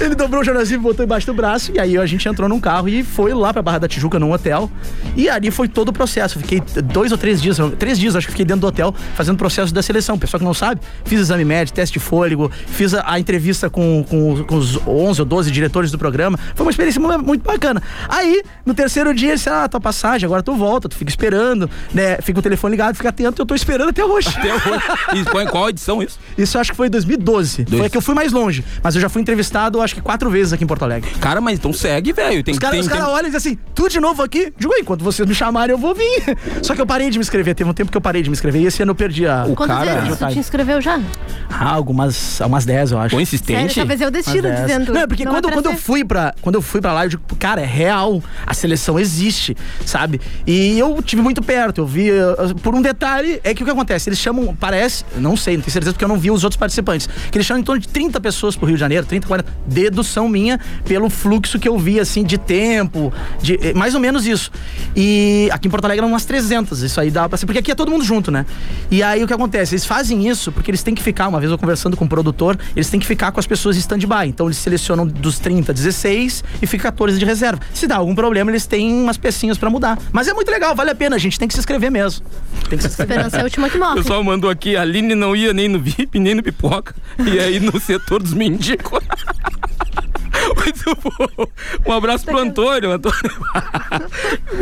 Speaker 2: Ele dobrou o jornalzinho, botou embaixo do braço, e aí a gente entrou num carro e foi lá pra Barra da Tijuca, num hotel. E ali foi todo o processo. Fiquei dois ou três dias, três dias, acho que fiquei dentro do hotel, fazendo o processo da seleção. Pessoal que não sabe, fiz exame médico, teste de fôlego, fiz a, a entrevista com, com, com os 11 ou 12 diretores do programa. Foi uma experiência mu- muito bacana. Aí, no terceiro dia, ele disse, ah, tua passagem, agora tu volta, tu fica esperando, né? Fica o telefone ligado, fica atento, eu tô esperando até hoje.
Speaker 3: Até hoje. E foi em qual edição isso?
Speaker 2: Isso eu acho que foi em 2012. Foi a que eu fui mais longe. Mas eu já fui entrevistado acho que quatro vezes aqui em Porto Alegre.
Speaker 3: Cara, mas então segue, velho. Tem
Speaker 2: os caras
Speaker 3: tem-
Speaker 2: os
Speaker 3: tem-
Speaker 2: caras olham e dizem assim, tu de novo aqui? Digo, "Ué, enquanto vocês me chamarem, eu vou vir. *laughs* Só que eu parei de me inscrever. Teve um tempo que eu parei de me inscrever. E esse ano eu perdi a. O
Speaker 5: Quantas vezes tu te inscreveu já?
Speaker 2: Ah, algumas, umas 10, eu acho.
Speaker 5: Sério, tá talvez eu destino
Speaker 2: Umas 10.
Speaker 5: dizendo.
Speaker 2: Não, é porque
Speaker 5: não
Speaker 2: quando,
Speaker 5: vai
Speaker 2: quando, eu
Speaker 5: trazer.
Speaker 2: fui pra, quando eu fui pra lá, eu digo, cara, é real. A seleção existe, sabe? E eu tive muito perto. Eu vi. eh, Por um detalhe, é que o que acontece? Eles chamam, parece, não sei, não tenho certeza, porque eu não vi os outros participantes. Que eles chamam em torno de 30 pessoas pro Rio de Janeiro, 30, 40. Dedução minha pelo fluxo que eu vi, assim, de tempo. De, eh, mais ou menos isso. E aqui em Porto Alegre eram umas 300. Isso aí dava pra ser. Porque aqui é todo mundo junto, né? E aí o que acontece? Eles fazem isso porque eles têm que ficar. Uma vez eu conversando com o produtor, eles têm que ficar com as pessoas em stand-by. Então eles selecionam dos 30, 16 e fica 14 de reserva. Se dá algum problema, eles têm umas pecinhas pra mudar. Mas é muito legal, vale a pena. A gente tem que se inscrever mesmo. Tem que se inscrever.
Speaker 5: Esperança é a última que
Speaker 3: O
Speaker 5: morre.
Speaker 3: pessoal mandou aqui, a Aline não ia nem no VIP, nem no pipoca. E aí no setor dos mendigos. *laughs* Muito bom. Um abraço pro Antônio. Antônio.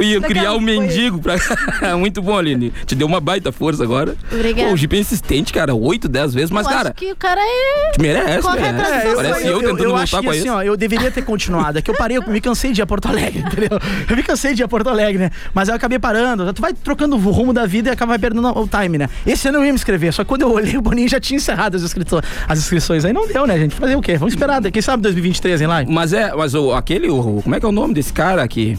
Speaker 3: Ia criar o mendigo pra. *laughs* Muito bom, Aline. Te deu uma baita força agora.
Speaker 5: Obrigada.
Speaker 3: Pô, o Jeep é insistente, cara. Oito, dez vezes, mas,
Speaker 5: Eu acho
Speaker 3: cara. Tipo,
Speaker 5: que o cara é.
Speaker 3: Te merece,
Speaker 5: Corre
Speaker 3: merece.
Speaker 5: atrás do
Speaker 3: É,
Speaker 5: seu
Speaker 3: parece
Speaker 5: sonho.
Speaker 3: eu tentando
Speaker 2: eu
Speaker 3: voltar
Speaker 2: acho que
Speaker 3: com
Speaker 2: assim,
Speaker 3: isso.
Speaker 2: ó, eu deveria ter continuado. É que eu parei, eu me cansei de ir a Porto Alegre, *laughs* entendeu? Eu me cansei de ir a Porto Alegre, né? Mas aí eu acabei parando. Tu vai trocando o rumo da vida e acaba perdendo o time, né? Esse ano eu ia me inscrever, só que quando eu olhei, o Boninho já tinha encerrado as inscrições. As inscrições aí não deu, né, gente? Fazer o quê? Vamos esperar. Quem sabe 2023, hein, lá?
Speaker 3: Mas é, mas o, aquele, o- como é que é o nome desse cara que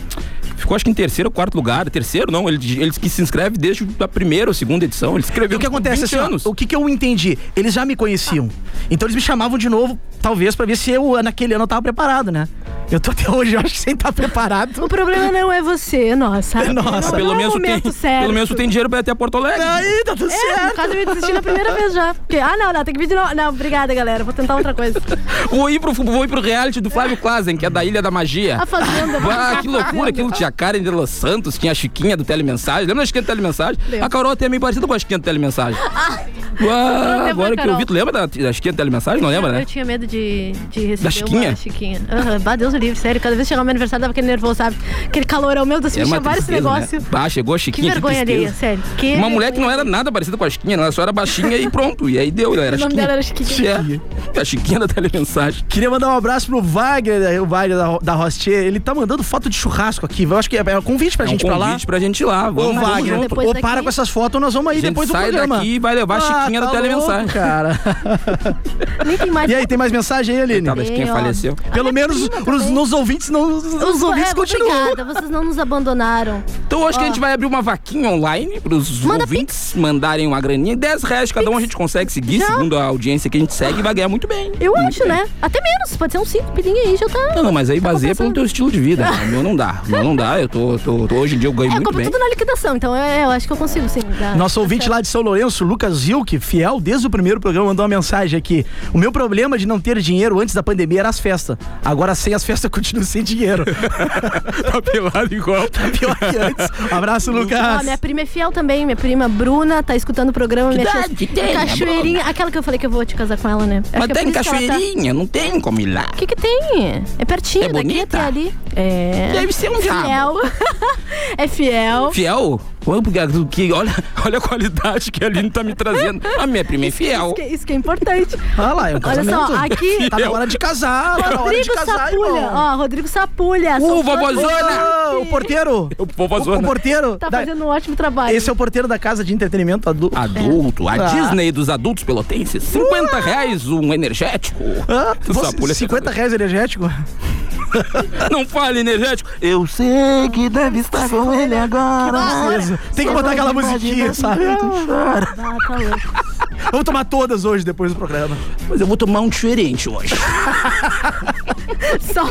Speaker 3: ficou acho que em terceiro ou quarto lugar, terceiro não, ele, ele que se inscreve desde a primeira ou segunda edição, ele escreveu
Speaker 2: o que acontece
Speaker 3: 20
Speaker 2: assim, ó,
Speaker 3: anos.
Speaker 2: o que, que eu entendi? Eles já me conheciam. Então eles me chamavam de novo, talvez, pra ver se eu, naquele ano, eu tava preparado, né? Eu tô até hoje, eu acho que sem estar preparado. *laughs*
Speaker 5: O problema não é você, nossa.
Speaker 2: É nossa.
Speaker 5: Não,
Speaker 3: Ah, pelo,
Speaker 5: não é o
Speaker 3: menos tu tem,
Speaker 5: momento certo.
Speaker 3: pelo menos tu tem dinheiro pra ir até Porto Alegre.
Speaker 2: Aí, tá tudo
Speaker 5: É, no caso eu ia desistir na primeira vez já. Porque, ah, não, não, tem que vir de novo. Não, obrigada, galera. Vou tentar outra coisa.
Speaker 3: Vou ir, pro, vou ir pro reality do Flávio Klazen, que é da Ilha da Magia.
Speaker 5: A Fazenda.
Speaker 3: Ah, que loucura, aquilo tinha a Karen de Los Santos, tinha a Chiquinha do Telemensagem. Lembra da Chiquinha do Telemensagem?
Speaker 5: Lembro. Ah,
Speaker 3: A Carol até é meio parecida com a Chiquinha do
Speaker 5: *laughs*
Speaker 3: Telemensagem. Uau,
Speaker 5: lembro da
Speaker 3: agora que eu
Speaker 5: Carol.
Speaker 3: vi, tu lembra da, da Chiquinha do Telemensagem? Não lembra, né?
Speaker 5: Eu tinha medo de, de receber
Speaker 3: Da Chiquinha?
Speaker 5: uma chiquinha. Aham, bah, Deus o livre, sério. Cada vez que chegava meu aniversário, dava aquele nervoso, sabe? Aquele calorão meu, Deus, me
Speaker 3: É uma
Speaker 5: chamaram esse
Speaker 3: tristeza,
Speaker 5: negócio.
Speaker 3: Né? Bah, chegou a
Speaker 5: Que
Speaker 3: Chiquinha,
Speaker 5: vergonha alheia,
Speaker 3: tristeza.
Speaker 5: sério. Que
Speaker 3: uma mulher que
Speaker 5: vergonha.
Speaker 3: não era nada parecida com a Chiquinha, ela só era baixinha e pronto. E aí deu, ela era
Speaker 5: O nome
Speaker 3: Chiquinha.
Speaker 5: dela era Chiquinha.
Speaker 3: É, a Chiquinha da telemensagem.
Speaker 2: Queria mandar um abraço pro Wagner, né, o Wagner da, da Rostier. Ele tá mandando foto de churrasco aqui. Eu acho que é, é um convite pra
Speaker 3: É um
Speaker 2: gente ir pra lá.
Speaker 3: convite pra gente ir lá. Vamos,
Speaker 2: Ô,
Speaker 3: vamos
Speaker 2: Wagner,
Speaker 3: junto.
Speaker 2: ou para com essas fotos, ou nós vamos aí
Speaker 3: A gente
Speaker 2: depois do
Speaker 3: sai
Speaker 2: programa. Ah, tá
Speaker 3: daqui e vai levar a Chiquinha da telemensagem.
Speaker 2: louco, cara.
Speaker 5: *laughs* Nem tem mais.
Speaker 2: E aí, tem mais mensagem aí, Aline?
Speaker 3: Coitada de quem Tem, ó. faleceu.
Speaker 5: É,
Speaker 2: Pelo menos os, nos ouvintes não. Os,
Speaker 5: tá Os,
Speaker 2: os ouvintes
Speaker 5: é,
Speaker 2: continuam.
Speaker 5: obrigada, vocês não nos abandonaram.
Speaker 3: Então hoje que a
Speaker 5: Ó.
Speaker 3: gente vai abrir uma vaquinha online pros
Speaker 5: Manda
Speaker 3: ouvintes mandarem uma graninha. 10 reais cada um a gente consegue seguir,
Speaker 5: Já?
Speaker 3: segundo a audiência que a gente segue, e vai ganhar muito bem.
Speaker 5: Eu acho, né? Até menos, pode ser uns cinco pilinha aí, já tá.
Speaker 3: Não, mas aí baseia pelo teu estilo de vida. né? O meu não dá. O meu não dá. Eu tô, tô- tô- hoje em dia eu ganho
Speaker 5: É,
Speaker 3: muito
Speaker 5: compra
Speaker 2: *laughs*
Speaker 3: bem.
Speaker 5: tudo na liquidação, então é, eu acho que eu consigo sim. dá.
Speaker 2: Nosso ouvinte lá de São Lourenço, Lucas Hilke, ouvinte fiel desde o primeiro programa mandou uma mensagem aqui. O meu problema de não ter dinheiro antes da pandemia era as festas. Agora sem as festas eu continuo sem dinheiro. *laughs* tá pelado igual. Tá pior que antes. Um abraço,
Speaker 5: Ó,
Speaker 2: Lucas.
Speaker 5: minha prima é fiel também, minha prima Bruna tá escutando o programa.
Speaker 3: Que
Speaker 5: minha
Speaker 3: idade
Speaker 5: tia-
Speaker 3: que tem, né,
Speaker 5: Cachoeirinha, aquela que eu falei que eu vou te casar com ela, né? Acho
Speaker 3: Mas
Speaker 5: que é
Speaker 3: tem
Speaker 5: por isso que ela tá-
Speaker 3: cachoeirinha, não tem como ir lá.
Speaker 5: O que que tem? É pertinho
Speaker 3: É
Speaker 5: daqui
Speaker 3: bonita?
Speaker 5: até ali. É.
Speaker 3: Deve ser um
Speaker 5: Fiel. *laughs* é fiel.
Speaker 3: Fiel? Olha porque- que- Olha, *laughs* olha a qualidade que a Aline tá me trazendo. A minha prima é
Speaker 5: Isso
Speaker 3: fiel.
Speaker 5: que, isso que é
Speaker 3: *laughs*
Speaker 5: importante.
Speaker 3: Tá
Speaker 2: Olha lá, é um
Speaker 5: Olha
Speaker 2: casamento.
Speaker 5: só, aqui.
Speaker 2: Tá na hora de casar, tá na hora de
Speaker 5: Rodrigo
Speaker 2: casar,
Speaker 5: Sapulha,
Speaker 2: irmão.
Speaker 5: ó, Rodrigo Sapulha.
Speaker 2: Uh,
Speaker 5: soltou-
Speaker 2: vovozona! O porteiro!
Speaker 3: O é
Speaker 2: O porteiro!
Speaker 5: Tá
Speaker 2: da-
Speaker 5: fazendo um ótimo trabalho.
Speaker 2: Esse é o porteiro da casa de entretenimento adulto.
Speaker 3: Adulto, a
Speaker 2: Ah.
Speaker 3: Disney dos adultos pelotenses. 50 reais um energético.
Speaker 2: Ah,
Speaker 3: Essa
Speaker 2: você,
Speaker 3: pulha-
Speaker 2: 50 reais energético?
Speaker 3: Não fale energético. Eu sei que deve estar com ele agora.
Speaker 2: Beleza. Tem que botar aquela musiquinha, sabe? tá Vamos tomar todas hoje, depois do programa.
Speaker 3: Mas eu vou tomar um diferente hoje. *laughs*
Speaker 5: Só.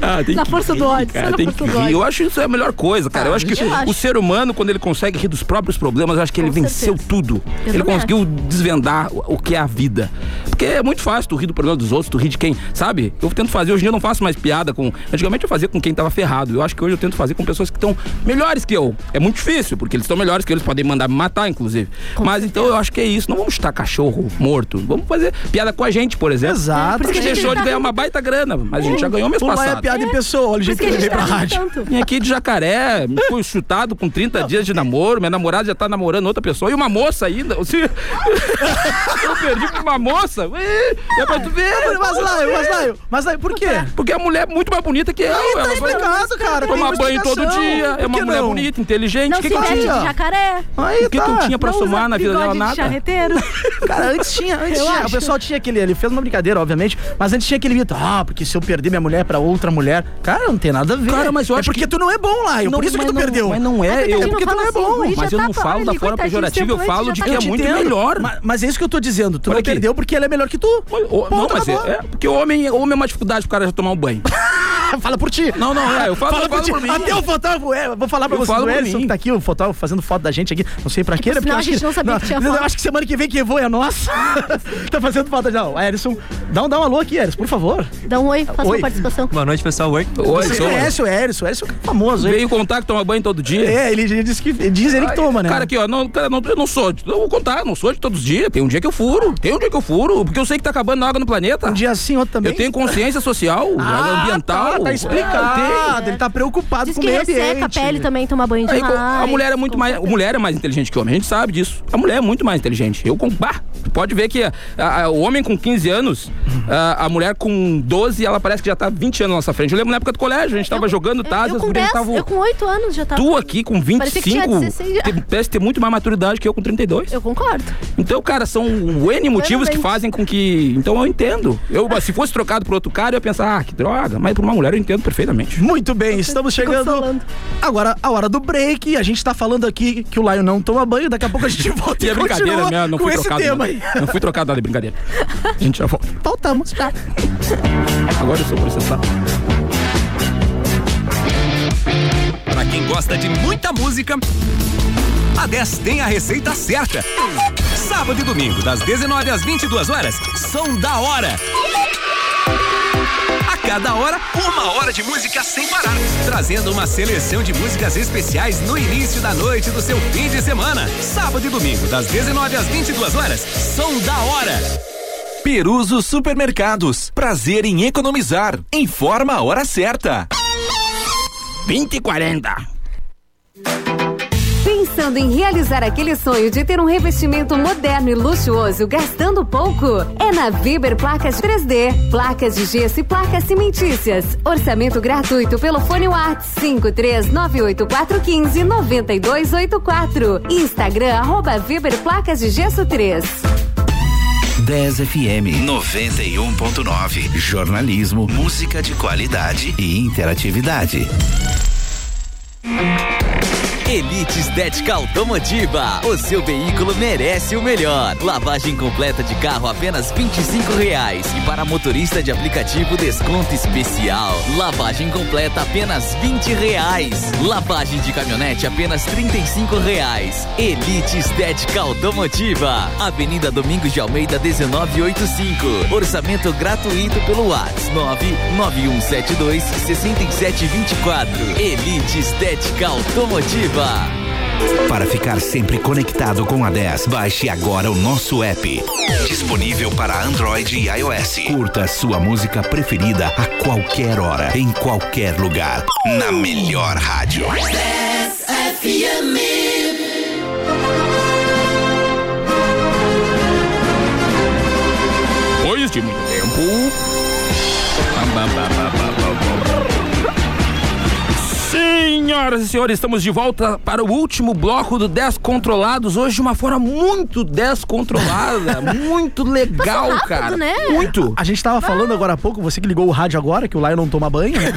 Speaker 3: Ah, tem
Speaker 5: Na
Speaker 3: que
Speaker 5: força
Speaker 3: rir,
Speaker 5: do ódio,
Speaker 3: cara,
Speaker 5: só na
Speaker 3: tem
Speaker 5: força do
Speaker 3: que rir.
Speaker 5: ódio. Tá,
Speaker 3: Eu acho isso é a melhor coisa, cara. eu acho que
Speaker 5: eu acho.
Speaker 3: o ser humano, quando ele consegue rir dos próprios problemas, eu acho que ele venceu tudo.
Speaker 5: Eu
Speaker 3: ele
Speaker 5: também
Speaker 3: conseguiu desvendar o, o que é a vida. Porque é muito fácil tu rir do problema dos outros, tu rir de quem, sabe? Eu tento fazer, hoje em dia eu não faço mais piada com. Antigamente eu fazia com quem tava ferrado. Eu acho que hoje eu tento fazer com pessoas que estão melhores que eu. É muito difícil, porque eles estão melhores que eu, eles podem mandar me matar, inclusive. Mas então eu acho que é isso. Não vamos chutar cachorro morto. Vamos fazer piada com a gente, por exemplo.
Speaker 2: Exato. Por
Speaker 3: Porque
Speaker 2: isso que a gente
Speaker 3: deixou de
Speaker 2: tá
Speaker 3: ganhar uma baita grana. Mas a gente já ganhou mês
Speaker 2: Pula é
Speaker 3: passado.
Speaker 2: piada em pessoa, olha o jeito que
Speaker 5: que
Speaker 2: eu
Speaker 5: a gente
Speaker 2: levei pra
Speaker 5: tá rindo
Speaker 2: rádio.
Speaker 5: tanto.
Speaker 3: Vim aqui de jacaré, fui chutado com 30 dias de namoro, minha namorada já tá namorando outra pessoa e uma moça ainda. Se... *laughs* eu perdi pra uma moça. É pra tu ver,
Speaker 2: Mas lá, mas lá, mas lá, por quê?
Speaker 3: Porque a mulher é muito mais bonita que eu.
Speaker 2: Tá
Speaker 3: ela vai
Speaker 2: explicado, cara. tem
Speaker 3: tomar
Speaker 2: uma
Speaker 3: banho todo
Speaker 2: explicação.
Speaker 3: dia, é
Speaker 2: Por
Speaker 3: uma
Speaker 2: que
Speaker 3: mulher
Speaker 2: não?
Speaker 3: bonita, inteligente.
Speaker 5: Não
Speaker 3: O que,
Speaker 5: se
Speaker 3: que,
Speaker 5: veste de
Speaker 2: tinha?
Speaker 5: jacaré.
Speaker 2: Aí
Speaker 3: o que,
Speaker 2: tá.
Speaker 3: que eu tinha pra
Speaker 5: não
Speaker 3: somar
Speaker 5: usa
Speaker 3: na vida
Speaker 5: bigode
Speaker 3: dela?
Speaker 5: de
Speaker 3: Nada. *laughs*
Speaker 5: charreteiro.
Speaker 2: Cara, antes tinha, antes
Speaker 5: Eu
Speaker 2: tinha. O
Speaker 5: acho.
Speaker 2: pessoal tinha aquele. Ele fez uma brincadeira, obviamente, mas antes tinha aquele mito. Ah, porque se eu perder minha mulher pra outra mulher. Cara, não tem nada a ver.
Speaker 3: Cara, mas eu
Speaker 2: é
Speaker 3: acho
Speaker 2: porque
Speaker 3: que-
Speaker 2: tu não é bom lá,
Speaker 3: Não,
Speaker 2: por isso que
Speaker 3: mas
Speaker 2: tu
Speaker 3: não-
Speaker 2: perdeu.
Speaker 3: Mas não
Speaker 5: Ai,
Speaker 3: é,
Speaker 5: coitadinho,
Speaker 3: eu.
Speaker 5: não
Speaker 2: porque tu
Speaker 5: fala
Speaker 2: não é
Speaker 5: assim,
Speaker 2: bom.
Speaker 5: o guri já
Speaker 3: Mas eu
Speaker 5: tá
Speaker 3: não falo
Speaker 5: falando
Speaker 3: da
Speaker 5: ali,
Speaker 3: forma
Speaker 5: coitadinho,
Speaker 3: pejorativa, eu
Speaker 5: seu
Speaker 3: falo
Speaker 5: anjo
Speaker 3: de
Speaker 5: já
Speaker 3: que é
Speaker 5: tá-
Speaker 3: muito
Speaker 2: Entendo,
Speaker 3: melhor.
Speaker 2: ma- Mas é isso que eu tô dizendo. Tu
Speaker 3: Olha
Speaker 2: não
Speaker 3: aqui.
Speaker 2: perdeu porque ela é melhor que tu.
Speaker 3: O- Não,
Speaker 2: Ponto,
Speaker 3: mas é,
Speaker 2: acabou.
Speaker 3: é porque homem, homem é mais dificuldade pro cara já tomar
Speaker 2: *laughs*
Speaker 3: um banho.
Speaker 2: Fala por ti.
Speaker 3: Não, não, é, eu falo,
Speaker 2: Fala
Speaker 3: eu falo
Speaker 2: por ti.
Speaker 3: por mim.
Speaker 2: Até o fotógrafo, é, vou falar pra
Speaker 3: Eu
Speaker 2: vocês,
Speaker 3: falo
Speaker 2: o
Speaker 3: por
Speaker 2: Ellison
Speaker 3: mim.
Speaker 2: que tá aqui, o fotógrafo fazendo foto da gente aqui, não sei pra quê, né?
Speaker 5: por sinal,
Speaker 2: eu
Speaker 5: É a
Speaker 2: acho
Speaker 5: gente não sabia que tinha
Speaker 2: eu
Speaker 5: foto.
Speaker 2: acho que semana que vem quem voa é nossa. *laughs* tá fazendo foto, não, Ellison, dá um, dá um alô aqui, Ellison, por favor.
Speaker 5: Dá um oi, faça
Speaker 2: Oi.
Speaker 5: uma participação.
Speaker 13: Boa noite, pessoal. Oi.
Speaker 3: Oi,
Speaker 2: Você
Speaker 3: sou-
Speaker 2: conhece o Ellison, o Ellison é famoso, hein?
Speaker 3: Veio contar que toma banho todo dia.
Speaker 2: É, ele, ele diz, que, ele diz ele que toma, né?
Speaker 3: Cara, aqui, ó, não, cara, não, eu não sou. de- Eu vou contar, não sou de todos os dias. Tem um dia que eu furo, tem um dia que eu furo, porque eu sei que tá acabando a água no planeta.
Speaker 2: um dia assim, outro também.
Speaker 3: Eu tenho
Speaker 5: *laughs*
Speaker 3: consciência social,
Speaker 5: Ah,
Speaker 3: ambiental. Ah, É,
Speaker 2: Tá, tá explicado,
Speaker 3: Eu tenho.
Speaker 2: ele tá preocupado
Speaker 5: Diz
Speaker 2: com o
Speaker 5: que
Speaker 2: meio
Speaker 5: resseca a
Speaker 2: ambiente. né?
Speaker 5: pele também, tomar banho de
Speaker 3: Aí, co-
Speaker 5: mar.
Speaker 3: a mulher é muito mais. A mulher é mais inteligente que o homem, a gente sabe disso. A mulher é muito mais inteligente. Eu com. Bah, tu pode ver que a- a- o homem com 15 anos, a, a mulher com 12, ela parece que já tá 20 anos na nossa frente. Eu lembro na época do colégio, a gente tava jogando tazas,
Speaker 5: Eu
Speaker 3: as
Speaker 5: com 10,
Speaker 3: gurias estavam.
Speaker 5: eu com 8 anos já tá- tava.
Speaker 3: Tu aqui com
Speaker 5: Parecia que tinha
Speaker 3: 25,
Speaker 5: 16.
Speaker 3: tem- parece ter muito mais maturidade que eu com 32.
Speaker 5: Eu concordo.
Speaker 3: Então, cara, são N motivos que
Speaker 5: Exatamente.
Speaker 3: fazem com que. Então eu entendo. Eu, se fosse trocado por outro cara, eu ia pensar, ah, que droga. Mas por uma mulher eu entendo perfeitamente.
Speaker 2: Muito bem, estamos chegando
Speaker 5: consolando.
Speaker 2: agora a hora do break. A gente tá falando aqui que o Lion não toma banho, daqui a pouco a
Speaker 3: *laughs*
Speaker 2: gente volta
Speaker 3: E
Speaker 2: e,
Speaker 3: é brincadeira,
Speaker 2: continua
Speaker 3: minha, não
Speaker 2: com
Speaker 3: fui
Speaker 2: esse
Speaker 3: trocado.
Speaker 2: tema aí.
Speaker 3: nada. Não fui trocado nada, é brincadeira. A gente já volta.
Speaker 2: Voltamos. Tá.
Speaker 3: Agora eu sou processado.
Speaker 6: Para quem gosta de muita música, a 10 tem a receita certa. Sábado e domingo, das 19 às 22 horas, são da hora. A cada hora, uma hora de música sem parar, trazendo uma seleção de músicas especiais no início da noite do seu fim de semana. Sábado e domingo, das 19 às 22 horas, são da hora.
Speaker 7: Peruso Supermercados. Prazer em economizar. Informa a hora certa.
Speaker 3: 20 e 40.
Speaker 8: Pensando em realizar aquele sonho de ter um revestimento moderno e luxuoso, gastando pouco? É na Viber Placas 3D, placas de gesso e placas cimentícias. Orçamento gratuito pelo fone WhatsApp 53984159284. Instagram arroba Viber Placas de Gesso 3.
Speaker 10: 10 FM 91.9. Jornalismo, música de qualidade e interatividade.
Speaker 13: Elite Estética Automotiva. O seu veículo merece o melhor. Lavagem completa de carro apenas R$ 25 reais. E para motorista de aplicativo, desconto especial. Lavagem completa apenas R$ 20 reais. Lavagem de caminhonete apenas R$ 35 reais. Elite Estética Automotiva. Avenida Domingos de Almeida 1985. Orçamento gratuito pelo WhatsApp 99172 6724. Elite Estética Automotiva.
Speaker 10: Para ficar sempre conectado com a 10, baixe agora o nosso app. Disponível para Android e iOS. Curta sua música preferida a qualquer hora, em qualquer lugar. Na melhor rádio.
Speaker 3: Depois de muito tempo. Senhoras e senhores, estamos de volta para o último bloco do Descontrolados. Hoje de uma forma
Speaker 2: *laughs*
Speaker 3: muito descontrolada, muito legal, cara.
Speaker 5: Né?
Speaker 2: né?
Speaker 3: Muito.
Speaker 2: A gente tava falando agora há pouco, você que ligou o rádio agora, que o Lion não toma banho, *laughs* né?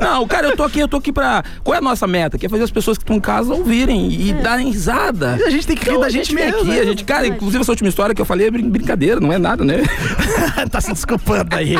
Speaker 3: Não, cara, eu tô aqui, eu tô aqui pra. Qual é a nossa meta? Que é fazer as pessoas que estão em casa ouvirem e darem
Speaker 2: *laughs*
Speaker 3: risada.
Speaker 2: A gente tem que rir É. da gente
Speaker 3: vem
Speaker 2: mesmo,
Speaker 3: aqui,
Speaker 2: né?
Speaker 3: a gente, cara, inclusive essa última história que eu falei é brin- brincadeira, não é nada, né?
Speaker 2: *laughs*
Speaker 3: *laughs*
Speaker 2: tá se desculpando *laughs* aí.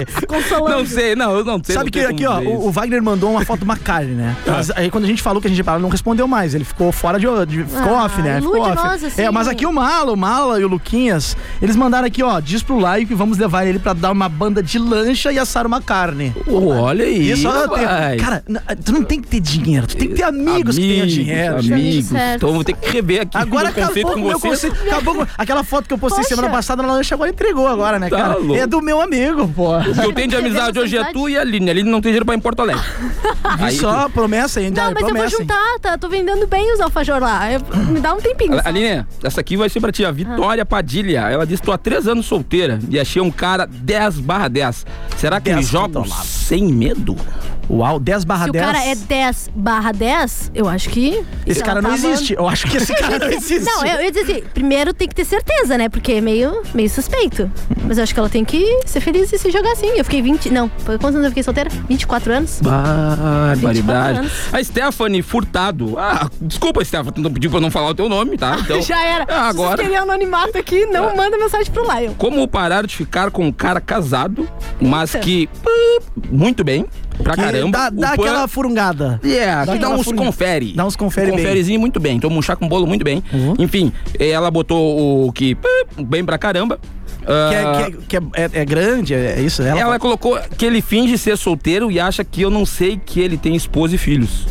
Speaker 3: Não sei, não, eu não sei.
Speaker 2: Sabe
Speaker 3: não
Speaker 2: que
Speaker 3: tem
Speaker 2: aqui,
Speaker 3: como Tá.
Speaker 2: ó,
Speaker 3: dizer
Speaker 2: o, o Wagner mandou uma foto de uma carne,
Speaker 3: *laughs*
Speaker 2: né? Mas aí quando a gente falou que a gente ia parar, ele não respondeu mais. Ele ficou fora de. de ficou
Speaker 5: Ah,
Speaker 2: off, né? Ficou
Speaker 5: ilude
Speaker 2: off.
Speaker 5: nós, assim.
Speaker 2: É, mas aqui o Malo, o Mala e o Luquinhas, eles mandaram aqui, ó, diz pro live que vamos levar ele pra dar uma banda de lancha e assar uma carne.
Speaker 3: Olha aí,
Speaker 2: Isso, ó, tem-
Speaker 3: rapaz.
Speaker 2: cara, n- tu não tem que ter dinheiro, tu tem que ter amigos, que tenham
Speaker 3: Amigos,
Speaker 2: dinheiro.
Speaker 3: amigos. Então vou ter que rever aqui
Speaker 2: Agora
Speaker 3: meu conceito
Speaker 2: acabou com o
Speaker 3: com
Speaker 2: meu
Speaker 3: vocês.
Speaker 2: conceito. Acabou com- aquela foto que eu postei
Speaker 3: Poxa.
Speaker 2: semana passada na lancha agora entregou agora, né,
Speaker 3: Tá
Speaker 2: cara?
Speaker 3: louco.
Speaker 2: É do meu amigo, pô.
Speaker 3: O que eu tenho de amizade hoje é tu e a Aline. A Aline não tem dinheiro pra ir em
Speaker 2: *laughs*
Speaker 3: Porto Alegre. Aí-
Speaker 2: só, promessa ainda.
Speaker 5: Não, mas eu vou juntar, tá? Tô vendendo bem os alfajor lá. Eu- me dá um tempinho.
Speaker 3: A- Aline, essa aqui vai ser pra ti, a Vitória Padilha. Ela disse: tô há três anos solteira e achei um cara 10 barra 10. Será que eles jogam sem medo?
Speaker 2: Uau, 10 barra
Speaker 5: Se o cara é 10 barra 10, eu acho que. ela
Speaker 2: Esse
Speaker 5: tá
Speaker 2: cara não
Speaker 5: tava-
Speaker 2: existe. Eu acho que esse
Speaker 5: *laughs*
Speaker 2: cara não existe.
Speaker 5: Não, eu, eu ia dizer assim, primeiro tem que ter certeza, né? Porque é meio, meio suspeito. Mas eu acho que ela tem que ser feliz e se jogar assim. Eu fiquei 20. Não, foi quantos anos eu fiquei solteira? 24 anos.
Speaker 3: Barbaridade.
Speaker 5: anos.
Speaker 3: A Stephanie Furtado. Ah, desculpa, Stephanie, não pediu pra eu não falar o teu nome, tá?
Speaker 5: *laughs*
Speaker 3: Então,
Speaker 5: Já era.
Speaker 3: Ah, agora.
Speaker 5: Se
Speaker 3: É.
Speaker 5: vocês querem anonimato aqui, não manda mensagem pro Lion.
Speaker 3: Como parar de ficar com um cara casado, mas
Speaker 5: Eita.
Speaker 3: que. pã, Muito bem, pra
Speaker 2: Que
Speaker 3: Ah, caramba.
Speaker 2: Dá,
Speaker 3: O
Speaker 2: dá
Speaker 3: pan-
Speaker 2: aquela furungada.
Speaker 3: É, que dá
Speaker 2: aquela
Speaker 3: uns
Speaker 2: furungada.
Speaker 3: confere.
Speaker 2: Dá uns confere bem. Uhum.
Speaker 3: Conferezinho muito bem. Toma um chá com bolo muito bem. Enfim, ela botou o que pã, bem pra caramba.
Speaker 2: Que,
Speaker 3: Ah,
Speaker 2: é, que é- que é- é- é grande, é é isso? Ela,
Speaker 3: ela colocou que ele finge ser solteiro e acha que eu não sei que ele tem esposa e filhos.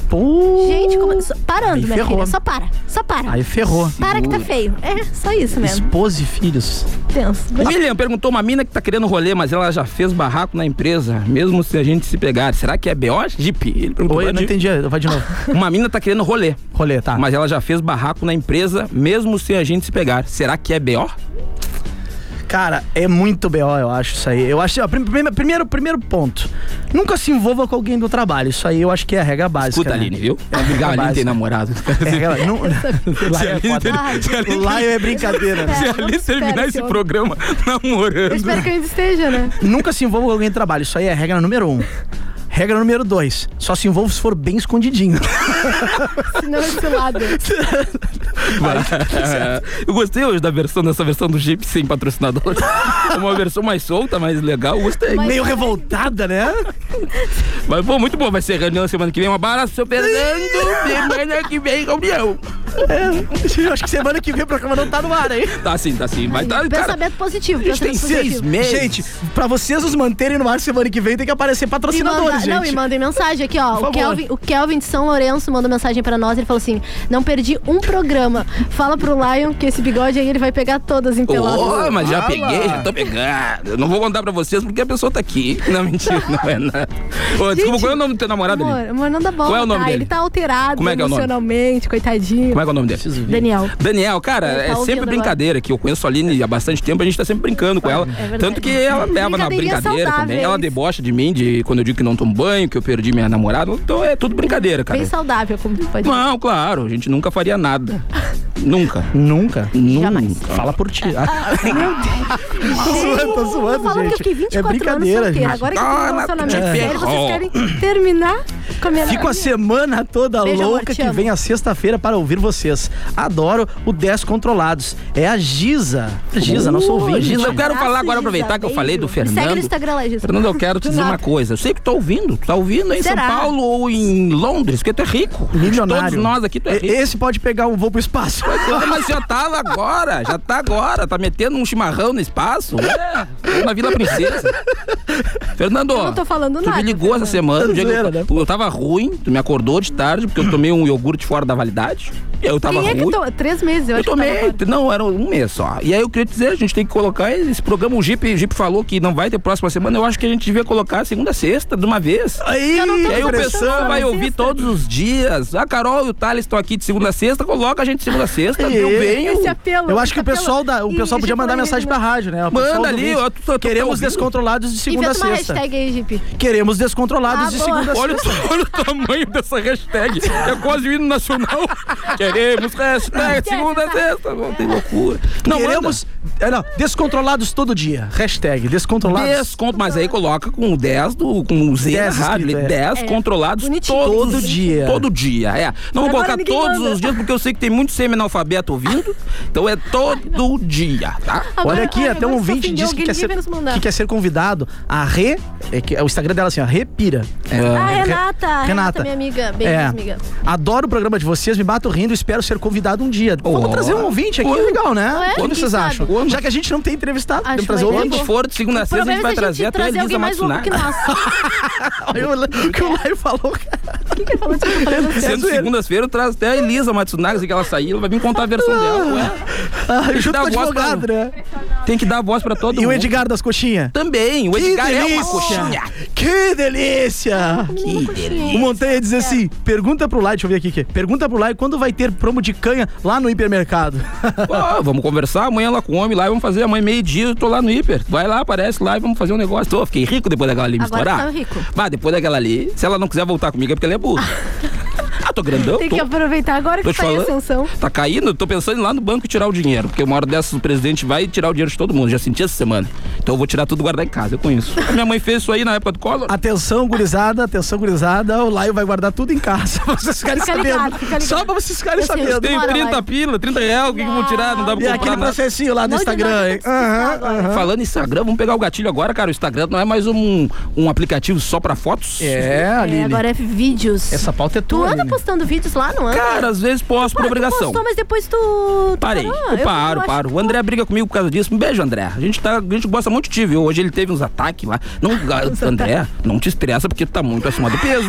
Speaker 5: Gente, como... só- parando, minha
Speaker 3: ferrou.
Speaker 5: filha. Só para. Só para.
Speaker 3: Aí ferrou.
Speaker 5: Para que tá feio. É, só isso mesmo.
Speaker 2: Esposa e filhos.
Speaker 5: Tenso.
Speaker 3: A Miriam perguntou uma mina que tá querendo rolê, mas ela já fez barraco na empresa, mesmo se a gente se pegar. Será que é BO? Jeep. Ele perguntou
Speaker 2: Oi, eu não entendi. Vai de
Speaker 3: *laughs*
Speaker 2: novo.
Speaker 3: Uma mina tá querendo rolê.
Speaker 2: Rolê, tá.
Speaker 3: Mas ela já fez barraco na empresa, mesmo sem a gente se pegar. Será que é BO?
Speaker 2: Cara, é muito BO, eu acho isso aí. Eu acho, ó, prim- prim- primeiro, primeiro ponto. Nunca se envolva com alguém do trabalho. Isso aí eu acho que é a regra básica.
Speaker 3: Escuta,
Speaker 2: né?
Speaker 3: Aline, viu? Ela brigar, a Aline tem
Speaker 2: *laughs*
Speaker 3: namorado.
Speaker 2: É,
Speaker 3: *laughs*
Speaker 2: regra- não, *laughs*
Speaker 3: Se a Aline ter- *laughs* se a Aline-
Speaker 2: o Lion é brincadeira,
Speaker 3: *laughs*
Speaker 2: né?
Speaker 3: Se a Aline terminar esse programa *laughs* namorando.
Speaker 5: Espero que eu ainda esteja, né?
Speaker 2: Nunca se envolva com alguém do trabalho. Isso aí é regra número um. Regra número dois. Só se envolva se for bem escondidinho.
Speaker 5: Senão é cilada.
Speaker 3: Tá, É, Eu gostei hoje da versão, dessa versão do Jeep sem patrocinador. *laughs* É uma versão mais solta, mais legal, gostei.
Speaker 2: Meio
Speaker 5: é
Speaker 2: revoltada, né?
Speaker 3: Mas, pô, muito bom. Vai ser reunião semana que vem. Um abraço, seu Fernando. semana que vem, campeão.
Speaker 2: É, eu acho que semana que vem o programa não tá no ar, hein?
Speaker 3: Tá sim, tá sim. Vai tá, cara.
Speaker 5: pensamento positivo.
Speaker 2: A gente tem
Speaker 5: pensamento
Speaker 2: seis
Speaker 5: positivo.
Speaker 2: meses. Gente, pra vocês nos manterem no ar semana que vem, tem que aparecer
Speaker 5: E
Speaker 2: patrocinadores,
Speaker 5: manda,
Speaker 2: gente.
Speaker 5: não, e mandem mensagem aqui, ó.
Speaker 2: Por
Speaker 5: O
Speaker 2: favor.
Speaker 5: Kelvin, o Kelvin de São Lourenço mandou mensagem pra nós. Ele falou assim: Não perdi um programa. Fala pro Lion que esse bigode aí ele vai pegar todas em pelado.
Speaker 3: Ô, mas já
Speaker 5: Fala.
Speaker 3: peguei, já tô pegando. Eu não vou contar pra vocês porque a pessoa tá aqui. Não, mentira, não é nada. Ô, desculpa, qual é o nome do teu namorado
Speaker 5: Amor,
Speaker 3: ali?
Speaker 5: amor, não dá bola.
Speaker 3: Qual é o nome
Speaker 5: tá?
Speaker 3: dele?
Speaker 5: Ele tá alterado
Speaker 3: Como é que é o nome?
Speaker 5: emocionalmente, coitadinho.
Speaker 3: Como é que é o nome dele?
Speaker 5: Daniel.
Speaker 3: Daniel, cara,
Speaker 5: Ele tá
Speaker 3: é sempre
Speaker 5: ouvindo
Speaker 3: brincadeira que eu conheço a Aline há bastante tempo, a gente tá sempre brincando com ela.
Speaker 5: É verdade.
Speaker 3: Tanto que ela leva na
Speaker 5: Brincadeirinha
Speaker 3: brincadeira
Speaker 5: saudável,
Speaker 3: também.
Speaker 5: é
Speaker 3: Ela
Speaker 5: isso.
Speaker 3: debocha de mim de quando eu digo que não tomo banho, que eu perdi minha namorada. Então é tudo brincadeira, cara.
Speaker 5: Bem saudável, como tu pode
Speaker 3: Não, claro, a gente nunca faria nada. Nunca.
Speaker 2: Nunca?
Speaker 3: Nunca.
Speaker 2: Fala por ti.
Speaker 5: Ah, Tá Tô
Speaker 2: zoando, tô zoando,
Speaker 5: Tô falando
Speaker 2: gente.
Speaker 5: que eu fiquei 24
Speaker 2: É brincadeira,
Speaker 5: anos solteira.
Speaker 2: gente.
Speaker 5: Agora que eu tenho um
Speaker 2: Ah,
Speaker 5: relacionamento
Speaker 2: te
Speaker 5: sério, vocês
Speaker 2: ferrou.
Speaker 5: querem terminar? Comendo
Speaker 2: Fico
Speaker 5: a
Speaker 2: a
Speaker 5: minha.
Speaker 2: semana toda
Speaker 5: Beijo, amor,
Speaker 2: louca
Speaker 5: te
Speaker 2: que
Speaker 5: amo.
Speaker 2: vem a sexta-feira para ouvir vocês. Adoro o 10 Controlados. É a Giza. Uh, Giza, nossa
Speaker 3: Ô,
Speaker 2: ouvinte.
Speaker 3: Giza, eu quero falar agora,
Speaker 5: Giza,
Speaker 3: aproveitar que eu
Speaker 5: beijo.
Speaker 3: falei do
Speaker 5: Me segue
Speaker 3: Fernando.
Speaker 5: no Instagram lá, Giza.
Speaker 3: Fernando, eu quero te
Speaker 5: Do
Speaker 3: dizer uma
Speaker 5: nada.
Speaker 3: coisa. Eu sei que tu tá ouvindo. Tu tá ouvindo aí em
Speaker 5: Será?
Speaker 3: São Paulo ou em Londres, porque tu é rico.
Speaker 2: Milionário.
Speaker 3: Todos nós aqui, tu é
Speaker 2: E-
Speaker 3: rico.
Speaker 2: Esse pode pegar um voo pro espaço.
Speaker 3: Mas já tava agora, já tá agora. Tá metendo um chimarrão no espaço. É, tô na Vila Princesa. Fernando,
Speaker 5: Eu não tô falando
Speaker 3: tu
Speaker 5: nada,
Speaker 3: me ligou essa semana. o dia que eu,
Speaker 2: né?
Speaker 3: eu tava ruim, tu me acordou de tarde, porque eu tomei um iogurte fora da validade. Eu tava
Speaker 5: Quem é que
Speaker 3: ruim.
Speaker 5: to... Três meses, eu,
Speaker 3: Eu
Speaker 5: acho que
Speaker 3: tomei,
Speaker 5: tava
Speaker 3: não, era um mês só. E aí eu queria dizer, a gente tem que colocar esse programa, o Jeep, o Jeep falou que não vai ter próxima semana, eu acho que a gente devia colocar segunda, a sexta, de uma vez.
Speaker 2: *laughs* Aí, Eu não tô
Speaker 3: e aí o
Speaker 2: prestando
Speaker 3: pessoal vai
Speaker 2: sexta.
Speaker 3: ouvir todos os dias. A Carol e o Thales estão aqui de segunda a sexta, coloca a gente de segunda a sexta, eu venho.
Speaker 5: Esse apelo,
Speaker 2: Eu acho que o
Speaker 5: esse apelo.
Speaker 2: pessoal, da, o
Speaker 5: E
Speaker 2: pessoal podia
Speaker 5: Giovanni
Speaker 2: mandar mensagem pra rádio, né? O
Speaker 3: Manda
Speaker 2: pessoal do
Speaker 3: ali,
Speaker 2: ouvinte,
Speaker 3: eu tô- eu tô
Speaker 2: Queremos
Speaker 3: ouvindo.
Speaker 2: descontrolados de segunda a
Speaker 5: Inventa uma
Speaker 2: sexta.
Speaker 5: hashtag aí, Jeep.
Speaker 2: Queremos descontrolados
Speaker 5: Ah,
Speaker 2: de
Speaker 5: boa.
Speaker 2: segunda a
Speaker 3: Olha,
Speaker 2: sexta.
Speaker 3: o- olha o tamanho dessa hashtag. É quase o hino nacional. Queremos hashtag segunda a sexta. Não tem loucura. Não,
Speaker 2: Queremos é, não, descontrolados todo dia. Hashtag descontrolados.
Speaker 3: Desconto, mas aí coloca com o 10 do, com o Z na
Speaker 2: 10
Speaker 3: rádio,
Speaker 2: escrito,
Speaker 3: ali,
Speaker 2: é.
Speaker 3: 10
Speaker 2: É.
Speaker 3: controlados
Speaker 2: Bonitinho.
Speaker 3: todos,
Speaker 2: Todo dia.
Speaker 3: Todo dia, é. Não vou
Speaker 2: Agora
Speaker 3: colocar
Speaker 2: ninguém
Speaker 3: todos
Speaker 2: manda.
Speaker 3: os dias, porque eu sei que tem muito semi-analfabeto ouvindo. então é todo dia, tá?
Speaker 2: Olha aqui, até
Speaker 5: agora
Speaker 2: um
Speaker 5: se
Speaker 2: ouvinte
Speaker 5: ofendeu,
Speaker 2: disse que
Speaker 5: alguém
Speaker 2: quer, ser,
Speaker 5: devia nos mandar.
Speaker 2: que quer ser convidado. A Rê, é que, é o Instagram dela assim, a Repira.
Speaker 3: É.
Speaker 5: Ah, Renata, Renata, minha amiga. Beijos,
Speaker 2: É.
Speaker 5: amiga.
Speaker 2: Adoro o programa de vocês, me bato rindo, espero ser convidado um dia. Vamos trazer um ouvinte aqui, legal, né?
Speaker 5: É,
Speaker 2: Quando
Speaker 5: quem
Speaker 2: vocês
Speaker 5: sabe?
Speaker 2: acham?
Speaker 5: Quando?
Speaker 2: Já que a gente não tem entrevistado,
Speaker 5: Acho
Speaker 2: tem trazer
Speaker 5: uma ideia
Speaker 2: ouvinte.
Speaker 5: boa.
Speaker 3: For de segunda a
Speaker 5: O
Speaker 3: sexta, a gente
Speaker 5: problema
Speaker 3: vai
Speaker 5: é
Speaker 3: trazer até a
Speaker 5: trazer
Speaker 3: Elisa
Speaker 5: alguém mais louco
Speaker 3: Matsunaga.
Speaker 5: que nós.
Speaker 2: Olha o que o
Speaker 3: É.
Speaker 2: Laio falou. né?
Speaker 5: O que tá que ele falou? Desculpa, eu não sei.
Speaker 3: Sendo segundas-feiras, traz até a Elisa Matsunaga, assim que ela sair, ela vai vir contar a versão dela. Ué. Tem que
Speaker 2: junto
Speaker 3: dar
Speaker 2: com o
Speaker 3: voz pra-
Speaker 2: advogado, né?
Speaker 3: Tem que dar voz pra todo
Speaker 2: E
Speaker 3: mundo.
Speaker 2: o Edgar das coxinhas?
Speaker 3: Também, o
Speaker 2: Que
Speaker 3: Edgar é uma
Speaker 2: delícia!
Speaker 3: coxinha.
Speaker 2: Que
Speaker 5: Ah,
Speaker 2: delícia!
Speaker 3: Que delícia.
Speaker 2: O Montanha diz assim: pergunta pro Lai, deixa eu ver aqui, que é, pergunta pro Lai quando vai ter promo de canha lá no hipermercado. *laughs*
Speaker 3: Ó, vamos conversar, amanhã ela come lá e vamos fazer, amanhã meio-dia eu tô lá no hiper. Vai lá, aparece lá e vamos fazer um negócio. Tô, fiquei rico depois daquela ali me
Speaker 5: Agora
Speaker 3: estourar.
Speaker 5: tá rico.
Speaker 3: Mas depois daquela ali, se ela não quiser voltar comigo é porque ela
Speaker 5: *laughs*
Speaker 3: é burra. ah, tô grandão,
Speaker 5: Tem
Speaker 3: tô.
Speaker 5: que aproveitar agora
Speaker 3: Tô
Speaker 5: que
Speaker 3: te
Speaker 5: saiu a
Speaker 3: falando.
Speaker 5: ascensão.
Speaker 3: Tá caindo, tô pensando em ir lá no banco e tirar o dinheiro. Porque uma hora dessas o presidente vai tirar o dinheiro de todo mundo. Já senti essa semana. Então eu vou tirar tudo e guardar em casa, eu conheço. A minha mãe fez isso aí na época do Collor.
Speaker 2: Atenção, gurizada, atenção, gurizada. O Laio vai guardar tudo em casa. *laughs* pra Vocês ficarem
Speaker 5: Fica
Speaker 2: sabendo.
Speaker 5: ligado, fica ligado.
Speaker 2: Só pra vocês ficarem
Speaker 5: Eu sei, eu
Speaker 2: sabendo.
Speaker 3: Tem
Speaker 5: Bora,
Speaker 3: 30
Speaker 5: vai.
Speaker 3: pila, 30 reais, o que, que eu vou tirar? Não dá pra
Speaker 2: E aquele
Speaker 3: comprar nada.
Speaker 2: processinho lá do
Speaker 5: Não, de
Speaker 2: Instagram.
Speaker 5: nada, tem
Speaker 2: hein?
Speaker 5: que explicar
Speaker 2: Aham,
Speaker 5: agora.
Speaker 2: aham.
Speaker 3: Falando em Instagram, vamos pegar o gatilho agora, cara. O Instagram não é mais um, um aplicativo só pra fotos.
Speaker 2: É,
Speaker 5: É,
Speaker 2: Aline.
Speaker 5: agora é vídeos.
Speaker 2: Essa pauta é
Speaker 5: Tu
Speaker 2: tua.
Speaker 5: anda
Speaker 2: Aline.
Speaker 5: postando vídeos lá, não anda?
Speaker 3: Cara, às vezes posso por
Speaker 5: Pô, tu
Speaker 3: obrigação.
Speaker 5: postou, mas depois tu. tu
Speaker 3: Parei.
Speaker 5: parou.
Speaker 3: Eu, paro,
Speaker 5: acho
Speaker 3: paro. O André briga comigo por causa disso. Um beijo, André. A gente, tá, a gente gosta muito de ti, viu? Hoje ele teve uns ataques lá.
Speaker 5: *laughs*
Speaker 3: Não, ah, André, não te estressa porque tu tá muito acima do peso.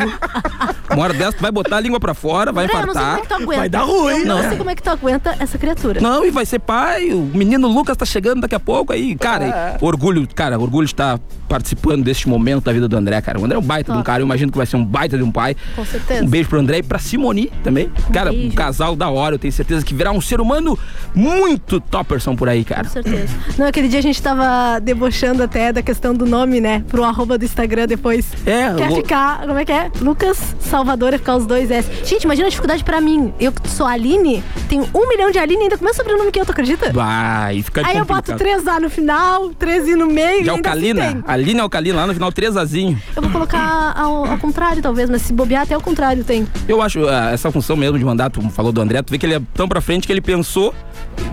Speaker 3: Uma hora dessa, tu vai botar a língua pra fora, vai
Speaker 5: André, eu não sei como
Speaker 3: infartar.
Speaker 5: é que tu aguenta.
Speaker 2: Vai dar ruim,
Speaker 5: Eu
Speaker 3: né?
Speaker 5: não sei como é que tu aguenta essa criatura.
Speaker 3: Não, e vai ser pai. O menino Lucas tá chegando daqui a pouco aí. Cara,
Speaker 5: É.
Speaker 3: e orgulho, cara, orgulho de estar participando deste momento da vida do André, cara. O André é um baita de um cara, eu imagino que vai ser um baita de um pai.
Speaker 5: Ah. Com certeza.
Speaker 3: Um beijo pro André e pra Simoni também. Cara, um
Speaker 5: beijo.
Speaker 3: casal da hora, eu tenho certeza que virá um ser humano muito topperson por aí, cara.
Speaker 5: Com certeza. Não, aquele dia a gente tava debochando até da questão do nome, né? Pro arroba do Instagram depois.
Speaker 3: É,
Speaker 5: Quer
Speaker 3: o-
Speaker 5: ficar, como é que é? Lucas Salvador é ficar os dois S. Gente, imagina a dificuldade pra mim. Eu que sou Aline, tenho um milhão de Aline e ainda com o meu sobrenome que eu, tu acredita?
Speaker 3: Vai, fica
Speaker 5: Aí eu boto
Speaker 3: complicado.
Speaker 5: 3A no final, 13 no meio.
Speaker 2: é
Speaker 3: De
Speaker 5: e ainda assim
Speaker 3: alcalina.
Speaker 5: tem.
Speaker 3: Aline alcalina, lá no final, três azinho.
Speaker 5: Eu vou colocar ao, ao contrário, talvez, mas se bobear até ao contrário tem.
Speaker 3: Eu acho ah, essa função mesmo de mandato, falou do André, tu vê que ele é tão pra frente que ele pensou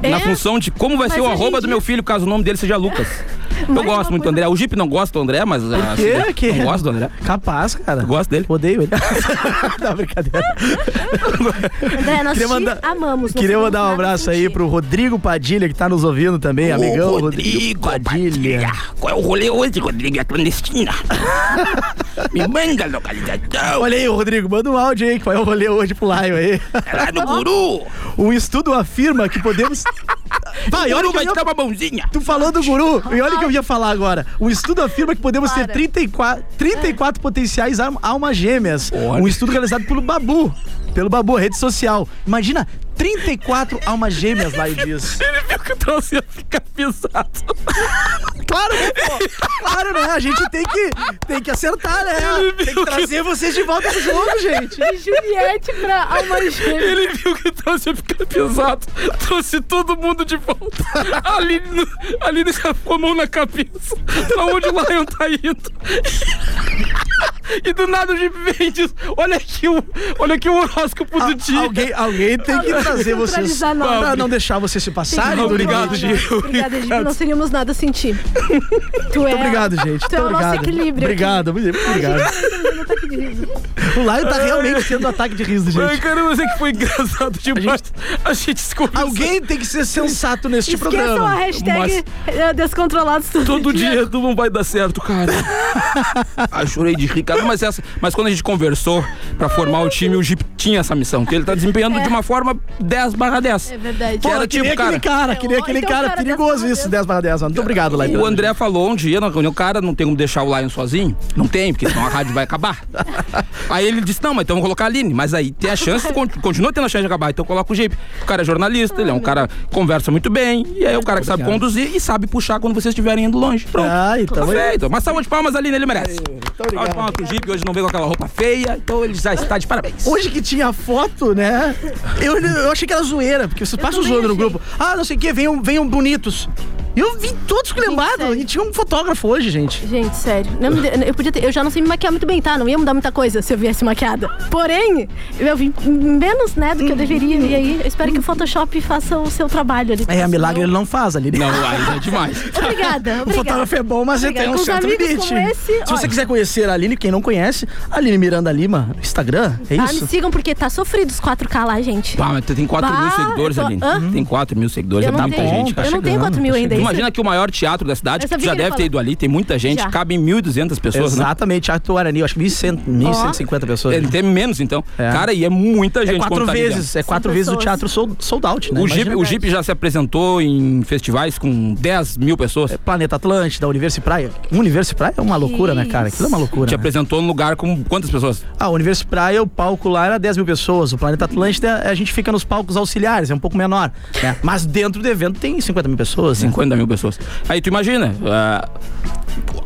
Speaker 3: na
Speaker 5: É?
Speaker 3: função de como vai
Speaker 5: Mas
Speaker 3: ser o
Speaker 5: hoje em
Speaker 3: arroba do
Speaker 5: dia-
Speaker 3: meu filho, caso o nome dele seja Lucas. Eu gosto muito do André. O Jeep não gosta do André, mas. ah,
Speaker 2: quê?
Speaker 3: assim,
Speaker 2: Que-
Speaker 3: Eu gosto do André.
Speaker 2: Capaz, cara.
Speaker 3: Eu gosto dele.
Speaker 2: Odeio ele. *laughs* não, brincadeira.
Speaker 5: André, nós te
Speaker 2: Queria mandar-
Speaker 5: amamos. não
Speaker 2: Queria
Speaker 5: sabemos
Speaker 2: mandar um
Speaker 5: nada
Speaker 2: abraço
Speaker 5: sobre
Speaker 2: aí
Speaker 5: ti.
Speaker 2: pro Rodrigo Padilha, que tá nos ouvindo também,
Speaker 3: Ô,
Speaker 2: amigão.
Speaker 3: Rodrigo
Speaker 2: Padilha.
Speaker 3: Qual é o rolê hoje, Rodrigo? É
Speaker 2: *laughs*
Speaker 3: clandestina. Me manda a localização.
Speaker 2: Olha aí, ô, Rodrigo, manda um áudio aí, que vai o rolê hoje pro Laio aí. *laughs*
Speaker 3: É lá
Speaker 2: tá
Speaker 3: no Guru.
Speaker 2: Um estudo afirma que podemos. Vai,
Speaker 3: o
Speaker 2: Ah,
Speaker 3: tá
Speaker 2: olha
Speaker 3: Guru
Speaker 2: o que
Speaker 3: vai
Speaker 2: eu
Speaker 3: te dar
Speaker 2: ia...
Speaker 3: uma mãozinha.
Speaker 2: Tu falou do guru, e olha o que eu ia falar agora. Um estudo afirma que podemos ter
Speaker 5: Para.
Speaker 2: 34, 34 potenciais al- almas gêmeas.
Speaker 3: Olha.
Speaker 2: Um estudo realizado pelo Babu, pelo Babu, rede social. Imagina, 34 almas gêmeas, Laio diz.
Speaker 3: Ele viu que o troço ia ficar pesado.
Speaker 2: Claro, né, pô? Claro, né? A gente tem que, tem que acertar, né? Tem que trazer vocês de volta pro jogo, gente.
Speaker 14: De Juliette pra Alma Gêmea.
Speaker 3: Ele viu que trouxe ficar pesado. Trouxe todo mundo de volta. A Aline, a Aline com a mão na cabeça. Pra onde o Lion tá indo. E do nada o Jeep vem e diz: Olha aqui o, olha aqui o horóscopo do dia.
Speaker 2: Alguém, alguém tem que trazer vocês.
Speaker 5: centralizar nós.
Speaker 2: Pra não deixar vocês se passarem. do
Speaker 3: Obrigado,
Speaker 2: limite.
Speaker 3: Gil.
Speaker 5: Obrigada, Gil, não seríamos nada sem
Speaker 2: *laughs*
Speaker 5: ti. Tu é...
Speaker 2: Muito obrigado, gente.
Speaker 5: Tu é o
Speaker 2: Muito
Speaker 5: nosso
Speaker 2: obrigado.
Speaker 5: equilíbrio. *laughs*
Speaker 2: Obrigado, muito obrigado. O Lion tá realmente sendo ataque de riso, gente.
Speaker 3: Ai, cara, mas é que foi engraçado demais. A gente, escolheu.
Speaker 2: Alguém tem que ser sensato neste
Speaker 5: Esqueçam
Speaker 2: programa.
Speaker 5: a hashtag eh, descontrolados todo,
Speaker 3: Todo dia tu não vai dar certo, *laughs* cara. Ai, chorei Ah, de rir, cara. Mas, essa, mas quando a gente conversou pra formar o time, o Jeep tinha essa missão. Que ele tá desempenhando
Speaker 5: É.
Speaker 3: de uma forma 10 barra 10.
Speaker 5: É verdade.
Speaker 2: Pô, eu queria aquele tipo cara, queria
Speaker 5: Então,
Speaker 2: aquele cara, perigoso isso, 10 barra 10 mano. Muito obrigado, Lion.
Speaker 3: O André falou um dia na reunião, cara, não tem como deixar o Lion sozinho? Não tem, porque senão a rádio vai
Speaker 5: *laughs*
Speaker 3: acabar. aí ele disse, não, mas então vamos colocar a Aline. Mas aí tem a chance, con- continua tendo a chance de acabar, então coloca o Jeep. O cara é jornalista, ele é um
Speaker 5: Ah,
Speaker 3: cara que conversa muito bem, e aí é o cara que sabe
Speaker 2: Obrigado.
Speaker 3: conduzir e sabe puxar quando vocês estiverem indo longe. Pronto.
Speaker 2: Ah, então
Speaker 3: tá
Speaker 5: é
Speaker 2: aí.
Speaker 3: feito. Mas salva de palmas, Aline, ele merece. Salva de
Speaker 2: obrigado.
Speaker 3: palmas pro Jeep, hoje não veio com aquela roupa feia, então ele já está de parabéns.
Speaker 2: Hoje que tinha foto, né? Eu, eu achei que era zoeira, porque vocês passam zoando no grupo. Ah, não sei o que, venham, venham bonitos. E eu vim todos lembrados. E tinha um fotógrafo hoje, gente.
Speaker 5: Gente, sério. Não me de- eu, podia ter- eu já não sei me maquiar muito bem, tá? Não ia mudar muita coisa se eu viesse maquiada. Porém, eu vim menos, né,
Speaker 2: Uhum.
Speaker 5: do que eu deveria. E aí, eu espero que o Photoshop faça o seu trabalho ali.
Speaker 2: É, a milagre ele não faz ali.
Speaker 3: Não, aí é demais.
Speaker 5: *laughs* Obrigada,
Speaker 2: *laughs* O
Speaker 5: obrigada.
Speaker 2: fotógrafo é bom, mas ele tem
Speaker 5: Obrigada.
Speaker 2: um
Speaker 5: Com os
Speaker 2: certo
Speaker 5: amigos
Speaker 2: limite.
Speaker 5: como esse,
Speaker 2: Se você
Speaker 5: olha.
Speaker 2: quiser conhecer a Aline, quem não conhece, Aline Miranda Lima, Instagram, é
Speaker 5: Ah, me
Speaker 2: isso?
Speaker 5: sigam porque tá sofrido os 4K lá, gente.
Speaker 3: Pá, mas tu tem 4 mil
Speaker 5: Bah,
Speaker 3: seguidores,
Speaker 5: Ah, eu tô-
Speaker 3: Aline.
Speaker 5: Hã?
Speaker 3: Tem 4 mil seguidores,
Speaker 5: Eu
Speaker 3: é
Speaker 5: não
Speaker 3: muita
Speaker 5: tenho.
Speaker 2: tá
Speaker 3: gente.
Speaker 5: Eu não tenho 4 mil ainda. é isso-
Speaker 3: Tu Imagina que o maior teatro da cidade,
Speaker 5: Eu
Speaker 3: que tu
Speaker 5: sabia
Speaker 3: já
Speaker 5: que ele
Speaker 3: deve ter
Speaker 5: falou.
Speaker 3: ido ali, tem muita gente,
Speaker 5: Já.
Speaker 3: cabe 1.200 pessoas, né?
Speaker 2: Exatamente, Teatro Guarani, eu acho que 1.100, 1.150 pessoas.
Speaker 3: Ele tem menos, então. Cara, e é muita gente
Speaker 2: É quatro
Speaker 3: quando tá ali
Speaker 2: vezes,
Speaker 3: dentro.
Speaker 2: é quatro vezes o teatro sold, sold out, né?
Speaker 3: O
Speaker 2: Imagina.
Speaker 3: Jeep, o Jeep já se apresentou em festivais com 10 mil pessoas.
Speaker 2: Planeta Atlântida, Universo e Praia. Universo e Praia é uma loucura, né, cara? Aquilo é uma loucura.
Speaker 3: Te
Speaker 2: né?
Speaker 3: apresentou num lugar com quantas pessoas?
Speaker 2: Ah, o Universo Praia, o palco lá era 10 mil pessoas. O Planeta Atlântida, a gente fica nos palcos auxiliares, é um pouco menor. né? Mas dentro do evento tem 50 mil pessoas.
Speaker 3: 50 mil pessoas. Aí tu imagina. ah,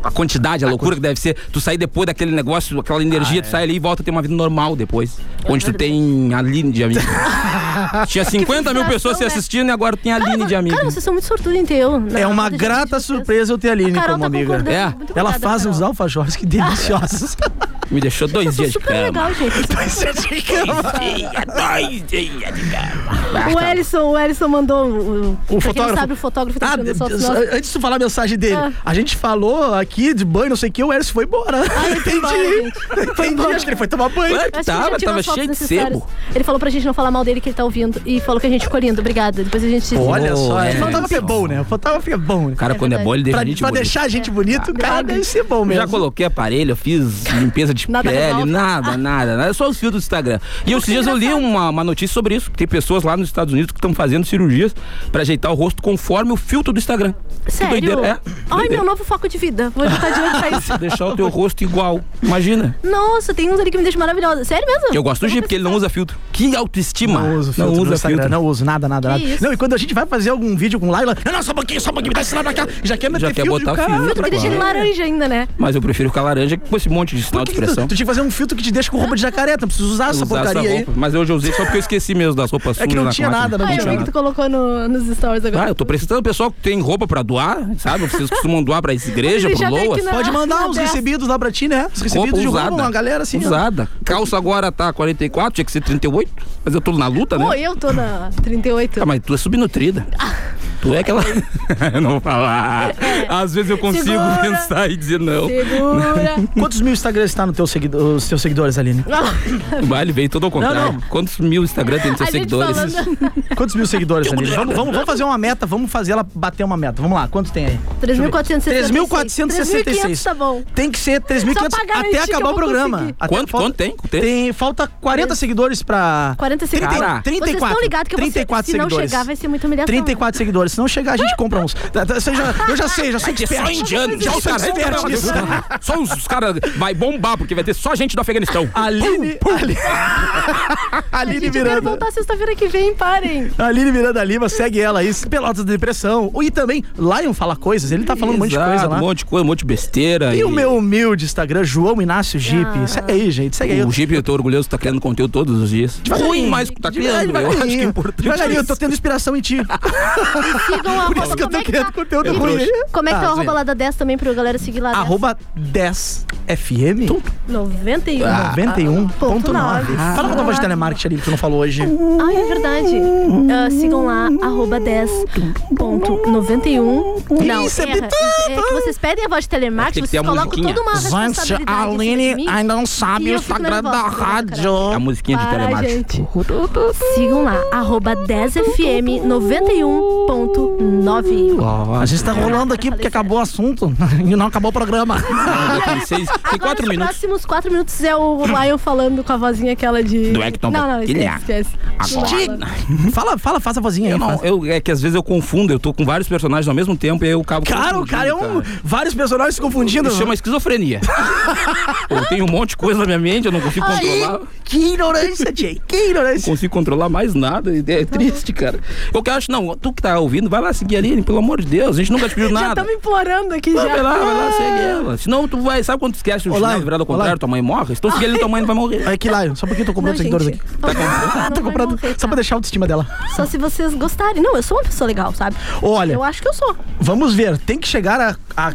Speaker 3: a quantidade, a loucura que deve ser tu sair depois daquele negócio, aquela
Speaker 2: Ah,
Speaker 3: energia,
Speaker 2: é.
Speaker 3: tu sai ali e volta a ter uma vida normal depois.
Speaker 5: É
Speaker 3: onde tu tem a Aline de
Speaker 5: *laughs*
Speaker 3: amigo. Tinha 50 mil pessoas se
Speaker 5: frustração, né?
Speaker 3: assistindo e agora tu tem a Aline de amigo.
Speaker 5: Cara, vocês são muito sortudos, então. Na
Speaker 2: É uma
Speaker 5: verdade,
Speaker 2: grata surpresa eu ter a Aline
Speaker 5: A Carol
Speaker 2: como
Speaker 5: tá
Speaker 2: amiga.
Speaker 5: concordando.
Speaker 2: É.
Speaker 5: Muito
Speaker 2: Ela
Speaker 5: obrigada,
Speaker 2: faz uns alfajores que *laughs*
Speaker 3: *laughs*
Speaker 2: deliciosos.
Speaker 3: Me deixou dois dias de
Speaker 5: Super
Speaker 3: cama.
Speaker 5: legal, gente. Dois
Speaker 3: é
Speaker 2: dias de cama.
Speaker 3: Dois dias de cama.
Speaker 5: O Ellison, o Ellison mandou o, pra quem
Speaker 2: fotógrafo.
Speaker 5: Não sabe, o fotógrafo tá
Speaker 2: Ah,
Speaker 5: tirando fotos
Speaker 2: só-
Speaker 5: nossas.
Speaker 2: antes de tu falar a mensagem dele,
Speaker 5: Ah.
Speaker 2: a gente falou aqui de banho, não sei o que, o Eris foi embora.
Speaker 5: Ah,
Speaker 2: Entendi. Entendi, acho que ele foi tomar banho.
Speaker 5: Acho que já tirou as fotos necessárias. Ele falou pra gente não falar mal dele que ele tá ouvindo. E falou que a gente ficou lindo. Obrigada. Depois a gente.
Speaker 2: Olha só,
Speaker 3: é.
Speaker 2: o fotógrafo é bom, né? O fotógrafo é bom.
Speaker 3: Cara, quando é bom, ele deixa
Speaker 2: pra,
Speaker 3: a gente
Speaker 2: pra
Speaker 3: bonito.
Speaker 2: deixar a gente
Speaker 5: Ah,
Speaker 2: bonito, cara, deve ser bom mesmo.
Speaker 3: Já coloquei aparelho, eu fiz limpeza de
Speaker 2: Nada
Speaker 3: pele,
Speaker 2: resolve.
Speaker 3: nada, nada, nada. Só os fios do Instagram. E esses dias eu li uma, uma notícia sobre isso. que Tem pessoas lá nos Estados Unidos que estão fazendo cirurgias pra ajeitar o rosto conforme o filtro do Instagram. Que
Speaker 5: Sério?
Speaker 3: doideira, é.
Speaker 5: Ai, meu novo foco de vida. Vou botar dinheiro pra
Speaker 2: *laughs*
Speaker 5: isso.
Speaker 3: Deixar o teu rosto igual. Imagina.
Speaker 5: Nossa, tem uns ali que me deixam maravilhosa. Sério mesmo?
Speaker 3: Eu gosto do Jeep, porque ele não usa filtro. Que autoestima.
Speaker 2: Não uso filtro no Instagram, não uso nada, nada, nada.
Speaker 5: isso?
Speaker 2: Não, e quando a gente vai fazer algum vídeo com Laila, não, não, só um pouquinho, só um pouquinho, me dá esse lado pra cá. Já quer meter
Speaker 3: Já quer
Speaker 2: filtro,
Speaker 3: botar
Speaker 2: cara.
Speaker 3: filtro,
Speaker 5: Porque deixa ele laranja ainda, né?
Speaker 3: Mas eu prefiro ficar laranja com esse monte de sinal
Speaker 2: Tu,
Speaker 3: de expressão.
Speaker 2: tu tinha que fazer um filtro que te deixa com roupa de jacaré, tu precisa usar essa
Speaker 3: Usar essa
Speaker 2: porcaria aí.
Speaker 3: roupa. Mas hoje eu usei só porque eu esqueci mesmo das roupas
Speaker 2: É que
Speaker 3: sujas
Speaker 2: não
Speaker 3: na
Speaker 2: tinha
Speaker 3: máquina.
Speaker 2: nada, não
Speaker 5: Ai, eu
Speaker 2: tinha
Speaker 5: vi que
Speaker 2: nada.
Speaker 5: tu colocou no- nos stories
Speaker 3: Ah,
Speaker 5: agora.
Speaker 3: eu tô precisando do pessoal que tem roupa pra doar, sabe? Vocês costumam doar pra igreja,
Speaker 5: Ele já
Speaker 3: pro
Speaker 5: tem
Speaker 3: Loas.
Speaker 5: aqui na-
Speaker 2: Pode mandar
Speaker 5: na
Speaker 2: uns
Speaker 5: testa.
Speaker 2: recebidos lá pra ti, né? Os recebidos de roupa, uma galera assim. ó.
Speaker 3: Usada. Calça agora tá 44, tinha que ser 38. Mas eu tô na luta,
Speaker 5: Pô,
Speaker 3: né?
Speaker 5: eu tô na 38.
Speaker 2: Tá
Speaker 3: Ah, mas tu é subnutrida. Tu é aquela. *laughs* eu não vou falar.
Speaker 2: É.
Speaker 3: Às vezes eu consigo
Speaker 5: Segura.
Speaker 3: pensar e dizer não.
Speaker 5: *laughs* Segura.
Speaker 2: Quantos mil Instagrams tá no teu seguido, os teus seguidores, Aline?
Speaker 3: Vai, ele veio todo ao contrário.
Speaker 2: não.
Speaker 3: Quantos mil Instagram tem seus seguidores?
Speaker 2: Quantos mil
Speaker 5: *laughs*
Speaker 2: seguidores, Aline? Vamos, vamos, vamos fazer uma meta, vamos fazer ela bater uma meta. Vamos lá, quanto tem aí?
Speaker 5: 3.466.
Speaker 2: 3.466.
Speaker 5: Tá bom.
Speaker 2: Tem que ser 3.500
Speaker 5: Só pra garantir
Speaker 2: até
Speaker 5: que eu vou
Speaker 2: acabar o programa.
Speaker 5: conseguir.
Speaker 2: Até
Speaker 3: Quanto-
Speaker 2: falta-
Speaker 3: quanto tem? Tem?
Speaker 2: falta 40 seguidores pra...
Speaker 5: 40 seguidores. Vocês
Speaker 2: Trinta- 34.
Speaker 5: estão ligados que eu vou ser-
Speaker 2: 34
Speaker 5: se não
Speaker 2: seguidores.
Speaker 5: chegar vai ser muita humilhação.
Speaker 2: 34 seguidores. se não chegar, a gente compra uns. Tá, tá, você já- eu já sei, já sou
Speaker 3: Vai ter
Speaker 2: expert.
Speaker 3: é só indiano.
Speaker 2: Já
Speaker 3: Só
Speaker 2: sou
Speaker 3: os caras.
Speaker 2: expert nisso.
Speaker 3: né? Só os caras. Vai bombar, porque vai ter só gente do Afeganistão.
Speaker 2: Ah, Aline. Aline, *laughs* Aline
Speaker 5: Gente, eu quero
Speaker 2: Miranda.
Speaker 5: voltar sexta-feira que vem,
Speaker 2: *laughs*
Speaker 5: parem.
Speaker 2: Aline Miranda Lima, segue ela aí, Pelotas da Depressão. E também, Lion Fala Coisas, ele tá falando um monte de coisa lá.
Speaker 3: Um monte de coisa, um monte de besteira.
Speaker 2: E o meu humilde Instagram, João Inácio Jeep.
Speaker 5: Ah.
Speaker 2: Segue aí, gente, segue aí.
Speaker 3: O Jeep, eu tô orgulhoso, tá criando conteúdo todos os dias. Ruim, mas tá criando. Eu acho que é importante.
Speaker 2: Devagarinho, eu
Speaker 3: isso.
Speaker 2: tô tendo inspiração
Speaker 5: *laughs*
Speaker 2: em ti.
Speaker 5: Sigam a
Speaker 2: Por isso que
Speaker 5: é
Speaker 2: eu tô criando conteúdo ruim. aí.
Speaker 5: tá? Como é que tá o
Speaker 2: Ah,
Speaker 5: arroba
Speaker 2: gente.
Speaker 5: lá da 10 também pra galera seguir lá? né? 10?
Speaker 2: Arroba 10FM?
Speaker 5: 91.
Speaker 2: Ah, 91.9.
Speaker 5: Ah,
Speaker 2: Fala com a voz de telemarketing ali que tu não falou hoje.
Speaker 5: Ah, é verdade. Ah, sigam lá, arroba 10.91. Não,
Speaker 2: Isso é
Speaker 5: erra. É que vocês pedem a voz de telemarketing,
Speaker 2: É, tem que ter
Speaker 5: vocês
Speaker 2: a
Speaker 5: colocam
Speaker 2: musiquinha.
Speaker 5: toda uma
Speaker 2: Gente,
Speaker 5: responsabilidade
Speaker 2: a Aline
Speaker 5: em cima de mim,
Speaker 2: ainda não sabe
Speaker 5: e
Speaker 2: o
Speaker 5: eu fico
Speaker 2: Instagram da
Speaker 5: nervosa, né,
Speaker 2: rádio.
Speaker 5: cara.
Speaker 3: A musiquinha de
Speaker 5: Para,
Speaker 3: telemarketing.
Speaker 5: gente. Sigam lá, arroba 10fm 91.9.
Speaker 2: a gente tá rolando aqui porque acabou o assunto *laughs* e não acabou o
Speaker 5: *laughs*
Speaker 2: programa.
Speaker 3: Ah,
Speaker 5: Agora os próximos quatro minutos é o Lion falando com a vozinha aquela de...
Speaker 3: Do Hector
Speaker 5: Não, não,
Speaker 3: Botelha.
Speaker 5: esquece, esquece.
Speaker 3: Agora.
Speaker 2: Fala, fala, faz a vozinha
Speaker 3: Eu não, eu, é que às vezes eu confundo, eu tô com vários personagens ao mesmo tempo e aí eu acabo.
Speaker 2: Cara, o cara é um- né? Vários personagens se confundindo.
Speaker 3: Isso
Speaker 2: *laughs*
Speaker 3: chama esquizofrenia. eu tenho um monte de coisa na minha mente, eu não consigo
Speaker 2: Ai,
Speaker 3: controlar.
Speaker 2: Que ignorância, Jay. Que ignorância.
Speaker 3: Não consigo controlar mais nada. É é triste, cara. Eu que acho, não, tu que tá ouvindo, vai lá seguir a Aline, pelo amor de Deus. A gente nunca te *laughs* pediu
Speaker 14: Já
Speaker 3: nada.
Speaker 14: estamos implorando aqui
Speaker 3: Não,
Speaker 14: já.
Speaker 3: vai lá, vai lá, segue ela. Senão tu vai, sabe quando tu esquece o
Speaker 2: Olá,
Speaker 3: final virado ao
Speaker 2: olá.
Speaker 3: contrário, tua mãe morre? Se tu seguir ele, tua mãe não vai morrer.
Speaker 2: Ai, que lá, só porque eu tô comprando seguidores aqui.
Speaker 3: Tá
Speaker 2: Tô comprando
Speaker 5: tá.
Speaker 2: só pra deixar a autoestima dela.
Speaker 5: Só se vocês gostarem. Não, eu sou uma pessoa legal, sabe?
Speaker 2: Olha.
Speaker 5: Eu acho que eu sou.
Speaker 2: Vamos ver, tem que chegar a. a-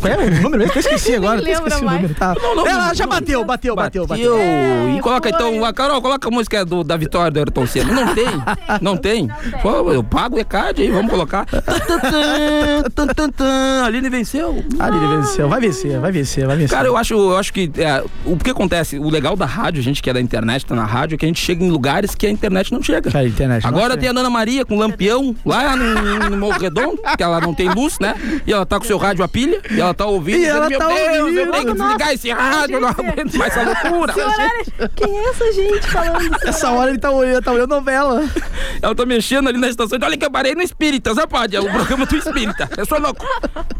Speaker 2: Qual é o número mesmo? Eu esqueci agora. Eu
Speaker 5: lembra
Speaker 2: esqueci o
Speaker 5: mais.
Speaker 2: número. Tá.
Speaker 3: Não, não,
Speaker 2: Ela
Speaker 3: não,
Speaker 2: já
Speaker 3: não.
Speaker 2: bateu, bateu, bateu,
Speaker 3: Bateu.
Speaker 2: bateu.
Speaker 3: e coloca então, a Carol, coloca a música do- da vitória do Ayrton Senna. Não tem, não tem. Pô, eu pago o ECAD aí, vamos colocar. Tan, tan, tan, Aline venceu.
Speaker 2: Aline Ah, venceu, vai vencer, vai vencer, vai vencer.
Speaker 3: Cara, eu acho, eu acho que é, o que acontece, o legal da rádio, a gente que é da internet, tá na rádio, é que a gente chega em lugares que a internet não chega.
Speaker 2: Cara, a internet não
Speaker 3: Agora
Speaker 2: chega.
Speaker 3: tem a Dona Maria com lampião lá no, no Morro Redondo, que ela não tem luz, né? E ela tá com seu rádio a pilha, e ela tá ouvindo,
Speaker 2: E
Speaker 3: dizendo,
Speaker 2: ela
Speaker 3: meu
Speaker 2: tá
Speaker 3: Deus, eu
Speaker 2: ouvindo."
Speaker 3: tenho que desligar
Speaker 2: Nossa,
Speaker 3: esse rádio, eu não aguento mais essa loucura.
Speaker 14: Esse horário- Quem é essa gente falando?
Speaker 2: Essa hora ele tá olhando, tá olhando novela.
Speaker 3: Ela tá mexendo ali na estação, olha que eu parei no Espírita, Zapad, é o programa do Espírita, eu sou louco.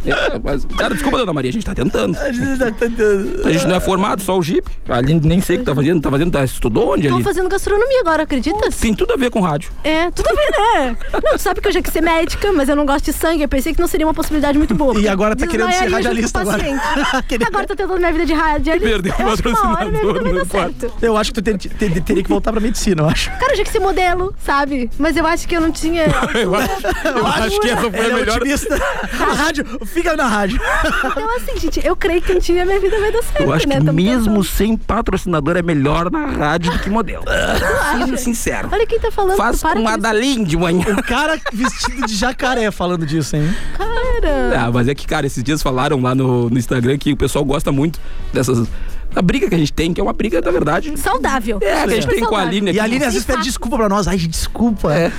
Speaker 3: É, mas, cara, desculpa, Dona Maria, *laughs* a gente tá tentando.
Speaker 2: A gente tá tentando.
Speaker 3: A gente não é formado, só o Jeep. Ali nem sei o que tá fazendo, tá fazendo, tá, estudou onde
Speaker 5: Tô
Speaker 3: ali?
Speaker 5: fazendo gastronomia agora, acreditas?
Speaker 3: Tem tudo a ver com rádio.
Speaker 5: É, tudo bem, né? Não, tu sabe que eu já quis ser médica, mas eu não gosto de sangue. Eu pensei que não seria uma possibilidade muito
Speaker 3: *laughs*
Speaker 5: boa.
Speaker 2: E agora tá
Speaker 5: Diz
Speaker 2: querendo
Speaker 5: Nayara,
Speaker 2: ser
Speaker 5: eu já
Speaker 2: radialista
Speaker 5: fico
Speaker 2: agora.
Speaker 5: paciente. agora tô tentando minha vida de radialista.
Speaker 3: Perdeu o
Speaker 5: Eu acho que uma hora minha vida
Speaker 3: patrocinador
Speaker 5: também dá
Speaker 3: no quarto.
Speaker 5: certo.
Speaker 2: Eu acho que tu ter- ter- teria que voltar pra medicina, eu acho.
Speaker 5: Cara, eu já quis ser modelo, sabe? Mas eu acho que eu não tinha.
Speaker 3: *laughs* Eu acho, eu acho que essa
Speaker 2: Ele
Speaker 3: foi a
Speaker 2: é
Speaker 3: melhor. *laughs*
Speaker 2: otimista. A rádio, fica na rádio.
Speaker 5: Então, assim, gente, eu creio que um dia minha vida vai dar certo,
Speaker 3: Eu acho
Speaker 5: né?
Speaker 3: que
Speaker 5: Tamo
Speaker 3: mesmo sem patrocinador é melhor na rádio do que modelo. Sendo sincero.
Speaker 5: Olha quem tá falando.
Speaker 3: Faz
Speaker 5: para
Speaker 3: com
Speaker 5: com
Speaker 3: a
Speaker 5: isso.
Speaker 3: Dalim de manhã.
Speaker 5: *laughs*
Speaker 2: O cara vestido de jacaré falando disso, hein?
Speaker 5: Cara.
Speaker 3: Ah, mas é que, cara, esses dias falaram lá no, no Instagram que o pessoal gosta muito dessas. A briga que a gente tem, que é uma briga, da verdade.
Speaker 5: Saudável.
Speaker 3: É, que a gente
Speaker 5: Super
Speaker 3: tem com a
Speaker 5: saudável.
Speaker 3: Aline aqui.
Speaker 2: E a Aline às vezes pede desculpa pra nós. Ai, desculpa. É.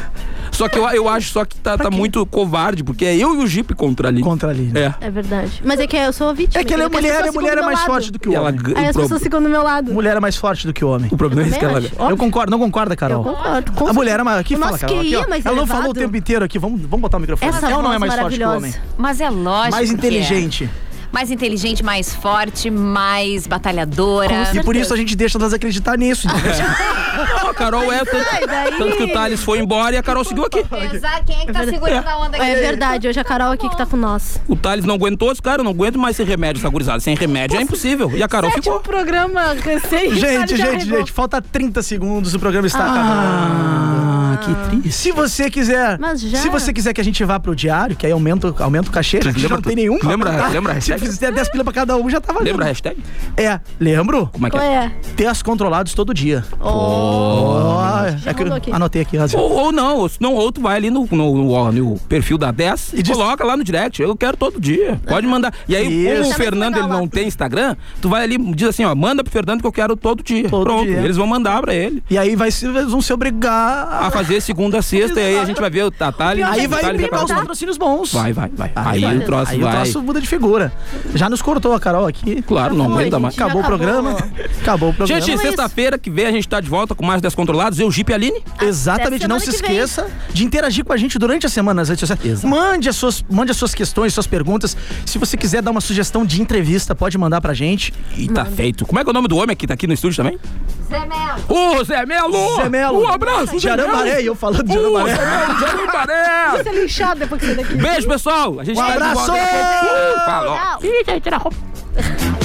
Speaker 3: Só que eu, eu acho só que tá, tá muito covarde, porque é eu e o Jeep contra a Aline.
Speaker 2: Contra a Aline.
Speaker 3: É.
Speaker 5: É verdade. Mas é que eu sou a vítima.
Speaker 2: É que ela é
Speaker 5: entendeu?
Speaker 2: mulher,
Speaker 5: as
Speaker 2: a
Speaker 5: pessoas
Speaker 2: mulher é
Speaker 5: ficam do
Speaker 2: mais
Speaker 5: meu
Speaker 2: forte
Speaker 5: lado.
Speaker 2: do que o
Speaker 3: E ela
Speaker 2: homem.
Speaker 3: ganha.
Speaker 5: Aí as
Speaker 3: Pro-
Speaker 5: pessoas ficam do meu lado.
Speaker 2: Mulher é mais forte do que o homem.
Speaker 3: O problema é
Speaker 5: Eu
Speaker 3: esse que ela.
Speaker 5: também
Speaker 2: Eu concordo, não concorda, Carol?
Speaker 5: Eu concordo, com
Speaker 2: a mulher é mais. Aqui
Speaker 5: O
Speaker 2: fala,
Speaker 5: nosso
Speaker 2: Carol. aqui,
Speaker 5: QI
Speaker 2: ó.
Speaker 5: é mais
Speaker 2: ela não falou o
Speaker 5: elevado.
Speaker 2: tempo inteiro aqui. Vamos, vamos botar o microfone.
Speaker 15: Essa
Speaker 2: ela não
Speaker 15: voz
Speaker 2: é mais forte que o homem.
Speaker 15: maravilhosa. Mas é lógico.
Speaker 2: Mais
Speaker 15: que
Speaker 2: inteligente.
Speaker 15: é. Mais inteligente, mais forte, mais batalhadora.
Speaker 2: E por isso a gente deixa elas acreditar nisso.
Speaker 3: Não, a Carol é.
Speaker 15: Sai daí.
Speaker 3: Tanto, tanto que o Thales foi embora e a Carol seguiu aqui.
Speaker 15: Exato, quem é que tá segurando a onda aqui?
Speaker 5: É verdade, hoje a Carol aqui que tá com nós.
Speaker 3: O Thales não aguentou, os caras não aguento mais sem remédio, essa gurizada. Sem remédio é impossível. E a Carol
Speaker 2: tipo
Speaker 14: Sétimo
Speaker 5: um
Speaker 2: um
Speaker 3: ficou.
Speaker 14: programa recente.
Speaker 2: *laughs* gente, gente, gente, falta 30 segundos. O programa está acabando. Ah, que triste. Se você quiser.
Speaker 5: Mas já-
Speaker 2: Se você quiser que a gente vá pro diário, que aí aumenta, aumenta o cachê, já não tem nenhuma.
Speaker 3: lembra-
Speaker 2: tá?
Speaker 3: lembra a
Speaker 2: Se
Speaker 3: hashtag?
Speaker 2: fizer 10 pila pra cada um, já tá valendo.
Speaker 3: Lembra a hashtag?
Speaker 2: É, lembro?
Speaker 3: Como é que
Speaker 5: Qual
Speaker 3: é?
Speaker 5: é?
Speaker 2: Test controlados todo dia. Ó, é que eu
Speaker 5: rodou aqui.
Speaker 2: anotei aqui. Razia.
Speaker 3: Ou, ou não, ou, se não, ou tu vai ali no, no, no- no perfil da 10 e
Speaker 2: diz- É.
Speaker 3: coloca lá no direct. Eu quero todo dia. Pode mandar. E aí,
Speaker 2: Isso.
Speaker 3: como
Speaker 2: Também
Speaker 3: o Fernando ele não tem Instagram, tu vai ali diz assim, ó, manda pro Fernando que eu quero todo dia.
Speaker 2: Todo
Speaker 3: Pronto.
Speaker 2: dia.
Speaker 3: Eles vão mandar pra ele.
Speaker 2: E aí vai se, eles vão se obrigar
Speaker 3: A fazer fazer segunda a sexta, e aí a gente vai ver o Tatalho.
Speaker 2: Aí vai pintar os patrocínios bons.
Speaker 3: Vai, vai, vai. Aí, o troço
Speaker 2: aí
Speaker 3: vai.
Speaker 2: o troço muda de figura. Já nos cortou a Carol aqui.
Speaker 3: Claro, não aguenta mais.
Speaker 2: Acabou, o programa. Acabou o programa.
Speaker 3: Gente, sexta-feira que vem a gente tá de volta com mais Descontrolados. Eu, Jeep e Aline.
Speaker 2: Exatamente, não se esqueça de interagir com a gente durante a semana nas redes sociais. Mande as, suas, mande as suas questões, suas perguntas. Se você quiser dar uma sugestão de entrevista, pode mandar pra gente.
Speaker 3: E tá feito. Como é que é o nome do homem que tá aqui no estúdio também?
Speaker 2: Zé Melo.
Speaker 3: Ô, Zé Melo!
Speaker 2: Zé Melo.
Speaker 3: Um abraço,
Speaker 2: De Arambaré, eu
Speaker 14: É
Speaker 2: falando de Arambaré.
Speaker 3: *laughs* Arambaré.
Speaker 14: Você né? é linchado depois que você daqui.
Speaker 3: Beijo, pessoal. A gente
Speaker 14: Um
Speaker 3: tá de
Speaker 14: abraço!
Speaker 3: volta daqui a pouco. Uh, Falou.
Speaker 14: Ih, gente, tira a roupa.